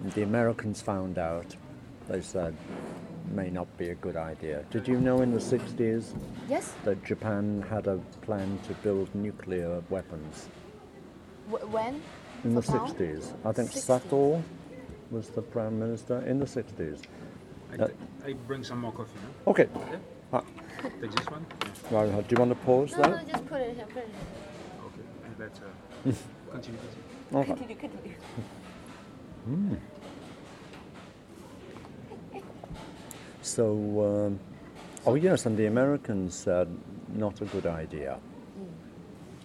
Speaker 1: And the Americans found out. They said, may not be a good idea. Did you know in the 60s
Speaker 4: Yes.
Speaker 1: that Japan had a plan to build nuclear weapons?
Speaker 4: W- when?
Speaker 1: In the
Speaker 4: For now?
Speaker 1: 60s. I think
Speaker 4: 60s.
Speaker 1: Sato was the prime minister in the 60s.
Speaker 2: I, t- I bring some more coffee. huh?
Speaker 1: Okay.
Speaker 2: Take this one.
Speaker 1: Right, do you want to pause
Speaker 4: No, no,
Speaker 1: that?
Speaker 4: just put it here. Put it here.
Speaker 2: Okay. And let's uh,
Speaker 1: (laughs)
Speaker 2: continue. this.
Speaker 1: Okay.
Speaker 4: Continue, continue.
Speaker 1: So, um, oh yes, and the Americans said not a good idea.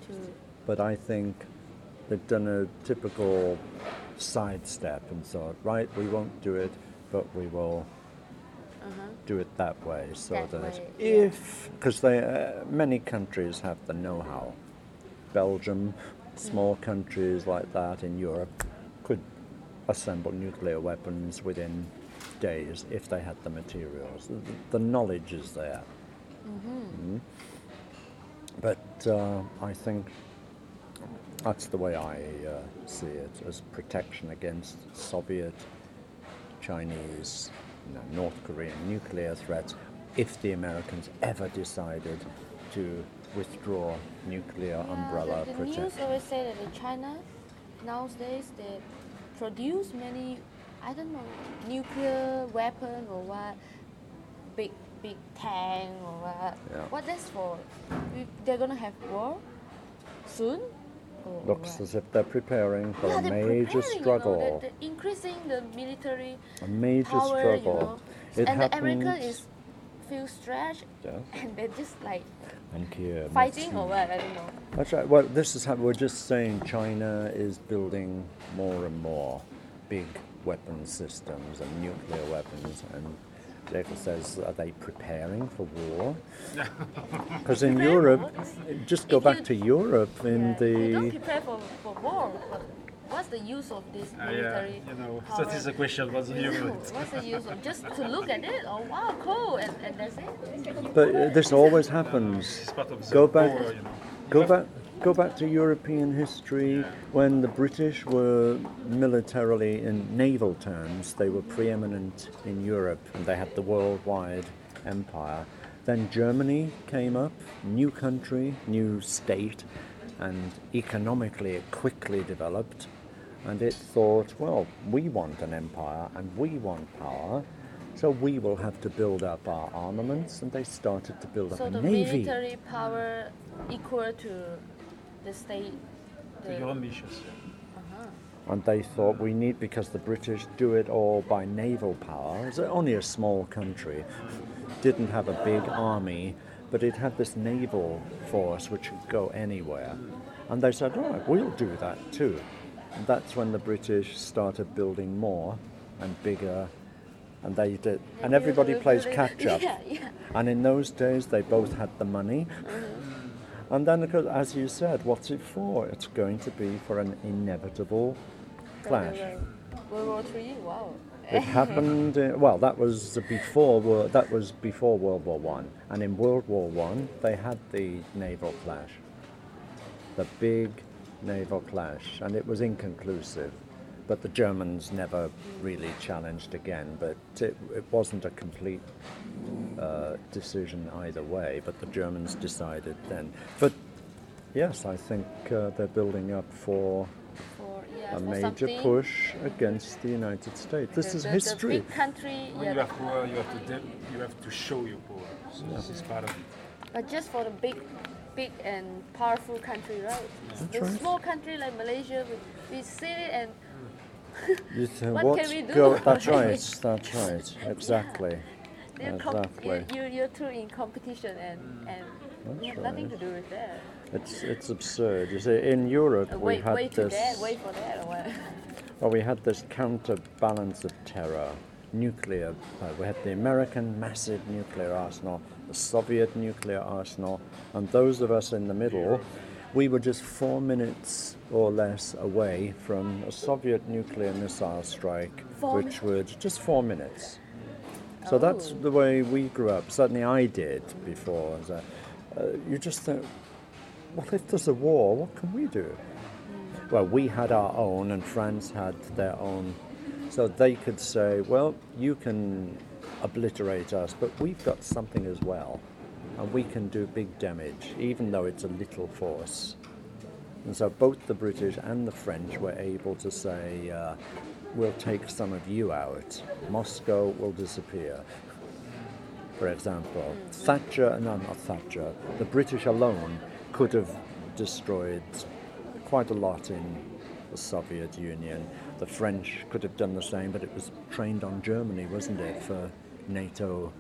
Speaker 4: To
Speaker 1: But I think they've done a typical sidestep and thought, right, we won't do it, but we will do it that way. So
Speaker 4: Uh-huh. That
Speaker 1: that
Speaker 4: way, yeah.
Speaker 1: if, because they uh, many countries have the know-how, Belgium, small countries like that in Europe could assemble nuclear weapons within days if they had the materials. The, the knowledge is there. Mhm. But uh, I think that's the way I uh, see it as protection against Soviet, Chinese, you know, North Korean nuclear threats if the Americans ever decided to withdraw nuclear umbrella
Speaker 4: the, the news
Speaker 1: protection.
Speaker 4: always say that in China nowadays they produce many I don't know nuclear weapon or what big big tank or what
Speaker 1: Yeah.
Speaker 4: what that's for we, they're gonna have war soon or, or
Speaker 1: Looks as
Speaker 4: what?
Speaker 1: if they're preparing for
Speaker 4: yeah,
Speaker 1: a
Speaker 4: they're
Speaker 1: major
Speaker 4: preparing,
Speaker 1: struggle.
Speaker 4: you know, they're, they're increasing the military
Speaker 1: a major
Speaker 4: power
Speaker 1: struggle.
Speaker 4: you know
Speaker 1: It
Speaker 4: and the
Speaker 1: happened.
Speaker 4: America is feel stretched
Speaker 1: Yeah.
Speaker 4: and they're just like
Speaker 1: And here,
Speaker 4: fighting
Speaker 1: Mitsubishi.
Speaker 4: or what I don't know
Speaker 1: That's right. Well, this is how we're just saying China is building more and more big weapon systems and nuclear weapons. And Jacob says, are they preparing for war? Because in Europe, just go
Speaker 4: If
Speaker 1: back
Speaker 4: you-
Speaker 1: to Europe in
Speaker 4: Yeah, you don't
Speaker 1: the.
Speaker 4: prepare for, for war. What- What's the use of this
Speaker 9: Ah, yeah,
Speaker 4: military?
Speaker 9: you know,
Speaker 4: power?
Speaker 9: that is the question. What's the
Speaker 4: No,
Speaker 9: humor?
Speaker 4: (laughs) What's the use of just to look at it? Oh wow, cool, and, and that's it.
Speaker 1: But uh, this always happens.
Speaker 9: It's part of the
Speaker 1: Go back.
Speaker 9: war, you know.
Speaker 1: Go back, go back to European history when the British were militarily, in naval terms, they were preeminent in Europe and they had the worldwide empire. Then Germany came up, new country, new state, and economically it quickly developed. And it thought, well, we want an empire and we want power, so we will have to build up our armaments. And they started to build up
Speaker 4: So
Speaker 1: a
Speaker 4: the
Speaker 1: navy.
Speaker 4: military power equal to the state.
Speaker 9: So
Speaker 4: The, (laughs)
Speaker 9: you're ambitious. yeah.
Speaker 1: And they thought we need, because the British do it all by naval power, it's only a small country, didn't have a big army, but it had this naval force which could go anywhere. And they said, all right, we'll do that too. And that's when the British started building more and bigger, and they did. And everybody plays catch
Speaker 6: (laughs)
Speaker 1: up.
Speaker 4: Yeah, yeah.
Speaker 1: And in those days, they both had the money.
Speaker 4: Mm-hmm.
Speaker 1: And then, of course, as you said, what's it for? It's going to be for an inevitable clash.
Speaker 4: World War Three. Wow.
Speaker 1: It happened. uh, Well, that was before. Wo- That was before World War One. And in World War One, they had the naval clash, the big naval clash, and it was inconclusive. But the Germans never really challenged again. But it, it wasn't a complete uh, decision either way. But the Germans decided then. But yes, I think uh, they're building up for
Speaker 4: For, yeah,
Speaker 1: a
Speaker 4: for
Speaker 1: major
Speaker 4: something.
Speaker 1: push against the United States. This
Speaker 4: The-
Speaker 1: is
Speaker 4: the- The
Speaker 1: history.
Speaker 4: big country.
Speaker 9: When you
Speaker 4: Yeah,
Speaker 9: have power, you have to de- you have to show your power. So this is part of it.
Speaker 4: But just for the big, big and powerful country, right? The
Speaker 1: right.
Speaker 4: small country like Malaysia, we, we see it and
Speaker 1: You say,
Speaker 4: What
Speaker 1: "What's
Speaker 4: can we do?"
Speaker 1: go-" That's
Speaker 4: (laughs)
Speaker 1: right. That's right. Exactly.
Speaker 4: they're
Speaker 1: Exactly.
Speaker 4: you, you, you're too in competition and, and you have nothing to do with that.
Speaker 1: It's it's absurd. You see, in Europe
Speaker 4: Uh,
Speaker 1: we
Speaker 4: wait,
Speaker 1: had
Speaker 4: wait to
Speaker 1: this.
Speaker 4: that, wait for that, or what? (laughs)
Speaker 1: Well, we had this counterbalance of terror, nuclear. uh, we had the American massive nuclear arsenal, the Soviet nuclear arsenal, and those of us in the middle, we were just four minutes or less away from a Soviet nuclear missile strike,
Speaker 4: Four
Speaker 1: which would just four minutes. So that's
Speaker 4: Oh.
Speaker 1: the way we grew up. Certainly, I did before. Is that, uh, you just think, what if there's a war? What can we do? Well, we had our own, and France had their own. So they could say, well, you can obliterate us, but we've got something as well, and we can do big damage, even though it's a little force. And so both the British and the French were able to say, uh, we'll take some of you out. Moscow will disappear. For example, Thatcher, no, not Thatcher, the British alone could have destroyed quite a lot in the Soviet Union. The French could have done the same, but it was trained on Germany, wasn't it, for NATO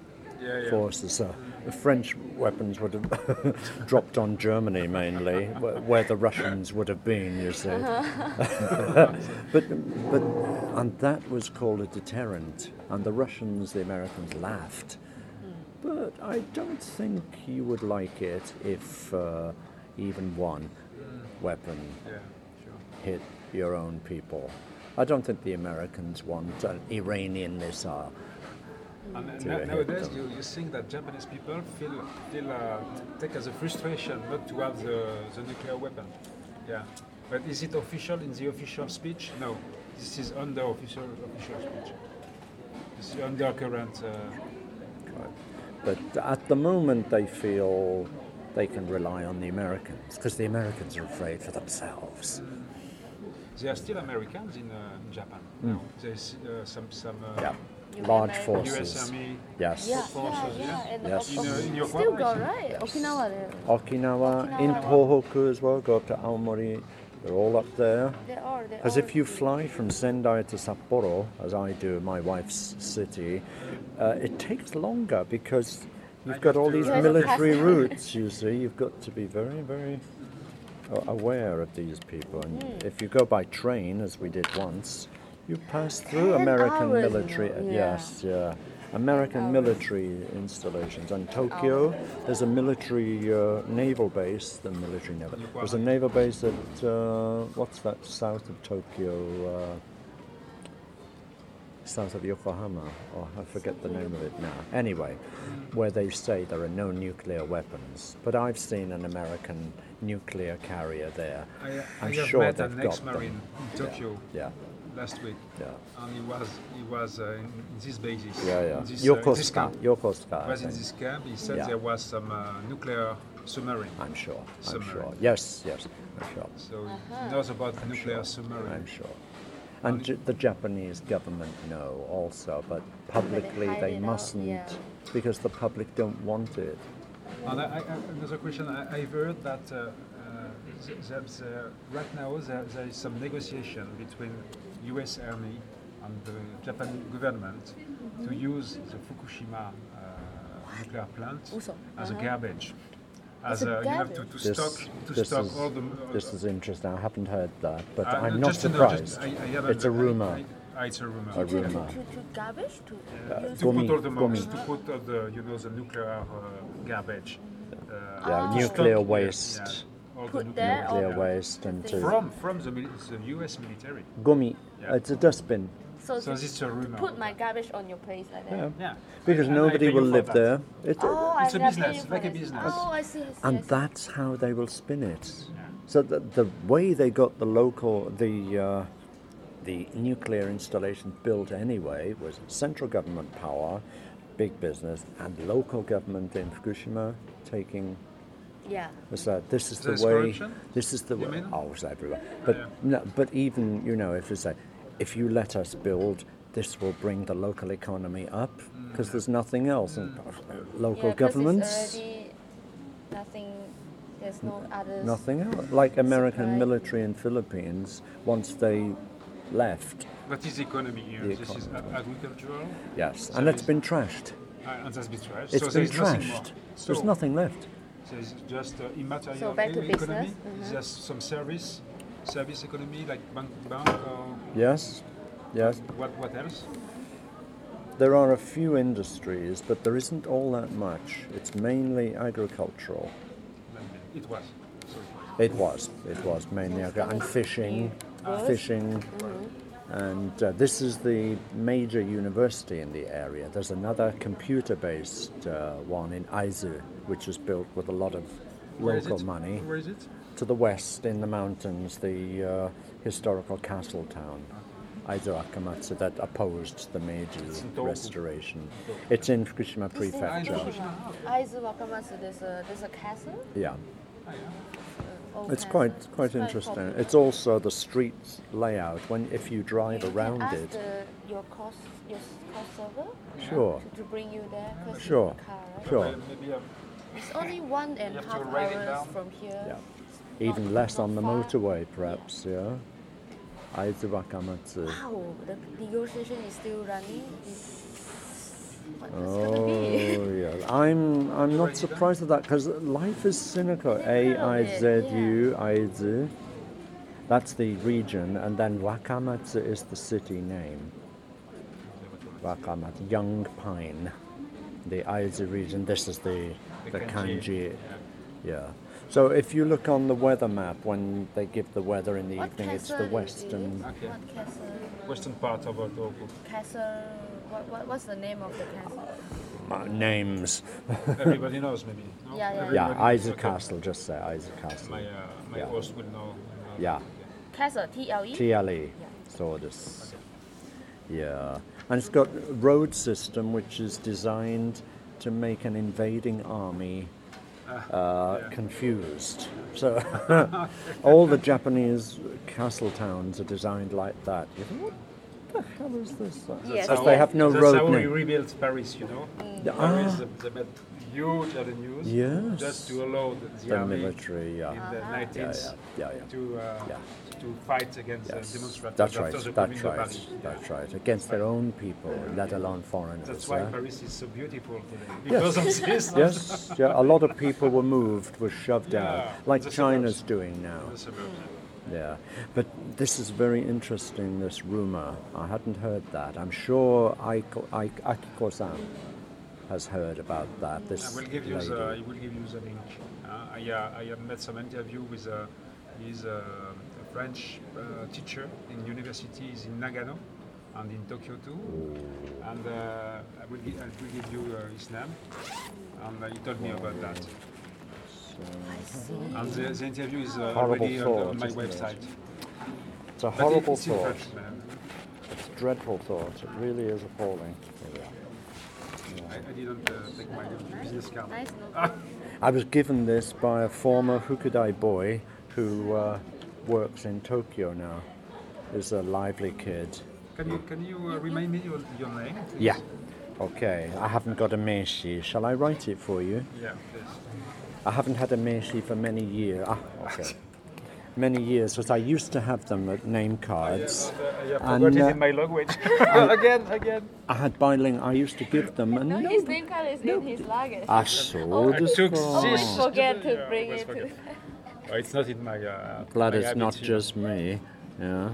Speaker 2: Yeah, yeah.
Speaker 1: forces. So the French weapons would have (laughs) dropped on Germany mainly, wh- where the Russians would have been, you see.
Speaker 2: Uh-huh.
Speaker 1: but, (laughs) but, and that was called a deterrent. And the Russians, the Americans laughed. But I don't think you would like it if uh, even one weapon
Speaker 2: Yeah, sure.
Speaker 1: hit your own people. I don't think the Americans want an Iranian missile.
Speaker 2: And uh,
Speaker 1: to
Speaker 2: na-
Speaker 1: help
Speaker 2: nowadays,
Speaker 1: them.
Speaker 2: you, you think that Japanese people feel feel uh, take as a frustration not to have the, the nuclear weapon. Yeah, but is it official in the official speech? No, this is under official official speech. It's under current. Uh,
Speaker 1: But at the moment, they feel they can rely on the Americans because the Americans are afraid for themselves.
Speaker 2: they are still Americans in, uh, in Japan. No, there's uh, some some uh,
Speaker 1: Hmm. Yeah,
Speaker 6: mean
Speaker 1: large
Speaker 6: America?
Speaker 2: U.S.
Speaker 1: forces.
Speaker 2: Army.
Speaker 1: Yes.
Speaker 4: Yeah, yeah,
Speaker 2: Sponsors,
Speaker 4: yeah.
Speaker 2: yeah?
Speaker 4: And
Speaker 1: Yes.
Speaker 4: Okinawa-
Speaker 2: In, uh, in your
Speaker 4: still
Speaker 2: corporation?
Speaker 4: got right. Okinawa there.
Speaker 1: Okinawa, in Tohoku as well, go up to Aomori, they're all up there.
Speaker 4: They are. They
Speaker 1: Because
Speaker 4: are.
Speaker 1: if you fly from Sendai to Sapporo, as I do, my wife's city, uh, it takes longer because you've got all these
Speaker 4: Yeah,
Speaker 1: military
Speaker 4: it's a
Speaker 1: routes, you see. You've got to be very, very a- aware of these people. And if you go by train, as we did once, you pass through
Speaker 4: Ten
Speaker 1: American
Speaker 4: hours, you
Speaker 1: military.
Speaker 4: know, yeah.
Speaker 1: Yes, yeah. American military installations. And Tokyo, there's a military uh, naval base, the military naval. There's a naval base at, uh, what's that, south of Tokyo? Uh, south of Yokohama, or I forget the name of it now. Anyway, where they say there are no nuclear weapons, but I've seen an American nuclear carrier there.
Speaker 2: I, uh, I
Speaker 1: I'm
Speaker 2: have
Speaker 1: sure
Speaker 2: met
Speaker 1: they've
Speaker 2: an
Speaker 1: got
Speaker 2: ex-marine in Tokyo
Speaker 1: Yeah,
Speaker 2: last week,
Speaker 1: yeah,
Speaker 2: and he was he was uh, in, in this basis.
Speaker 1: yeah, yeah.
Speaker 2: in this, uh, in this
Speaker 1: Yokosuka,
Speaker 2: camp.
Speaker 1: Yokosuka. I
Speaker 2: was in
Speaker 1: think.
Speaker 2: this camp. He said
Speaker 1: Yeah.
Speaker 2: there was some uh, nuclear submarine.
Speaker 1: I'm sure. I'm
Speaker 2: Submarine.
Speaker 1: sure. Yes, yes, I'm sure.
Speaker 2: So he knows about nuclear submarine.
Speaker 1: I'm sure. And J- the Japanese government know also, but publicly
Speaker 4: hide
Speaker 1: they
Speaker 4: it out,
Speaker 1: mustn't
Speaker 4: yeah.
Speaker 1: because the public don't want it.
Speaker 2: And I, I, I- another question. I, I've heard that uh, uh, th- that uh, right now there, there is some negotiation between U.S. Army and the Japan government to use the Fukushima uh, nuclear plant
Speaker 4: Also,
Speaker 2: as a
Speaker 4: uh-huh.
Speaker 2: garbage. As
Speaker 4: a
Speaker 2: a, you have to,
Speaker 4: garbage?
Speaker 2: to stock to
Speaker 1: this
Speaker 2: stock
Speaker 1: is,
Speaker 2: all the.
Speaker 1: this is interesting. I haven't heard that, but
Speaker 2: uh,
Speaker 1: I'm not
Speaker 2: no, just to know, just- uh,
Speaker 1: surprised.
Speaker 2: I- I haven't-
Speaker 1: it's a
Speaker 2: I-
Speaker 1: rumor.
Speaker 2: I- I- it's a rumor.
Speaker 1: A
Speaker 2: okay.
Speaker 1: rumor.
Speaker 4: To, to garbage to.
Speaker 2: to
Speaker 1: Gomi,
Speaker 2: put all the marks,
Speaker 1: gomi.
Speaker 2: to put all the you know the nuclear uh, garbage. Uh,
Speaker 1: Yeah,
Speaker 2: to
Speaker 1: nuclear
Speaker 2: stop, yeah,
Speaker 1: waste.
Speaker 2: yeah, all the
Speaker 4: Put
Speaker 2: nuclear
Speaker 4: there all
Speaker 1: Clear
Speaker 4: Yeah.
Speaker 1: waste and to
Speaker 2: From from the, mil- the U.S. military.
Speaker 1: gummy.
Speaker 2: Yeah.
Speaker 1: It's a dustbin.
Speaker 4: So,
Speaker 2: So
Speaker 4: to-
Speaker 2: this is a rumor.
Speaker 4: Put my garbage on your place like that.
Speaker 1: Yeah.
Speaker 2: Yeah.
Speaker 1: Because
Speaker 2: And I
Speaker 1: nobody
Speaker 2: pay
Speaker 1: will
Speaker 2: you for
Speaker 1: live
Speaker 2: that.
Speaker 1: there. It,
Speaker 4: Oh,
Speaker 2: It's a
Speaker 4: I never
Speaker 2: business,
Speaker 4: knew
Speaker 2: like a
Speaker 4: about this.
Speaker 2: business.
Speaker 4: Oh, I see. I see, I
Speaker 1: and
Speaker 4: see.
Speaker 1: that's how they will spin it. So the, the way they got the local the uh, the nuclear installation built anyway was central government power, big business, and local government in Fukushima taking
Speaker 4: Yeah.
Speaker 1: was that this is the
Speaker 2: There's
Speaker 1: way
Speaker 2: corruption?
Speaker 1: this is the
Speaker 2: You
Speaker 1: way
Speaker 2: mean?
Speaker 1: oh it's everywhere but no, but even you know if it's like if you let us build this will bring the local economy up
Speaker 2: Mm,
Speaker 1: because there's nothing else and local
Speaker 4: yeah, 'cause It's uh,
Speaker 1: governments
Speaker 4: already nothing. There's no others.
Speaker 1: nothing else like American
Speaker 4: Supply.
Speaker 1: military in Philippines once they left
Speaker 2: What is economy here?
Speaker 1: The
Speaker 2: this is
Speaker 1: economy.
Speaker 2: ag- agricultural,
Speaker 1: yes and it's
Speaker 2: it's-
Speaker 1: been trashed
Speaker 2: uh, and that's been trashed.
Speaker 1: It's
Speaker 2: so
Speaker 1: been
Speaker 2: there's nothing more.
Speaker 1: trashed there's nothing left
Speaker 2: So it's just uh, immaterial
Speaker 4: So back to
Speaker 2: economy.
Speaker 4: business,
Speaker 2: It's
Speaker 4: mhm.
Speaker 2: just some service, service economy like bank, bank or
Speaker 1: yes yes
Speaker 2: what? What else?
Speaker 1: There are a few industries, but there isn't all that much. It's mainly agricultural.
Speaker 2: It was. So it was.
Speaker 1: It was. It was mainly agri- and fishing, fishing, And uh, this is the major university in the area. There's another computer based uh, one in Aizu, which was built with a lot of
Speaker 2: Where is
Speaker 1: local
Speaker 2: it?
Speaker 1: money.
Speaker 2: Where is it?
Speaker 1: To the west in the mountains, the uh, historical castle town, Aizu Akamatsu, that opposed the Meiji
Speaker 2: in Tohoku.
Speaker 1: restoration. It's in Fukushima
Speaker 2: Aizu.
Speaker 1: Prefecture.
Speaker 4: Aizu Wakamatsu, there's a, there's a castle.
Speaker 1: Yeah.
Speaker 4: old
Speaker 1: It's
Speaker 4: castle.
Speaker 1: quite quite interesting.
Speaker 4: popular.
Speaker 1: It's also the street layout when if you drive
Speaker 4: You can
Speaker 1: around
Speaker 4: ask
Speaker 1: it.
Speaker 4: the- your cost, your s- cost server
Speaker 1: Sure.
Speaker 4: to, to bring you there. 'cause it's
Speaker 1: Sure.
Speaker 4: a car, right?
Speaker 1: Sure.
Speaker 2: Maybe um,
Speaker 4: It's only one and a
Speaker 2: have to
Speaker 4: half
Speaker 2: write it
Speaker 4: hours
Speaker 2: down.
Speaker 4: from here.
Speaker 1: Yeah.
Speaker 4: It's
Speaker 1: Even
Speaker 4: not-
Speaker 1: less
Speaker 4: not
Speaker 1: on the
Speaker 4: far.
Speaker 1: motorway, perhaps. Yeah. Aizu Wakamatsu.
Speaker 4: Wow, the negotiation is still running. It's, what it's gonna be?
Speaker 1: Oh yeah. I'm I'm not surprised at that because life is cynical. A
Speaker 4: Cynical
Speaker 1: I
Speaker 4: a bit,
Speaker 1: Z U Aizu. That's the region, and then Wakamatsu is the city name. Wakamatsu, young pine, the Aizu region. This is the the kanji. Yeah. So if you look on the weather map when they give the weather in the
Speaker 4: What
Speaker 1: evening, it's
Speaker 4: castle
Speaker 1: the
Speaker 4: is
Speaker 1: western.
Speaker 4: it?
Speaker 2: Okay.
Speaker 4: What castle?
Speaker 2: western part of Tohoku.
Speaker 4: Castle. What, what, what's the name of the castle?
Speaker 1: Uh, names.
Speaker 2: Everybody knows, maybe. no?
Speaker 4: Yeah, yeah,
Speaker 1: Yeah,
Speaker 2: Everybody knows,
Speaker 1: Aizu
Speaker 2: okay.
Speaker 1: Castle. Just say Aizu Castle.
Speaker 2: My, uh, my
Speaker 1: Yeah.
Speaker 2: host will know. uh,
Speaker 1: Yeah.
Speaker 4: Castle, T L E.
Speaker 1: TLE, so this. Yeah, and it's got a road system which is designed to make an invading army uh, confused. So (laughs) all the Japanese castle towns are designed like that. You think, what the hell is this?
Speaker 4: Yes,
Speaker 1: As they have no
Speaker 2: That's how
Speaker 1: road
Speaker 2: we
Speaker 1: name.
Speaker 2: rebuilt Paris, you know. Paris,
Speaker 1: Ah,
Speaker 2: the, the, bad- huge avenues.
Speaker 1: Yes.
Speaker 2: Just to allow the, the,
Speaker 1: the
Speaker 2: army
Speaker 1: military,
Speaker 2: in
Speaker 1: yeah.
Speaker 2: the 19th
Speaker 1: Yeah, yeah, yeah, yeah.
Speaker 2: to uh,
Speaker 1: Yeah.
Speaker 2: to fight against
Speaker 1: Yes,
Speaker 2: the demonstrators
Speaker 1: That's
Speaker 2: after
Speaker 1: right,
Speaker 2: the
Speaker 1: that's
Speaker 2: bombing of
Speaker 1: right,
Speaker 2: Paris. Yeah.
Speaker 1: that's right. Against their own people, let alone foreigners.
Speaker 2: That's why
Speaker 1: eh?
Speaker 2: Paris is so beautiful today because of this. (laughs)
Speaker 1: Yes, (laughs) yeah, a lot of people were moved, were shoved
Speaker 2: Yeah,
Speaker 1: out, like
Speaker 2: the
Speaker 1: China's
Speaker 2: suburbs.
Speaker 1: doing now.
Speaker 2: The suburbs.
Speaker 1: Yeah, but this is very interesting, this rumor. I hadn't heard that. I'm sure Aiko, Aik- Akiko-san has heard about that,
Speaker 2: I
Speaker 1: this
Speaker 2: will give you
Speaker 1: lady.
Speaker 2: the I will give you the link. Uh, I uh, I have made some interview with uh, his uh, a French uh, teacher in universities in Nagano and in Tokyo too.
Speaker 1: Oh.
Speaker 2: And uh, I will give I will give you uh, his name. And uh, he told me about that. And the, the interview is uh,
Speaker 1: Horrible
Speaker 2: already on, the-
Speaker 1: thought,
Speaker 2: on my
Speaker 1: isn't it?
Speaker 2: website.
Speaker 1: It's a
Speaker 2: But
Speaker 1: horrible
Speaker 2: it's in
Speaker 1: thought.
Speaker 2: French, man.
Speaker 1: It's a dreadful thought. It really is appalling. Yeah.
Speaker 2: I, I didn't uh, take my business card.
Speaker 4: Nice no
Speaker 1: I was given this by a former Hukudai boy who uh, works in Tokyo now. Is a lively kid.
Speaker 2: Can you can you uh, remind me your, your name? please?
Speaker 1: Yeah. Okay, I haven't got a meishi. Shall I write it for you?
Speaker 2: Yeah. Please.
Speaker 1: I haven't had a meishi for many years. Ah,
Speaker 2: (laughs)
Speaker 1: okay. many years, because I used to have them at name cards.
Speaker 2: Yeah, I
Speaker 1: And,
Speaker 2: forgot
Speaker 1: uh,
Speaker 2: it in my language. (laughs) again, again.
Speaker 1: I had bilingual. I used to give them, and
Speaker 4: No,
Speaker 1: no,
Speaker 4: his name card is in his luggage.
Speaker 1: I saw
Speaker 2: Oh, I
Speaker 1: this.
Speaker 2: took
Speaker 1: one.
Speaker 4: Always forget to bring
Speaker 2: always
Speaker 4: it to.
Speaker 2: Oh, it's not in my. Uh,
Speaker 1: Glad
Speaker 2: my
Speaker 1: it's
Speaker 2: habit
Speaker 1: not
Speaker 2: here.
Speaker 1: just me. Yeah,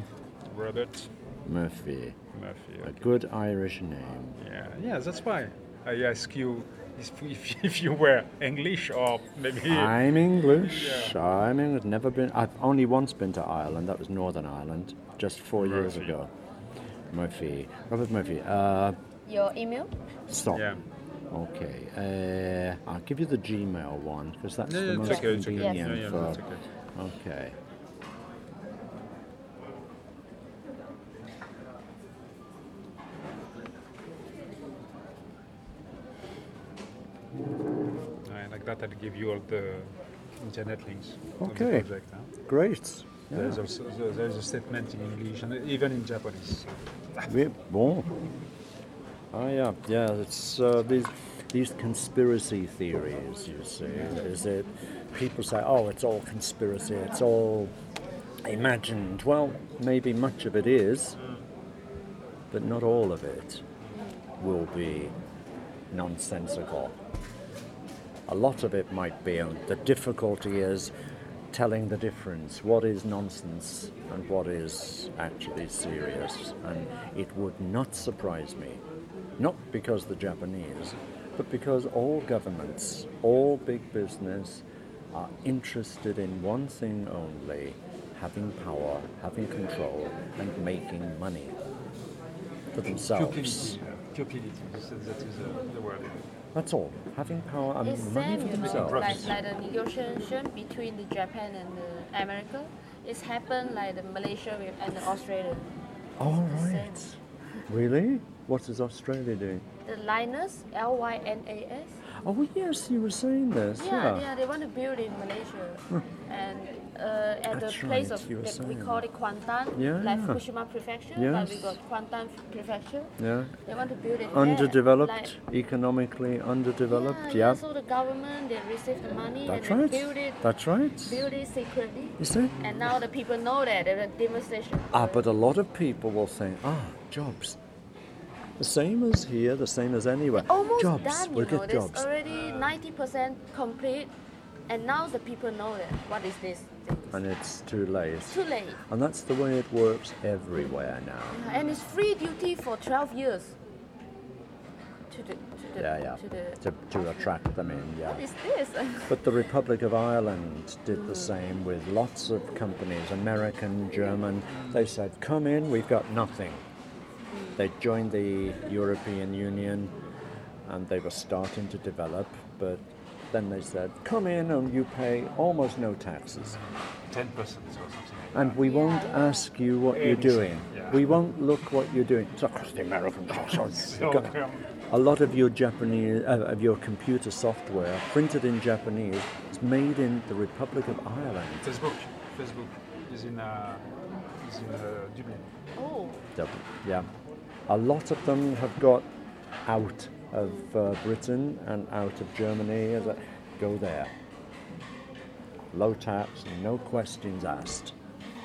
Speaker 2: Robert
Speaker 1: Murphy,
Speaker 2: Murphy.
Speaker 1: a
Speaker 2: okay.
Speaker 1: good Irish name.
Speaker 2: Yeah, yeah, that's why I ask you if, if, (laughs) if you were English or maybe.
Speaker 1: I'm English. I'm English. Never been. I've only once been to Ireland. That was Northern Ireland, just four years
Speaker 2: Murphy.
Speaker 1: ago. Murphy, Robert Murphy. Uh,
Speaker 4: Your email?
Speaker 1: Stop.
Speaker 2: Yeah.
Speaker 1: Okay. Uh, I'll give you the Gmail one because that's
Speaker 2: No,
Speaker 1: the
Speaker 2: no,
Speaker 1: most
Speaker 2: it's okay, it's okay.
Speaker 1: convenient
Speaker 2: Yeah, yeah,
Speaker 1: for.
Speaker 2: it's okay.
Speaker 1: okay.
Speaker 2: Uh, like that, I'll give you all the internet links. on the
Speaker 1: Okay.
Speaker 2: project, huh?
Speaker 1: Great.
Speaker 2: There's also there- there's a statement in English and even in Japanese.
Speaker 1: Oui, bon. Ah, yeah, yeah. It's uh, these these conspiracy theories. You see, is it? People say, "Oh, it's all conspiracy. It's all imagined." Well, maybe much of it is, but not all of it will be nonsensical. A lot of it might be. And the difficulty is telling the difference. What is nonsense and what is actually serious? And it would not surprise me, not because the Japanese, but because all governments, all big business are interested in one thing only having power, having control, and making money for themselves.
Speaker 2: Cupidity. Cupidity. This is- That is uh, the word.
Speaker 1: That's all. Having power and
Speaker 4: It's
Speaker 1: money
Speaker 4: same,
Speaker 1: for
Speaker 4: you know,
Speaker 1: themselves.
Speaker 4: like, like the negotiation between the Japan and the America. It's happened like the Malaysia with, and the Australia.
Speaker 1: All
Speaker 4: the same.
Speaker 1: right. Really? What is Australia doing?
Speaker 4: The Linus, L Y N A S.
Speaker 1: Oh yes, you were saying this.
Speaker 4: Yeah, yeah, they want to build in Malaysia. and uh, at the
Speaker 1: That's
Speaker 4: place
Speaker 1: right,
Speaker 4: of,
Speaker 1: you were
Speaker 4: like, we
Speaker 1: saying
Speaker 4: call it Kuantan,
Speaker 1: Yeah,
Speaker 4: like
Speaker 1: yeah.
Speaker 4: Fukushima Prefecture, but we
Speaker 1: Yes.
Speaker 4: got Kuantan Prefecture.
Speaker 1: Yeah.
Speaker 4: They want to build it there,
Speaker 1: Underdeveloped,
Speaker 4: like-
Speaker 1: economically underdeveloped.
Speaker 4: Yeah,
Speaker 1: Yeah.
Speaker 4: yeah. So the government they receive the money
Speaker 1: That's
Speaker 4: and
Speaker 1: right.
Speaker 4: they build it,
Speaker 1: That's right.
Speaker 4: build it secretly.
Speaker 1: You see?
Speaker 4: And now the people know that at a demonstration.
Speaker 1: Ah, but a lot of people will think, ah, jobs. The same as here, the same as anywhere.
Speaker 4: almost
Speaker 1: jobs.
Speaker 4: done,
Speaker 1: we'll
Speaker 4: you know.
Speaker 1: get
Speaker 4: It's
Speaker 1: jobs.
Speaker 4: already ninety percent complete, and now the people know that. What is this?
Speaker 1: And it's too late.
Speaker 4: It's too late,
Speaker 1: And that's the way it works everywhere now.
Speaker 4: and it's free duty for twelve years. To the to the
Speaker 1: Yeah, yeah.
Speaker 4: to the.
Speaker 1: To, to attract them in, yeah.
Speaker 4: What is this? (laughs)
Speaker 1: But the Republic of Ireland did the same with lots of companies, American, German. They said, come in, we've got nothing. They joined the European Union and they were starting to develop, but then they said, come in and you pay almost no taxes.
Speaker 2: 10% or something like
Speaker 1: And we won't ask you what you're doing.
Speaker 2: Yeah.
Speaker 1: We won't look what you're doing. So, "Oh, it's the American taxes."
Speaker 2: (laughs) So,
Speaker 1: Got-
Speaker 2: um,
Speaker 1: a lot of your Japanese, uh, of your computer software, printed in Japanese, is made in the Republic of Ireland.
Speaker 2: Facebook. Facebook is in, uh, is in uh, Dublin.
Speaker 4: oh,
Speaker 1: Dub- Yeah, a lot of them have got out of uh, Britain and out of Germany. As a, go there, low tax, no questions asked,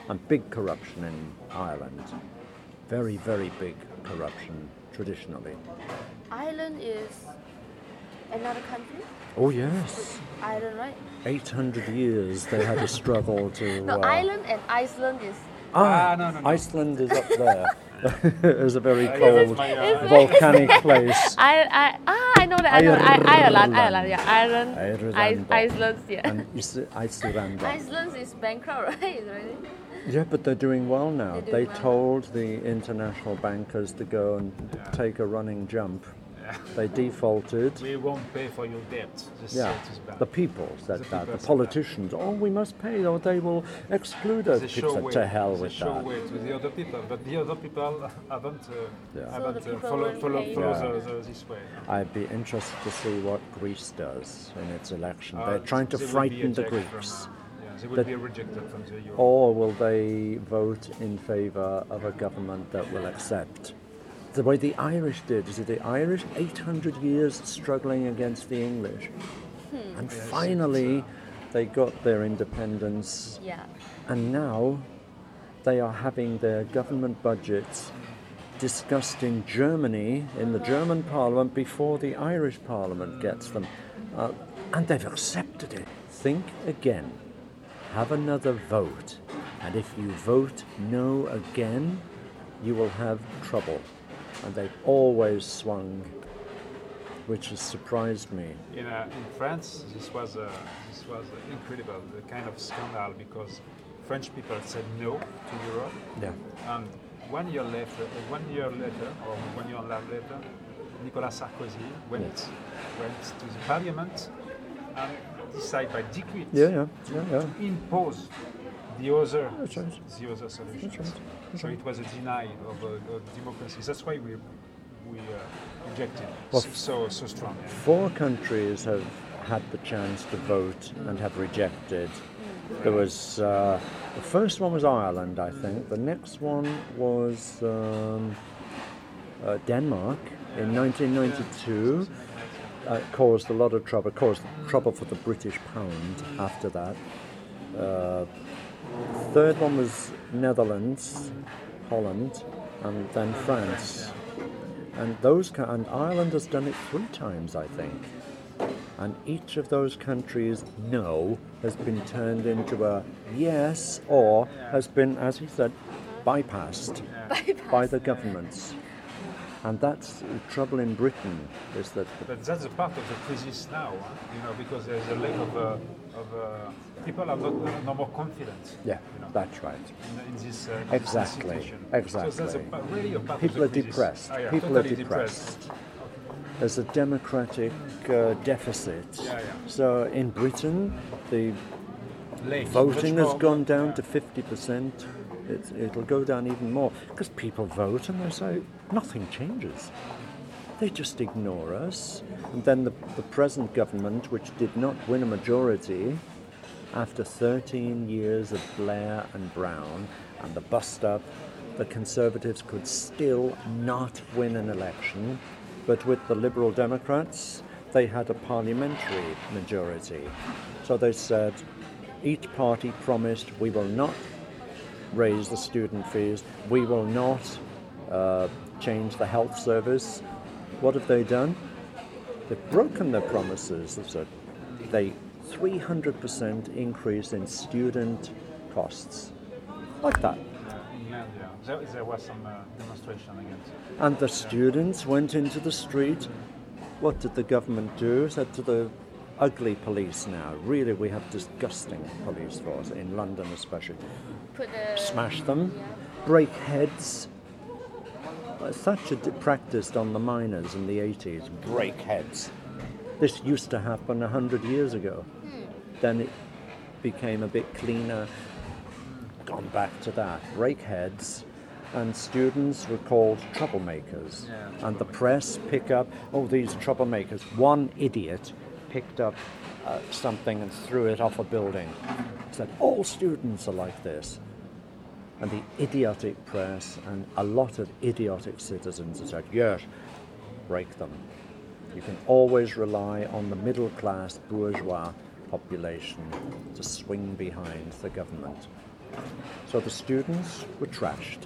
Speaker 1: and big corruption in Ireland. Very, very big corruption traditionally.
Speaker 4: Ireland is another country.
Speaker 1: Oh yes,
Speaker 4: Ireland, right?
Speaker 1: 800 years they had a struggle to.
Speaker 4: No,
Speaker 1: uh,
Speaker 4: Ireland and Iceland is.
Speaker 1: Ah,
Speaker 2: Ah, no, no, no.
Speaker 1: Iceland is up there. (laughs) it's a very
Speaker 2: This is
Speaker 1: cold,
Speaker 2: my,
Speaker 4: uh, (laughs)
Speaker 1: volcanic place.
Speaker 4: I, I, ah, I know that. I know I, Ireland, Ireland, yeah, Ireland,
Speaker 1: Ireland.
Speaker 4: I, Iceland, yeah.
Speaker 1: And Is- Iceland.
Speaker 4: Iceland is bankrupt, (laughs) right? Really?
Speaker 1: Yeah, but they're doing well now.
Speaker 4: They're doing
Speaker 1: They
Speaker 4: well.
Speaker 1: told the international bankers to go and take a running jump. They defaulted.
Speaker 9: We won't pay for your debt. The
Speaker 1: Yeah,
Speaker 9: state is bad.
Speaker 1: the people said that. The
Speaker 2: The people said that.
Speaker 1: politicians. Oh, we must pay, or they will exclude us.
Speaker 2: They
Speaker 1: People
Speaker 2: show
Speaker 1: said,
Speaker 2: way,
Speaker 1: to hell
Speaker 2: they
Speaker 1: with
Speaker 2: show
Speaker 1: that.
Speaker 2: way to the other people, but the other people (laughs) haven't, uh,
Speaker 1: Yeah.
Speaker 4: So the
Speaker 2: haven't uh,
Speaker 4: people
Speaker 2: followed
Speaker 4: weren't
Speaker 2: follow,
Speaker 4: paying
Speaker 2: follow
Speaker 1: attention.
Speaker 2: the, the, this way.
Speaker 1: I'd be interested to see what Greece does in its election.
Speaker 2: Uh,
Speaker 1: They're trying to
Speaker 2: they will be
Speaker 1: frighten the
Speaker 2: ejected
Speaker 1: Greeks.
Speaker 2: From, uh, yeah, they will
Speaker 1: That-
Speaker 2: be rejected from the Euro.
Speaker 1: Or will they vote in favour of a government that will accept? The way the Irish did, you see, the Irish 800 years struggling against the English. And finally, they got their independence.
Speaker 4: Yeah.
Speaker 1: And now they are having their government budgets discussed in Germany, in the German parliament, before the Irish parliament gets them. Uh, and they've accepted it. Think again. Have another vote. And if you vote no again, you will have trouble. And they've always swung, which has surprised me.
Speaker 2: In, uh, in France, this was uh, this was uh, incredible, the kind of scandal because French people said no to Europe,
Speaker 1: Yeah.
Speaker 2: and one year later, uh, one year later, or one year and a half later, Nicolas Sarkozy went
Speaker 1: Yes.
Speaker 2: went to the parliament and decided by decree
Speaker 1: Yeah, yeah, yeah, yeah.
Speaker 2: to impose the other
Speaker 1: That's right.
Speaker 2: the other solution.
Speaker 1: That's right. That's
Speaker 2: So it was a denial of, uh, of democracy. That's why we we uh, rejected
Speaker 1: Well,
Speaker 2: so so strongly.
Speaker 1: Four countries have had the chance to vote and have rejected. There was uh, the first one was Ireland, I think. The next one was um, uh, Denmark in 1992. Uh, caused a lot of trouble. Caused trouble for the British pound after that. Uh, third one was Netherlands, Holland, and then France and those co- and Ireland has done it three times, I think. And each of those countries' no has been turned into a yes, or has been, as he said, bypassed by the governments. And that's the trouble in Britain is that
Speaker 9: But that's a part of the crisis now, huh? you know, because there's a lack of, uh, of uh, people are not no more confident.
Speaker 1: yeah,
Speaker 9: you know,
Speaker 1: that's right.
Speaker 9: in, in this uh, in this
Speaker 1: Exactly,
Speaker 9: situation. So that's a,
Speaker 1: exactly.
Speaker 9: pa- really a part
Speaker 1: People are
Speaker 9: of the crisis.
Speaker 1: depressed.
Speaker 9: Ah, yeah,
Speaker 1: People
Speaker 9: totally
Speaker 1: are depressed. There's a democratic uh, deficit.
Speaker 9: Yeah, yeah.
Speaker 1: So in Britain, the
Speaker 9: Late,
Speaker 1: voting
Speaker 9: much
Speaker 1: has
Speaker 9: more-
Speaker 1: gone down to 50%. It's, it'll go down even more because people vote and they say nothing changes. They just ignore us. And then the, the present government, which did not win a majority after 13 years of Blair and Brown and the bust up, the Conservatives could still not win an election. But with the Liberal Democrats, they had a parliamentary majority. So they said each party promised we will not raise the student fees, we will not uh, change the health service. What have they done? They've broken their promises. There's a they 300% increase in student costs. Like that.
Speaker 9: Yeah, England, yeah. There, there was some uh, demonstration against it.
Speaker 1: And the students went into the street. What did the government do? Said to the ugly police now. Really, we have disgusting police force in London, especially.
Speaker 4: Put the
Speaker 1: Smash them, break heads. Uh, Thatcher did, practiced on the miners in the 80s break heads. This used to happen 100 years ago.
Speaker 4: Hmm.
Speaker 1: Then it became a bit cleaner, gone back to that. Break heads, and students were called troublemakers. and the press pick up, oh, these troublemakers. One idiot picked up uh, something and threw it off a building. Said, all students are like this. And the idiotic press and a lot of idiotic citizens have said, yes, break them. You can always rely on the middle class bourgeois population to swing behind the government. So the students were trashed.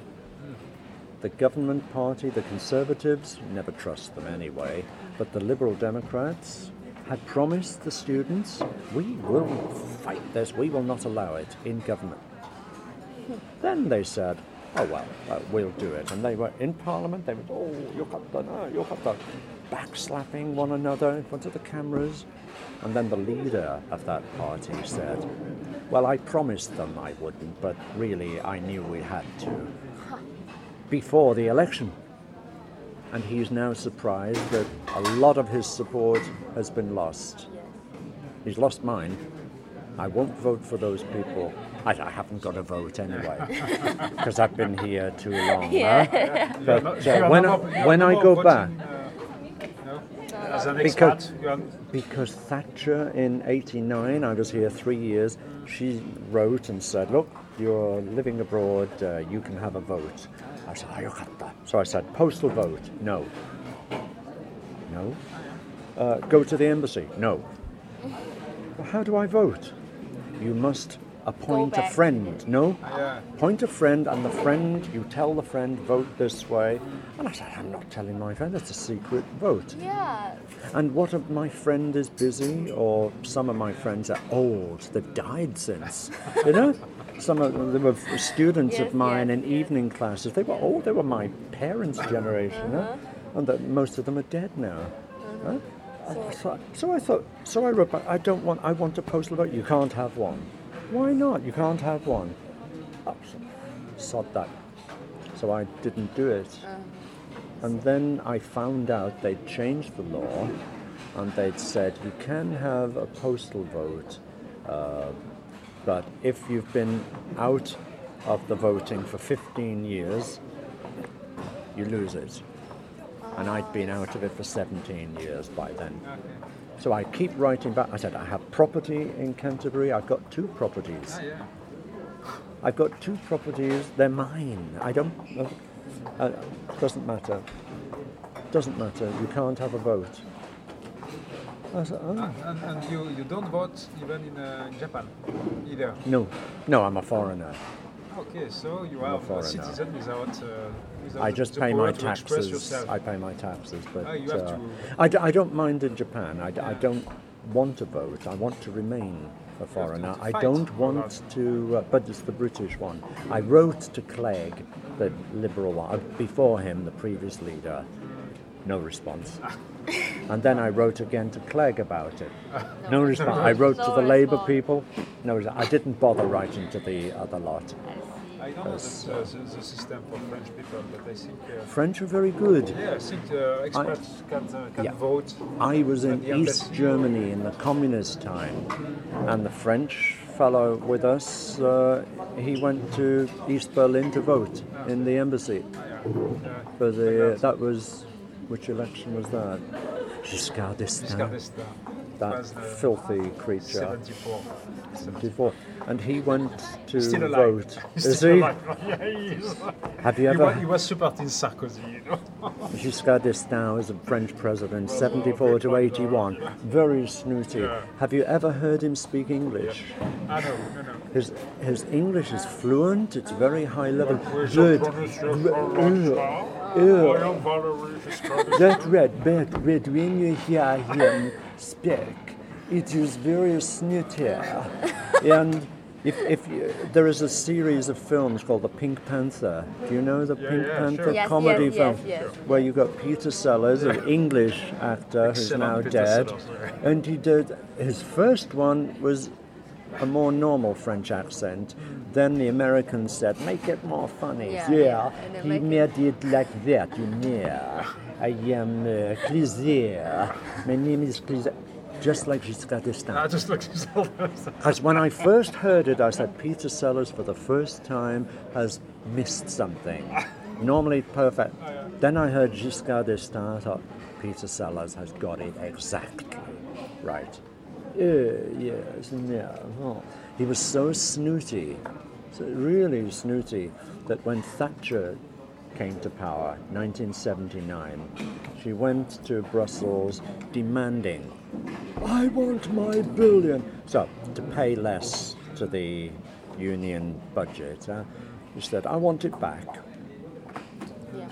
Speaker 1: The government party, the Conservatives, never trust them anyway, but the Liberal Democrats had promised the students, we will fight this, we will not allow it in government. Then they said, oh well, uh, we'll do it. And they were in Parliament, they went, oh, you have done, oh, you have done, backslapping one another in front of the cameras. And then the leader of that party said, well, I promised them I wouldn't, but really I knew we had to before the election. And he's now surprised that a lot of his support has been lost. He's lost mine. I won't vote for those people. I, I haven't got a
Speaker 9: (laughs)
Speaker 1: vote anyway, because I've been here too long.
Speaker 4: Yeah.
Speaker 1: huh?
Speaker 9: You are
Speaker 1: But
Speaker 9: not-
Speaker 1: uh,
Speaker 9: you are
Speaker 1: when, I,
Speaker 9: no more- you are
Speaker 1: when
Speaker 9: no
Speaker 1: I
Speaker 9: more
Speaker 1: go back,
Speaker 9: voting, uh, no? As an
Speaker 1: Because-
Speaker 9: expat, you are,
Speaker 1: because Thatcher in 89, I was here three years, she wrote and said, Look, you're living abroad, uh, you can have a vote. I said, "Ah, yo katta." So I said, Postal vote, no. No. Uh, go to the embassy, no. Well, how do I vote? You must appoint a
Speaker 4: back.
Speaker 1: friend, no?
Speaker 9: yeah.
Speaker 1: Point a friend, and the friend, you tell the friend, vote this way. And I said, I'm not telling my friend, it's a secret vote.
Speaker 4: Yeah.
Speaker 1: And what if my friend is busy, or some of my friends are old, they've died since? You
Speaker 4: (laughs)
Speaker 1: know? Some of them were students of
Speaker 4: Yes,
Speaker 1: mine
Speaker 4: yes, Uh-huh,
Speaker 1: in
Speaker 4: yes.
Speaker 1: evening classes. They were old, they were my parents' generation, huh? and that most of them are dead now. huh?
Speaker 4: Uh-huh.
Speaker 1: I thought- so I thought, so I wrote back, I don't want, I want a postal vote. You can't have one. Why not? You can't have one. Oh, sod that. So I didn't do it. And then I found out they'd changed the law and they'd said you can have a postal vote, uh, but if you've been out of the voting for 15 years, you lose it. And I'd been out of it for 17 years by then. So I keep writing back. I said, I have property in Canterbury. I've got two properties.
Speaker 9: yeah.
Speaker 1: I've got two properties. They're mine. I don't. Uh, uh, doesn't matter. Doesn't matter. You can't have a vote. I said, oh.
Speaker 9: And, and you, you don't vote even in uh, Japan either.
Speaker 1: No, no, I'm a foreigner.
Speaker 9: Okay, so you
Speaker 1: I'm
Speaker 9: are
Speaker 1: a
Speaker 9: a
Speaker 1: foreigner.
Speaker 9: citizen without. Uh, without
Speaker 1: I
Speaker 9: the-
Speaker 1: just
Speaker 9: the
Speaker 1: pay
Speaker 9: power
Speaker 1: my
Speaker 9: to express
Speaker 1: taxes.
Speaker 9: yourself. uh,
Speaker 1: I pay my taxes, but
Speaker 9: Ah, you have
Speaker 1: uh,
Speaker 9: to-
Speaker 1: I, d- I don't mind in Japan. I, d- I don't want to vote. I want to remain. a foreigner. I
Speaker 10: fight
Speaker 1: don't
Speaker 10: for
Speaker 1: want
Speaker 10: that.
Speaker 1: to, uh, but it's the British one. I wrote to Clegg, the Liberal one, uh, before him, the previous leader. No
Speaker 9: (laughs)
Speaker 1: response. And then I wrote again to Clegg about it. No response. I wrote to
Speaker 4: No
Speaker 1: the Labour
Speaker 4: response.
Speaker 1: people. No, response. I didn't bother writing to the other lot.
Speaker 4: I see.
Speaker 2: I don't know the, uh, the, the system for French people, but I think. Uh,
Speaker 1: French are very good.
Speaker 2: yeah, I think uh, experts can, uh, can
Speaker 1: Yeah. Uh-huh.
Speaker 2: vote.
Speaker 1: I was in
Speaker 2: But the
Speaker 1: East
Speaker 2: ambassador-
Speaker 1: Germany in the communist time, and the French fellow with us, uh, he went to East Berlin to vote in the embassy for the. That was which election was that? Giscard d'Estaing.
Speaker 2: Scandista,
Speaker 1: That filthy creature.
Speaker 2: 74.
Speaker 1: 74. And he went to
Speaker 2: Still alive.
Speaker 1: vote.
Speaker 2: He's
Speaker 1: Is
Speaker 2: (laughs) still
Speaker 1: he?
Speaker 2: alive. Yeah, he is.
Speaker 1: Have you (laughs)
Speaker 2: He was, he
Speaker 1: ever?
Speaker 2: was supporting Sarkozy, you know. (laughs)
Speaker 1: Giscard d'Estaing is a French president,
Speaker 2: Well,
Speaker 1: 74 to
Speaker 2: well,
Speaker 1: 81. Very snooty.
Speaker 2: Yeah.
Speaker 1: Have you ever heard him speak English?
Speaker 2: Ah, no, no, no.
Speaker 1: His, his English is fluent, it's very high level.
Speaker 2: Oui, je
Speaker 1: Good.
Speaker 2: prononce le
Speaker 1: Good.
Speaker 2: Charles
Speaker 1: Ew.
Speaker 2: Voyons Valérie Giscard
Speaker 1: That red bird red when you hear him speak, it is very snooty. and if, if you, there is a series of films called The Pink Panther. Do you know the Pink
Speaker 2: yeah,
Speaker 1: Panther
Speaker 2: sure.
Speaker 4: Yes,
Speaker 1: comedy
Speaker 4: yes,
Speaker 1: film?
Speaker 4: yes, yes. Sure.
Speaker 1: Where you got Peter Sellers, an English actor who's
Speaker 2: Excellent
Speaker 1: now
Speaker 2: Peter
Speaker 1: dead.
Speaker 2: Sellers, yeah.
Speaker 1: And he did his first one was a more normal French accent. Then the Americans said, make it more funny.
Speaker 4: Yeah,
Speaker 1: Yeah,
Speaker 4: yeah, and then
Speaker 1: he
Speaker 4: make it-
Speaker 1: made it like that, you know. I am uh, Clisier. My name is Clisier. Just like Giscard
Speaker 2: I
Speaker 1: d'Estaing.
Speaker 2: just looked at
Speaker 1: Because when I first heard it, I said, Peter Sellers, for the first time, has missed something. Normally perfect. Then I heard Giscard d'Estaing, I thought, Peter Sellers has got it exactly right. Uh, yes, yeah. oh. He was so snooty, so really snooty, that when Thatcher came to power, 1979, she went to Brussels demanding I want my billion. So, to pay less to the union budget, uh, she said, I want it back.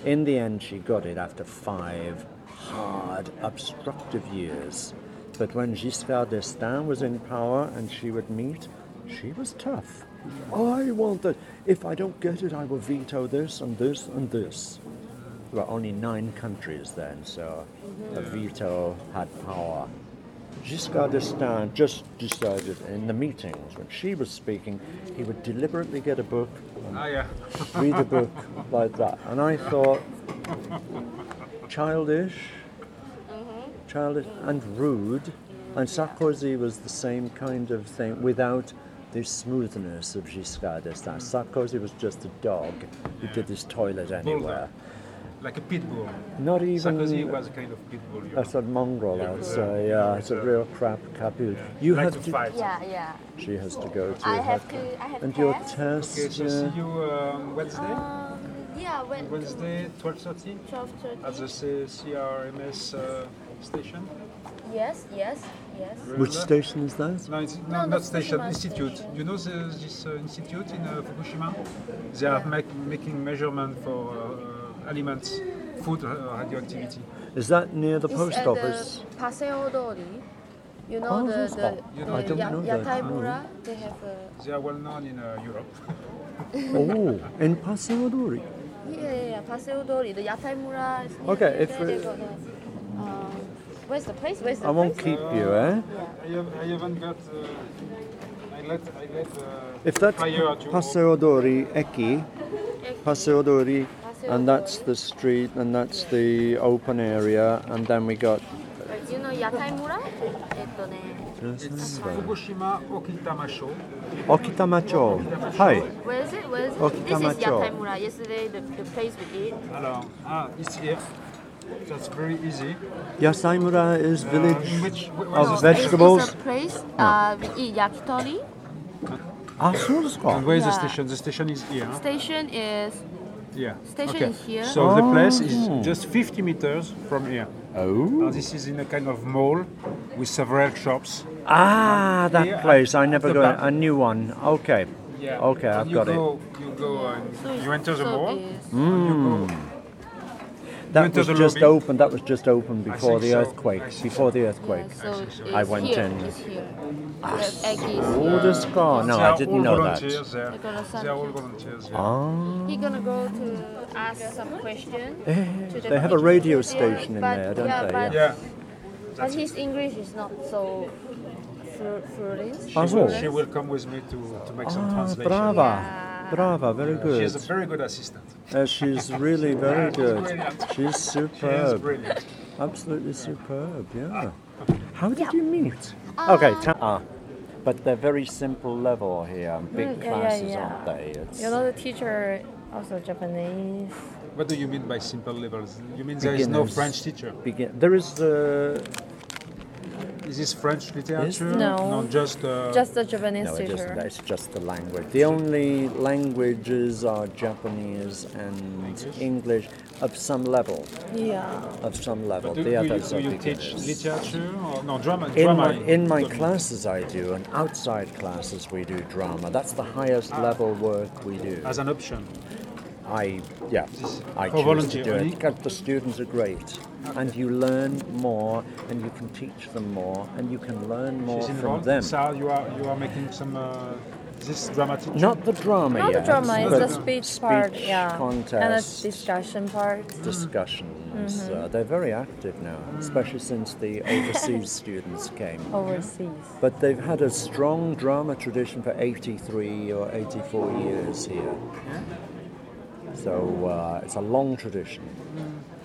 Speaker 1: In the end, she got it after five hard, obstructive years. But when Giscard d'Estaing was in power and she would meet, she was tough. I want that. If I don't get it, I will veto this and this and this. There were only nine countries then, so
Speaker 2: Mm-hmm.
Speaker 1: a veto had power. Giscard d'Estaing just decided in the meetings when she was speaking, he would deliberately get a book and
Speaker 2: Ah, yeah.
Speaker 1: (laughs) read a
Speaker 2: (laughs)
Speaker 1: book like that. And I thought, childish,
Speaker 2: Mm-hmm.
Speaker 1: childish, and rude. And Sarkozy was the same kind of thing without the smoothness of Giscard d'Estaing. Sarkozy was just a dog who did his toilet anywhere.
Speaker 2: Like a pit bull.
Speaker 1: Not even
Speaker 2: Sarkozy was a kind of pit bull, you know.
Speaker 1: that's a mongrel, I'd
Speaker 2: was, uh,
Speaker 1: say. Yeah, it's a
Speaker 2: uh,
Speaker 1: real crap caboose. You
Speaker 2: like
Speaker 1: have
Speaker 2: to fight.
Speaker 4: Yeah, yeah.
Speaker 1: She has to go to.
Speaker 4: I
Speaker 1: her-
Speaker 4: have to. I have
Speaker 1: And your
Speaker 4: test.
Speaker 1: test. uh,
Speaker 2: Okay, so
Speaker 1: yeah.
Speaker 2: see you um, Wednesday.
Speaker 4: Um, yeah, when
Speaker 2: Wednesday, 12.30
Speaker 4: twelve thirty.
Speaker 2: at the C- CRMS uh, station.
Speaker 4: Yes, yes, yes.
Speaker 1: Which
Speaker 2: Remember?
Speaker 1: station is that?
Speaker 2: No, it's,
Speaker 4: No,
Speaker 2: no,
Speaker 4: not
Speaker 2: not station,
Speaker 4: Fukushima
Speaker 2: institute.
Speaker 4: station.
Speaker 2: You know the, this uh, institute in uh, Fukushima? They are make, making measurement for uh, aliments, food uh, radioactivity.
Speaker 1: Is that near the
Speaker 4: It's
Speaker 1: post
Speaker 4: at
Speaker 1: office?
Speaker 4: the Paseo Dori. You know
Speaker 1: Oh,
Speaker 4: the,
Speaker 1: that's
Speaker 4: the,
Speaker 1: far.
Speaker 2: You
Speaker 4: the
Speaker 2: know, I
Speaker 1: don't
Speaker 4: Ya-
Speaker 1: know that. Mm-hmm.
Speaker 4: Yataimura. They have a
Speaker 2: They are well known in uh, Europe.
Speaker 1: oh, in Paseo Dori.
Speaker 4: yeah, yeah, yeah Paseo Dori. The Yataimura. Is near
Speaker 1: Okay,
Speaker 4: there.
Speaker 1: if
Speaker 4: they
Speaker 1: we-
Speaker 4: got the, um, where's the place? Where's the
Speaker 1: I won't
Speaker 4: place?
Speaker 1: keep you, eh?
Speaker 2: I, have, I haven't got. Uh, I let. I let. Uh,
Speaker 1: If that's
Speaker 2: prior to
Speaker 1: Paseo Dori Eki, Paseo Dori,
Speaker 4: Paseo
Speaker 1: and that's the street, and that's the open area, and then we got.
Speaker 4: You know Yataimura? えっとね、
Speaker 2: It's Fukushima Okitama-cho.
Speaker 1: Okitamacho. Hi.
Speaker 4: where is it? Where is it? This is
Speaker 1: Okitamacho.
Speaker 4: Yataimura. Yesterday, the, the place we ate.
Speaker 2: Alors, ah, it's here. That's very easy.
Speaker 1: Yasaimura is
Speaker 2: Uh,
Speaker 1: village
Speaker 2: in which, where,
Speaker 1: of
Speaker 2: is
Speaker 4: It's-
Speaker 1: vegetables.
Speaker 4: It's a place. Uh, we eat yakitori.
Speaker 1: Ah, so it's
Speaker 2: and
Speaker 1: got-
Speaker 2: where is the
Speaker 4: Yeah.
Speaker 2: station? The station is here.
Speaker 4: Station is
Speaker 2: Yeah. Oh.
Speaker 4: Station
Speaker 2: okay.
Speaker 4: is here.
Speaker 2: So the place is just 50 meters from here.
Speaker 1: Oh.
Speaker 2: And this is in a kind of mall with several shops.
Speaker 1: Ah, that
Speaker 2: Yeah,
Speaker 1: place. I
Speaker 2: at
Speaker 1: never
Speaker 2: the
Speaker 1: go.
Speaker 2: back.
Speaker 1: A new one. Okay. Okay,
Speaker 2: And
Speaker 1: I've
Speaker 2: you
Speaker 1: got it.
Speaker 2: go, You go and eh,
Speaker 4: so it's-
Speaker 1: Hmm?
Speaker 2: you enter the
Speaker 4: so
Speaker 2: mall.
Speaker 4: is-
Speaker 2: and you go-
Speaker 1: That
Speaker 2: went to
Speaker 1: was
Speaker 2: the
Speaker 1: just
Speaker 2: lobby.
Speaker 1: open. That was just open before
Speaker 11: think
Speaker 1: the
Speaker 11: so.
Speaker 1: earthquake.
Speaker 11: I think
Speaker 1: Before the
Speaker 4: Yeah,
Speaker 1: earthquake.
Speaker 4: so it's
Speaker 1: I went
Speaker 4: here,
Speaker 1: in.
Speaker 4: It's here. The egg is
Speaker 1: Oh,
Speaker 4: here.
Speaker 1: the scar. No,
Speaker 2: They are
Speaker 1: I didn't
Speaker 2: all
Speaker 1: know that.
Speaker 2: volunteers there.
Speaker 4: They're gonna send
Speaker 2: They are all
Speaker 4: kids.
Speaker 2: volunteers there.
Speaker 1: Ah,
Speaker 4: He gonna go to ask some question. to the
Speaker 1: Eh, they have a
Speaker 4: teacher.
Speaker 1: radio
Speaker 4: Yeah,
Speaker 1: station in
Speaker 4: but-
Speaker 1: there, don't
Speaker 4: yeah,
Speaker 1: they?
Speaker 4: But,
Speaker 2: Yeah,
Speaker 4: but his English is not so flu- fluent.
Speaker 1: Ah, so.
Speaker 2: she will come with me to, to make some
Speaker 1: Ah,
Speaker 2: translation.
Speaker 1: brava, brava, very
Speaker 2: She
Speaker 1: good.
Speaker 2: is a very good assistant. She
Speaker 1: Uh, she's really very good.
Speaker 2: brilliant.
Speaker 1: She's
Speaker 2: is
Speaker 1: superb,
Speaker 2: brilliant. Ah,
Speaker 1: absolutely superb. Yeah. How did you meet? Okay, ta- ah, but they're very simple level here. and Big
Speaker 6: Mm, yeah, yeah,
Speaker 1: classes,
Speaker 6: yeah.
Speaker 1: aren't they? It's
Speaker 6: You know, the teacher also Japanese.
Speaker 2: What do you mean by simple levels? You mean there is no
Speaker 1: Beginners.
Speaker 2: French teacher?
Speaker 1: begin. There is the
Speaker 2: Is this French literature?
Speaker 6: No.
Speaker 2: No, just. Uh,
Speaker 6: Just the Japanese
Speaker 1: No, it
Speaker 6: teacher.
Speaker 1: isn't. It's just the language. The only languages are Japanese and English of some level.
Speaker 6: yeah.
Speaker 1: Of some level.
Speaker 2: but do,
Speaker 1: the
Speaker 2: do you,
Speaker 1: others
Speaker 2: do
Speaker 1: are
Speaker 2: you teach
Speaker 1: beginners.
Speaker 2: literature or no drama?
Speaker 1: in
Speaker 2: drama
Speaker 1: my,
Speaker 2: you
Speaker 1: in my
Speaker 2: don't-
Speaker 1: classes, I do, and outside classes, we do drama. That's the highest
Speaker 2: Ah.
Speaker 1: level work we do.
Speaker 2: As an option.
Speaker 1: I yeah,
Speaker 2: Ah. This-
Speaker 1: I
Speaker 2: for
Speaker 1: choose to
Speaker 2: volunteer,
Speaker 1: do
Speaker 2: really? Ah.
Speaker 1: it. 'cause the students are great, and you learn more, and you can teach them more, and you can learn more
Speaker 2: She's
Speaker 1: from
Speaker 2: involved.
Speaker 1: them.
Speaker 2: Sarah, you are you are making some uh, this dramatic.
Speaker 1: Not the drama
Speaker 6: Not
Speaker 1: yet,
Speaker 6: the drama, it's
Speaker 1: but
Speaker 6: the speech, part.
Speaker 1: speech
Speaker 6: Yeah. And
Speaker 1: contest.
Speaker 6: the discussion part.
Speaker 1: discussions.
Speaker 6: Mm-hmm.
Speaker 1: Uh, they're very active now, especially since the
Speaker 6: (laughs)
Speaker 1: overseas students came.
Speaker 6: Overseas.
Speaker 1: But they've had a strong drama tradition for 83 or 84 years here. So uh, it's a long tradition.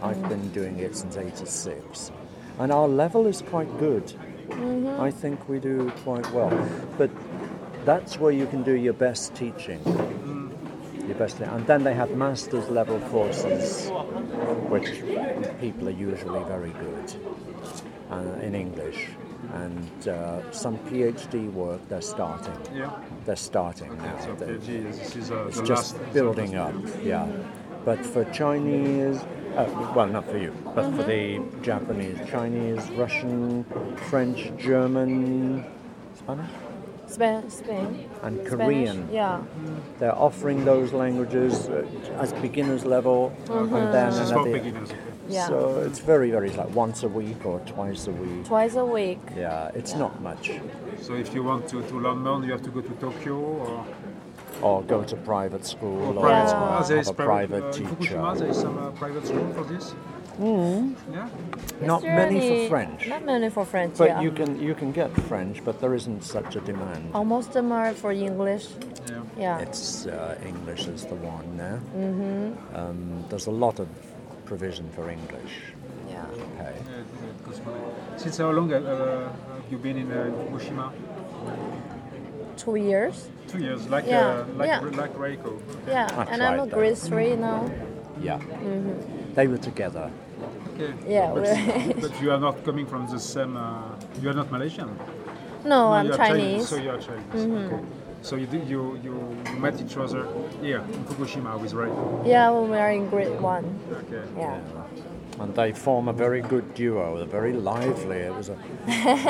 Speaker 1: I've been doing it since 86. And our level is quite good. I think we do quite well. But that's where you can do your best teaching. Your best, and then they have master's level courses, which people are usually very good uh, in English, and uh, some PhD work they're starting.
Speaker 2: Yeah.
Speaker 1: They're starting now.
Speaker 2: So,
Speaker 1: They're-
Speaker 2: PhD, this is uh,
Speaker 1: it's
Speaker 2: the
Speaker 1: just
Speaker 2: last,
Speaker 1: building up, yeah. But for Chinese, uh, well, not for you, but for the Japanese, Chinese, Russian, French, German, Spanish,
Speaker 6: Span- Spain.
Speaker 1: and
Speaker 6: Spanish.
Speaker 1: Korean.
Speaker 6: Yeah.
Speaker 1: They're offering those languages uh, as beginners level, and then
Speaker 2: This is for
Speaker 1: another.
Speaker 2: beginners.
Speaker 6: Mm-hmm. Yeah.
Speaker 1: So it's very, very it's like once a week or twice a week.
Speaker 6: Twice a week.
Speaker 1: Yeah, it's not much.
Speaker 2: So if you want to, to learn more, you have to go to Tokyo or
Speaker 1: or go to private school or,
Speaker 2: private school. Ah,
Speaker 1: have
Speaker 2: there is
Speaker 1: a private
Speaker 2: uh, in Fukushima, there
Speaker 1: teacher.
Speaker 2: is some uh, private school for this. Yeah.
Speaker 1: Not
Speaker 6: Is there
Speaker 1: many
Speaker 6: any-
Speaker 1: for French,
Speaker 6: Not many for French,
Speaker 1: but
Speaker 6: yeah.
Speaker 1: you can you can get French, but there isn't such a demand.
Speaker 6: Almost them are for English.
Speaker 2: Yeah.
Speaker 6: Yeah.
Speaker 1: It's uh, English is the one now.
Speaker 6: Mm-hmm.
Speaker 1: Um, there's a lot of provision for English.
Speaker 6: yeah.
Speaker 1: Okay.
Speaker 2: Yeah, it- it costs money. Since how long uh, uh, have you been in uh, Fukushima?
Speaker 6: Two years.
Speaker 2: Two years, like
Speaker 6: Yeah,
Speaker 2: uh, like
Speaker 6: yeah.
Speaker 2: like Reiko.
Speaker 6: Yeah.
Speaker 1: I
Speaker 6: and I'm
Speaker 1: tried
Speaker 6: a
Speaker 1: that.
Speaker 6: grade three now.
Speaker 1: Yeah. They were together.
Speaker 2: Okay.
Speaker 6: Yeah. we're- (laughs)
Speaker 2: But, but you are not coming from the same. Uh, you are not Malaysian.
Speaker 6: no,
Speaker 2: No,
Speaker 6: I'm
Speaker 2: you are
Speaker 6: Chinese. Mm-hmm.
Speaker 2: So you are Chinese. Okay. So you, did- you you you met each other here in Fukushima with Reiko.
Speaker 6: yeah, when we are in grade one.
Speaker 2: Okay.
Speaker 6: Yeah.
Speaker 1: And they form a very good duo. They're very lively. It was a,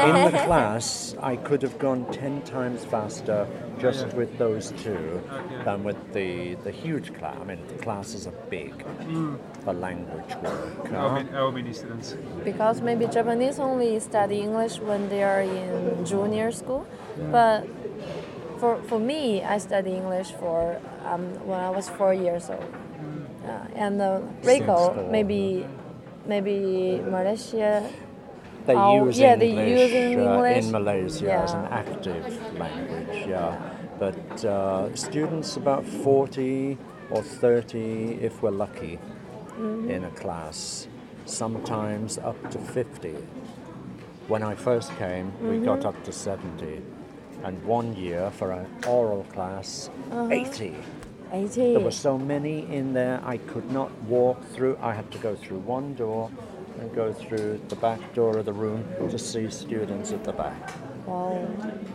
Speaker 1: in the class. I could have gone ten times faster just
Speaker 2: Yeah.
Speaker 1: with those two
Speaker 2: Okay.
Speaker 1: than with the the huge class. I mean, the classes are big. The language work.
Speaker 2: How many, how many students?
Speaker 6: Because maybe Japanese only study English when they are in junior school. But for, for me, I study English for um, when I was four years old. Yeah. And uh,
Speaker 1: form.
Speaker 6: Reiko, maybe maybe Malaysia.
Speaker 1: They
Speaker 6: Oh,
Speaker 1: use
Speaker 6: yeah, they
Speaker 1: English,
Speaker 6: use in
Speaker 1: uh,
Speaker 6: English.
Speaker 1: in Malaysia as
Speaker 6: Yeah.
Speaker 1: an active language. Yeah, but uh, students about forty or thirty, if we're lucky,
Speaker 6: Mm-hmm.
Speaker 1: in a class. Sometimes up to fifty. When I first came, we
Speaker 6: Mm-hmm.
Speaker 1: got up to seventy, and one year for an oral class,
Speaker 6: Uh-huh.
Speaker 1: eighty.
Speaker 6: 80.
Speaker 1: There were so many in there, I could not walk through. I had to go through one door and go through the back door of the room to see students at the back.
Speaker 6: Wow.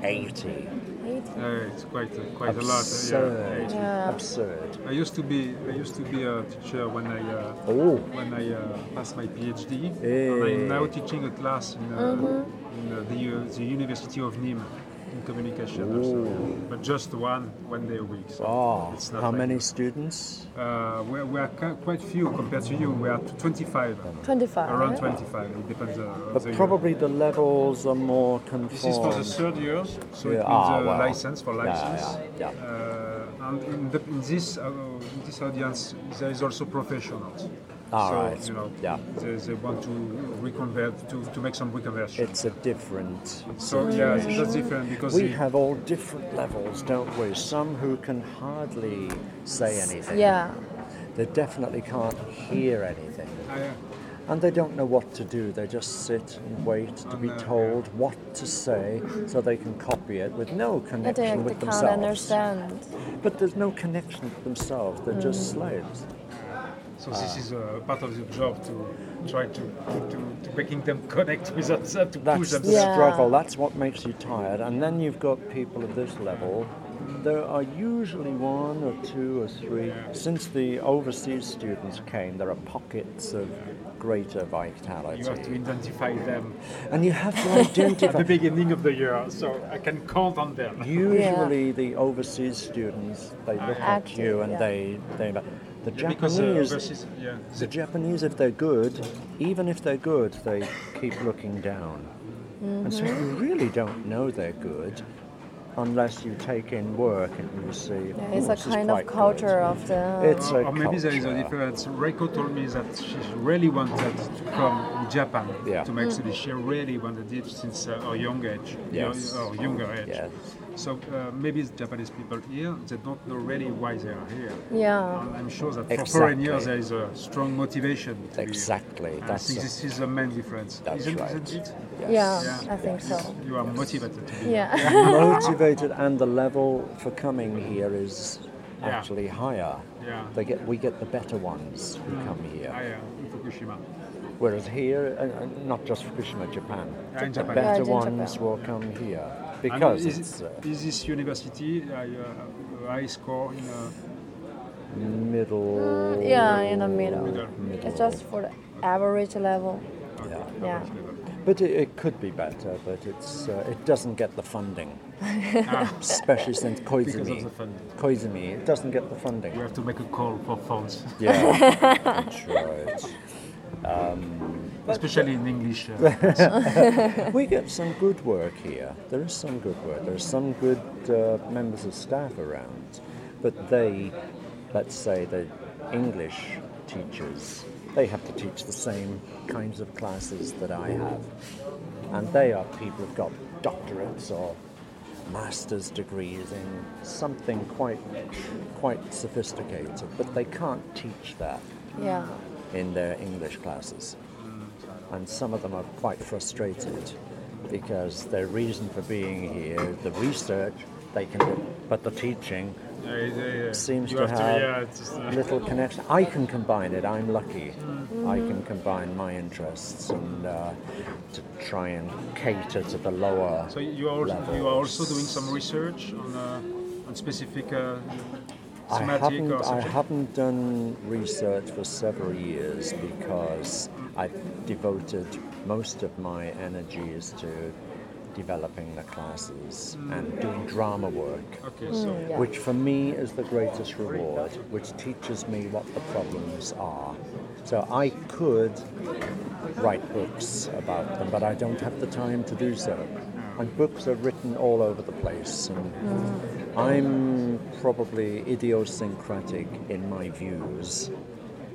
Speaker 1: 80.
Speaker 6: 80.
Speaker 2: Uh, it's quite uh, quite a lot. uh,
Speaker 1: Absurd.
Speaker 2: yeah.
Speaker 6: Yeah.
Speaker 1: Absurd.
Speaker 2: I used to be I used to be a teacher when I uh,
Speaker 1: Oh.
Speaker 2: when I uh, passed my PhD.
Speaker 1: Hey.
Speaker 2: And
Speaker 6: Mm-hmm.
Speaker 2: I'm now teaching a class in, uh, in uh, the, uh, the University of Nîmes. in communication or so. But just one, one day a week. So
Speaker 1: Oh,
Speaker 2: it's not
Speaker 1: how
Speaker 2: like-
Speaker 1: many students?
Speaker 2: Uh, we, we are ca- quite few compared to you. We are 25,
Speaker 6: 25.
Speaker 2: around
Speaker 6: right?
Speaker 2: 25. It depends on on the
Speaker 1: But
Speaker 2: year.
Speaker 1: probably the levels are more conformed.
Speaker 2: This is for the third year, so it
Speaker 1: Yeah,
Speaker 2: means
Speaker 1: ah,
Speaker 2: uh,
Speaker 1: well.
Speaker 2: license for
Speaker 1: Yeah, yeah,
Speaker 2: license.
Speaker 1: yeah.
Speaker 2: Uh, and in, the, in this uh, in this audience, there is also professionals.
Speaker 1: Ah,
Speaker 2: so
Speaker 1: right.
Speaker 2: you know,
Speaker 1: Yeah.
Speaker 2: they, they want to reconvert to, to make some reconversion.
Speaker 1: It's a different.
Speaker 2: so yeah, that's different because
Speaker 1: We
Speaker 2: the-
Speaker 1: have all different levels, don't we? Some who can hardly say anything.
Speaker 6: Yeah.
Speaker 1: They definitely can't hear anything.
Speaker 6: Oh,
Speaker 2: I,
Speaker 1: And they don't know what to do. They just sit and wait
Speaker 6: Oh,
Speaker 1: to be
Speaker 2: And, uh,
Speaker 1: told what to say so they can copy it with no
Speaker 6: I
Speaker 1: connection
Speaker 6: think they
Speaker 1: with
Speaker 6: can't
Speaker 1: themselves.
Speaker 6: understand.
Speaker 1: But there's no connection with themselves. They're
Speaker 6: Mm.
Speaker 1: just slaves.
Speaker 2: so this is uh, part of the job to try to to, to making them connect with themselves, to push
Speaker 1: That's the
Speaker 2: themselves.
Speaker 6: Yeah.
Speaker 1: struggle. That's what makes you tired. And then you've got people of this level. There are usually one or two or three. Since the overseas students came, there are pockets of greater
Speaker 2: You have to
Speaker 1: vitality.
Speaker 2: identify them
Speaker 1: And you have to
Speaker 2: at (laughs)
Speaker 6: (laughs)
Speaker 2: the
Speaker 1: identify.
Speaker 2: beginning of the year, so I can count on them.
Speaker 1: Usually, the overseas students they look at you
Speaker 6: Active,
Speaker 1: and
Speaker 6: yeah.
Speaker 1: they they the
Speaker 2: because uh,
Speaker 1: Japanese.
Speaker 2: overseas, yeah,
Speaker 1: The Japanese, if they're good, even if they're good, they keep looking down. And so
Speaker 6: Mm-hmm.
Speaker 1: you really don't know they're good unless you take in work and you see. "Ooh,
Speaker 6: It's a
Speaker 1: this is
Speaker 6: kind of
Speaker 1: quite
Speaker 6: culture
Speaker 1: good."
Speaker 6: of the.
Speaker 1: It's
Speaker 2: or,
Speaker 1: a
Speaker 2: or maybe there is a
Speaker 1: culture.
Speaker 2: difference. Reiko told me that she really wanted to come in Japan
Speaker 1: Yeah.
Speaker 2: to make studies. She really wanted it since uh, her young age,
Speaker 1: Yes.
Speaker 2: or, or younger age.
Speaker 1: Yes.
Speaker 2: So uh, maybe the Japanese people here, they don't know really why they are here.
Speaker 6: Yeah.
Speaker 2: And I'm sure that for foreign
Speaker 1: Exactly.
Speaker 2: years there is a strong motivation. To
Speaker 1: Exactly,
Speaker 2: Be here. And
Speaker 1: that's
Speaker 2: I think
Speaker 1: a-
Speaker 2: this is the main difference.
Speaker 1: That's
Speaker 2: isn't,
Speaker 1: right.
Speaker 2: isn't it?
Speaker 6: Yeah,
Speaker 2: Yeah.
Speaker 6: I think so.
Speaker 2: You are motivated to be here.
Speaker 6: Yeah.
Speaker 1: motivated and the level for coming here is
Speaker 2: Yeah.
Speaker 1: actually higher.
Speaker 2: Yeah. Mm.
Speaker 1: They get we get the better ones who come here.
Speaker 2: I am in Fukushima.
Speaker 1: Whereas here, uh, uh, not just Fukushima, Japan,
Speaker 2: Yeah, in
Speaker 1: the
Speaker 2: Japan.
Speaker 1: better
Speaker 6: Yeah, in Japan.
Speaker 1: ones will come here
Speaker 2: And
Speaker 1: because
Speaker 2: is,
Speaker 1: it's uh,
Speaker 2: is this university I, uh, high score in uh,
Speaker 1: middle.
Speaker 6: Yeah, in the middle.
Speaker 2: Middle.
Speaker 6: It's just for the average level.
Speaker 1: Yeah.
Speaker 6: Yeah.
Speaker 1: But it, it could be better, but it's uh, it doesn't get the
Speaker 2: (laughs)
Speaker 1: funding, especially since
Speaker 2: Ah. Because of the
Speaker 1: Koizumi.
Speaker 2: funding.
Speaker 1: Koizumi, it doesn't get the funding.
Speaker 2: We have to make a call for funds,
Speaker 1: Yeah,
Speaker 2: (laughs)
Speaker 1: that's right. Um,
Speaker 2: especially in English. Uh,
Speaker 1: (laughs) We get some good work here. There is some good work. There are some good uh, members of staff around, but they, let's say the English teachers, they have to teach the same kinds of classes that I have, and they are people who've got doctorates or master's degrees in something quite, quite sophisticated, but they can't teach that
Speaker 6: Yeah.
Speaker 1: in their English classes. And some of them are quite frustrated because their reason for being here, the research they can do, but the teaching
Speaker 2: yeah, yeah, yeah.
Speaker 1: seems
Speaker 2: you
Speaker 1: to
Speaker 2: have
Speaker 1: have
Speaker 2: to, yeah, it's just, uh,
Speaker 1: little connection. I can combine it, I'm lucky. I can combine my interests and uh, to try and cater to the lower.
Speaker 2: so you are also, you are also doing some
Speaker 1: levels.
Speaker 2: research on, uh, on specific uh,
Speaker 1: I
Speaker 2: thematic
Speaker 1: haven't,
Speaker 2: or
Speaker 1: I
Speaker 2: subject.
Speaker 1: haven't done research for several years because I've devoted most of my energies to developing the classes and doing drama work,
Speaker 2: Mm. Okay, so
Speaker 6: Yeah.
Speaker 1: which for me is the greatest reward, which teaches me what the problems are. So I could write books about them, but I don't have the time to do so. And books are written all over the place. And I'm probably idiosyncratic in my views,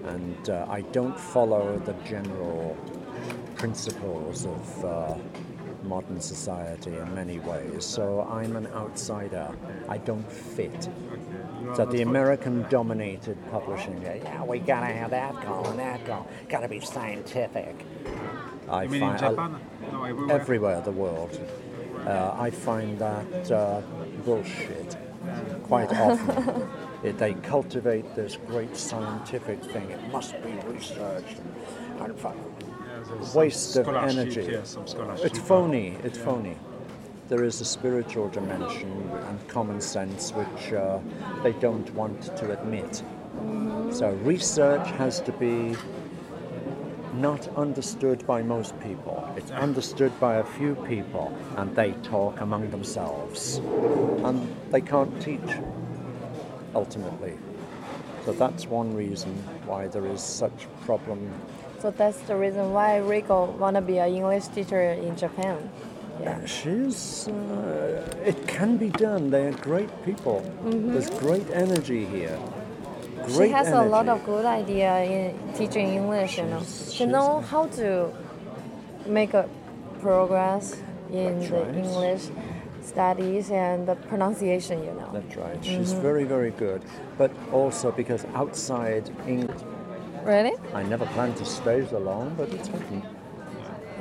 Speaker 1: and uh, I don't follow the general principles of uh, modern society in many ways. So I'm an outsider. I don't fit.
Speaker 2: you are
Speaker 1: So
Speaker 2: not
Speaker 1: the
Speaker 2: fo-
Speaker 1: American-dominated publishing, yeah, yeah, we gotta have that goal and that goal. Gotta be scientific. I
Speaker 2: You mean in
Speaker 1: find- I-
Speaker 2: Japan? No, everywhere.
Speaker 1: everywhere in the world. Uh, I find that uh, bullshit quite often. it, they cultivate this great scientific thing. It must be researched. And, and fu-
Speaker 2: Yeah, there's some
Speaker 1: waste of
Speaker 2: scholarship,
Speaker 1: energy.
Speaker 2: Yeah, some scholarship.
Speaker 1: it's phony. It's phony. There is a spiritual dimension and common sense which uh, they don't want to admit. So research has to be not understood by most people. It's understood by a few people, and they talk among themselves. And they can't teach, ultimately. So that's one reason why there is such problem.
Speaker 6: So that's the reason why Rico wanna be an English teacher in Japan. Yeah.
Speaker 1: She's, uh, it can be done. They are great people. There's great energy here. Great
Speaker 6: Mm-hmm. she has a lot
Speaker 1: energy.
Speaker 6: of good idea in teaching English. You know,
Speaker 1: She's-
Speaker 6: she
Speaker 1: she's-
Speaker 6: know how to make a progress in
Speaker 1: That's
Speaker 6: the
Speaker 1: right.
Speaker 6: English studies and the pronunciation. You know,
Speaker 1: That's right. She's
Speaker 6: Mm-hmm.
Speaker 1: very, very good. But also because outside England,
Speaker 6: really?
Speaker 1: I never planned to stay so long, but it's happened.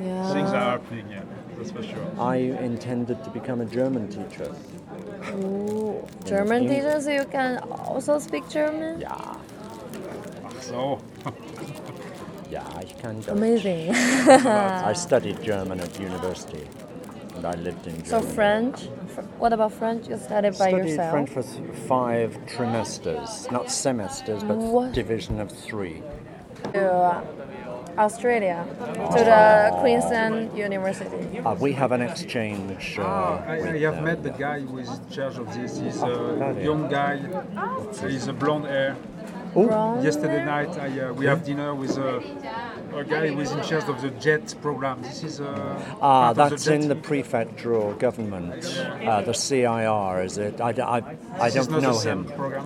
Speaker 6: Yeah.
Speaker 9: are happening, yeah, that's for sure.
Speaker 1: I intended to become a German teacher.
Speaker 6: Ooh. German
Speaker 1: In-
Speaker 6: teachers, you can also speak German.
Speaker 1: Yeah,
Speaker 9: So,
Speaker 1: yeah, I can go.
Speaker 6: Amazing. (laughs)
Speaker 1: I studied German at university, and I lived in Germany.
Speaker 6: so French. Fr- What about French? You studied by
Speaker 1: studied
Speaker 6: yourself.
Speaker 1: French for th- five trimesters, not semesters, but
Speaker 6: What?
Speaker 1: division of three.
Speaker 6: to uh, Australia to the Queensland University.
Speaker 1: Uh, we have an exchange. Uh,
Speaker 2: Ah, I,
Speaker 1: with
Speaker 2: I have
Speaker 1: them,
Speaker 2: met the
Speaker 1: yeah.
Speaker 2: guy who is in charge of this. He's a
Speaker 1: Dario.
Speaker 2: young guy.
Speaker 1: Ah.
Speaker 2: He's a blonde hair.
Speaker 6: Brown
Speaker 2: Yesterday
Speaker 6: there?
Speaker 2: night, I, uh, we have dinner with a, a guy who is in charge of the JET program. This is uh,
Speaker 1: Ah,
Speaker 2: part of
Speaker 1: that's
Speaker 2: JET.
Speaker 1: in the prefectural government. Uh, the CIR, is it? I, d- I- I
Speaker 2: This is
Speaker 1: don't
Speaker 2: not
Speaker 1: know
Speaker 2: the same
Speaker 1: him.
Speaker 2: program.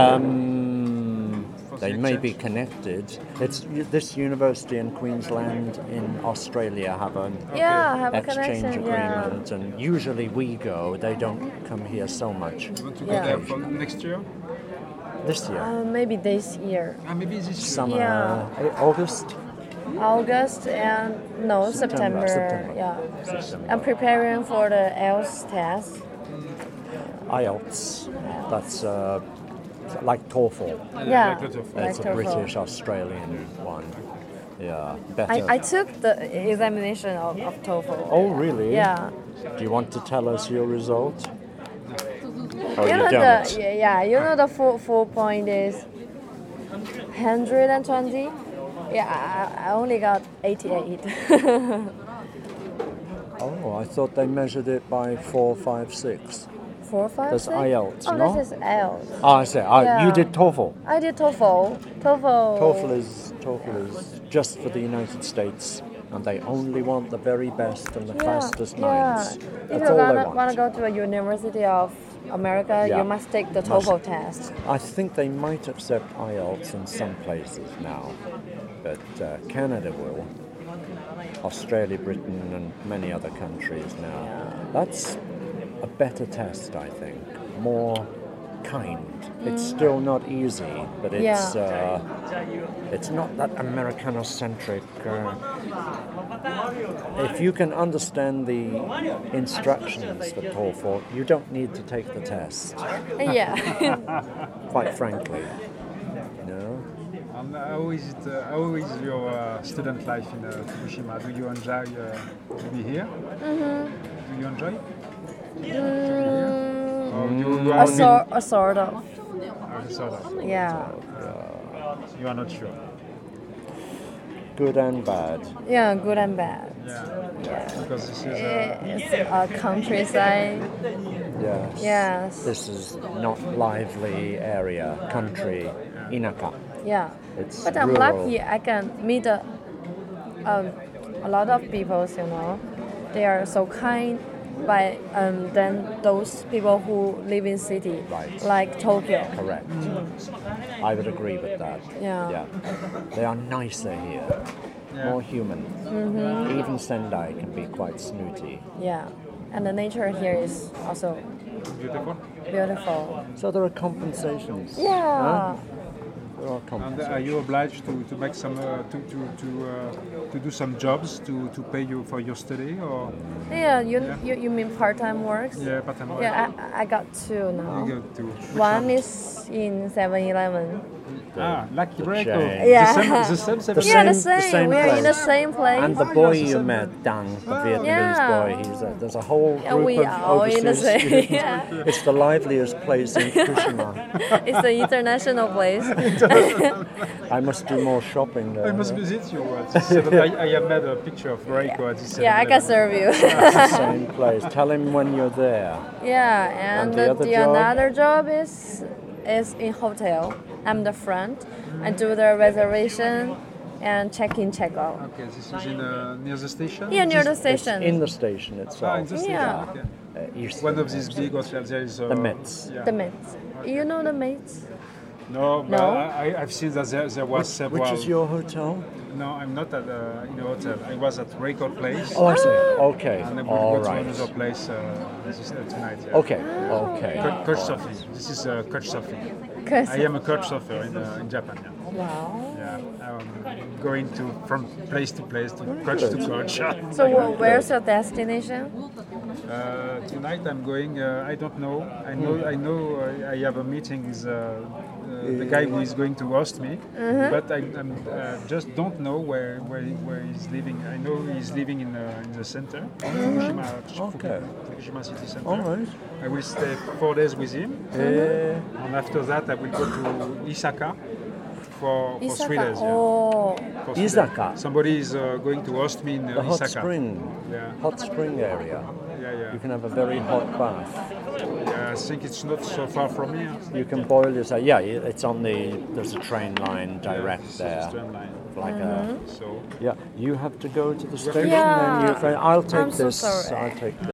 Speaker 1: Um,
Speaker 2: For
Speaker 1: they
Speaker 2: the
Speaker 1: may be
Speaker 2: exchange.
Speaker 1: connected. It's this university in Queensland in Australia have an
Speaker 6: Yeah, I have a
Speaker 1: exchange
Speaker 6: connection. Yeah.
Speaker 1: agreement, and usually we go. They don't come here so much.
Speaker 2: You want to
Speaker 6: Yeah.
Speaker 2: go there for next year?
Speaker 1: This year,
Speaker 6: Uh, maybe this year,
Speaker 2: Ah, maybe this year.
Speaker 1: summer,
Speaker 6: Yeah.
Speaker 1: eh, August,
Speaker 6: August and no
Speaker 1: September,
Speaker 6: September.
Speaker 1: September.
Speaker 6: Yeah, I'm
Speaker 1: September.
Speaker 6: preparing for the IELTS test.
Speaker 1: IELTS. That's uh, like TOEFL.
Speaker 6: Yeah,
Speaker 1: It's a
Speaker 6: TOEFL.
Speaker 1: British Australian one. Yeah, better.
Speaker 6: I, I took the examination of, of TOEFL.
Speaker 1: oh, really?
Speaker 6: Yeah,
Speaker 1: Do you want to tell us your result? Oh,
Speaker 6: you
Speaker 1: you
Speaker 6: know
Speaker 1: don't.
Speaker 6: the yeah, yeah you know the full full point is hundred and twenty. Yeah, I, I- I only got eighty eight.
Speaker 1: Oh, I thought they measured it by four, five, six.
Speaker 6: (laughs) Four, five,
Speaker 1: That's
Speaker 6: six?
Speaker 1: IELTS,
Speaker 6: Oh,
Speaker 1: no?
Speaker 6: this is IELTS.
Speaker 1: Ah, I see. Ah,
Speaker 6: Yeah.
Speaker 1: You did TOEFL.
Speaker 6: I did TOEFL. TOEFL.
Speaker 1: TOEFL is TOEFL is just for the United States, and they only want the very best and the fastest minds.
Speaker 6: Yeah. If
Speaker 1: That's
Speaker 6: you
Speaker 1: all
Speaker 6: wanna,
Speaker 1: they want.
Speaker 6: wanna go to a University of America,
Speaker 1: Yeah.
Speaker 6: you must take the
Speaker 1: Must.
Speaker 6: TOEFL
Speaker 1: (laughs)
Speaker 6: test.
Speaker 1: I think they might accept IELTS in some places now, but uh, Canada will. Australia, Britain, and many other countries now. That's a better test, I think. More kind. It's still not easy, but it's
Speaker 6: Yeah.
Speaker 1: uh, it's not that Americanocentric. Uh, if you can understand the instructions for TOEFL, you don't need to take the test
Speaker 6: (laughs) yeah.
Speaker 1: quite frankly. No?
Speaker 2: And Um, how is it? Uh, how is your uh, student life in uh, Fukushima? Do you enjoy uh, to be here?
Speaker 6: Mm-hmm.
Speaker 2: Do you enjoy? Or you, you,
Speaker 6: Mm, a,
Speaker 2: are
Speaker 6: sor- a sort of.
Speaker 2: not, sort of,
Speaker 6: Yeah.
Speaker 2: you are not sure.
Speaker 1: Good and bad.
Speaker 6: Yeah, good and bad.
Speaker 2: Yeah. Because this is uh,
Speaker 6: It's a countryside.
Speaker 1: Yes.
Speaker 6: Yes.
Speaker 1: This is not lively area, country, inaka.
Speaker 6: Yeah.
Speaker 1: It's
Speaker 6: but I'm
Speaker 1: rural.
Speaker 6: lucky I can meet a, um, a lot of people, you know. They are so kind by um, than those people who live in city,
Speaker 1: Right.
Speaker 6: like Tokyo.
Speaker 1: Correct. I would agree with that.
Speaker 6: Yeah.
Speaker 1: They are nicer here. More human.
Speaker 6: Mm-hmm.
Speaker 1: Even Sendai can be quite snooty.
Speaker 6: Yeah. And the nature here is also
Speaker 2: beautiful.
Speaker 6: beautiful.
Speaker 1: So there are compensations.
Speaker 6: Yeah.
Speaker 1: Huh? There are
Speaker 2: And uh,
Speaker 1: compensations.
Speaker 2: are you obliged to, to make some uh, to to to, uh, to do some jobs to, to pay you for your study or
Speaker 6: Yeah, you, you, you mean part time works?
Speaker 2: yeah, but I'm
Speaker 6: Yeah, I, I got two
Speaker 2: you
Speaker 6: now.
Speaker 2: go to which
Speaker 6: One is in 7 Eleven.
Speaker 2: ah lucky break.
Speaker 1: chain.
Speaker 2: or-
Speaker 6: Yeah.
Speaker 2: The same, the same, same
Speaker 6: (laughs) Yeah, the
Speaker 1: Same- the
Speaker 6: same.
Speaker 1: same
Speaker 6: we are in the
Speaker 1: place.
Speaker 6: same place.
Speaker 1: And the
Speaker 6: (laughs)
Speaker 2: Ah,
Speaker 1: boy
Speaker 2: yes,
Speaker 1: you
Speaker 2: it's a-
Speaker 1: met, Dang, the Vietnamese
Speaker 6: Yeah.
Speaker 1: boy, he's a, there's a whole
Speaker 6: Yeah,
Speaker 1: group
Speaker 6: we
Speaker 1: of
Speaker 6: are all in the
Speaker 1: overseas
Speaker 6: same-
Speaker 1: students.
Speaker 6: (laughs) yeah.
Speaker 1: (laughs) It's the liveliest place in Fukushima. (laughs)
Speaker 6: it's the international place.
Speaker 1: I must do more shopping there.
Speaker 2: I must visit you. uh, to see that
Speaker 6: (laughs)
Speaker 2: I, I have made a picture of Reiko at this.
Speaker 6: Yeah, I uh, can
Speaker 2: 7-Eleven.
Speaker 6: serve you. (laughs)
Speaker 1: Same place. Tell him when you're there.
Speaker 6: yeah, and,
Speaker 1: And the other
Speaker 6: the
Speaker 1: job?
Speaker 6: another job is is in hotel. I'm the front. I do the reservation and check in, check out.
Speaker 2: Okay, this is in uh, near the station.
Speaker 6: Yeah, near the
Speaker 2: This-
Speaker 1: It's
Speaker 6: station.
Speaker 1: in the station
Speaker 2: Ah, in
Speaker 1: itself.
Speaker 2: the station.
Speaker 6: Yeah.
Speaker 2: Okay.
Speaker 1: Uh, you see
Speaker 2: One of
Speaker 1: it.
Speaker 2: these big hotels. There is uh,
Speaker 1: The Metz.
Speaker 2: yeah.
Speaker 6: the mates. You know the mates?
Speaker 2: No, but
Speaker 6: No?
Speaker 2: I, I- I've seen that there, there was several.
Speaker 1: Which is your hotel?
Speaker 2: No, I'm not at uh, in a hotel. I was at Record Place.
Speaker 1: Oh, I see. Okay.
Speaker 2: And then we
Speaker 1: All
Speaker 2: go to
Speaker 1: right.
Speaker 2: another place uh, this is, uh, tonight. Yeah.
Speaker 1: Okay.
Speaker 2: Ah.
Speaker 1: Okay.
Speaker 2: Cou- Couch surfing. This is uh, couch surfing.
Speaker 6: Cause
Speaker 2: I am a couch surfer in, uh, in Japan. Yeah.
Speaker 6: wow.
Speaker 2: Yeah, I'm going to from place to place to couch to couch.
Speaker 6: So wh- where's your destination?
Speaker 2: (laughs) Uh, tonight I'm going. Uh, I don't know. I know. I know. I, I have a meeting with uh, uh, the guy who is going to host me,
Speaker 1: Uh-huh.
Speaker 2: but I I'm, uh, just don't know where, where where he's living. I know he's living in uh, in the center, Fukushima,
Speaker 1: Uh-huh. Okay.
Speaker 2: Fukushima city center.
Speaker 1: All right.
Speaker 2: I will stay four days with him,
Speaker 1: Eh,
Speaker 2: and after that I will go to Isaka for, for three
Speaker 6: Isaka.
Speaker 2: days. yeah.
Speaker 6: Oh,
Speaker 2: For three days.
Speaker 1: Isaka.
Speaker 2: Somebody is uh, going to host me in uh,
Speaker 1: the hot
Speaker 2: Isaka.
Speaker 1: spring.
Speaker 2: Yeah.
Speaker 1: Hot spring area.
Speaker 2: Yeah, yeah.
Speaker 1: You can have a very hot bath.
Speaker 2: yeah. I think it's not so far from here.
Speaker 1: You can boil yourself. Yeah, it's on the. There's a train line direct
Speaker 2: This is
Speaker 1: there.
Speaker 2: streamlined.
Speaker 1: Like a.
Speaker 2: So
Speaker 1: Yeah, you have to go to the station.
Speaker 6: Yeah.
Speaker 1: And you, I'll take
Speaker 6: I'm so
Speaker 1: this.
Speaker 6: sorry.
Speaker 1: I'll take this.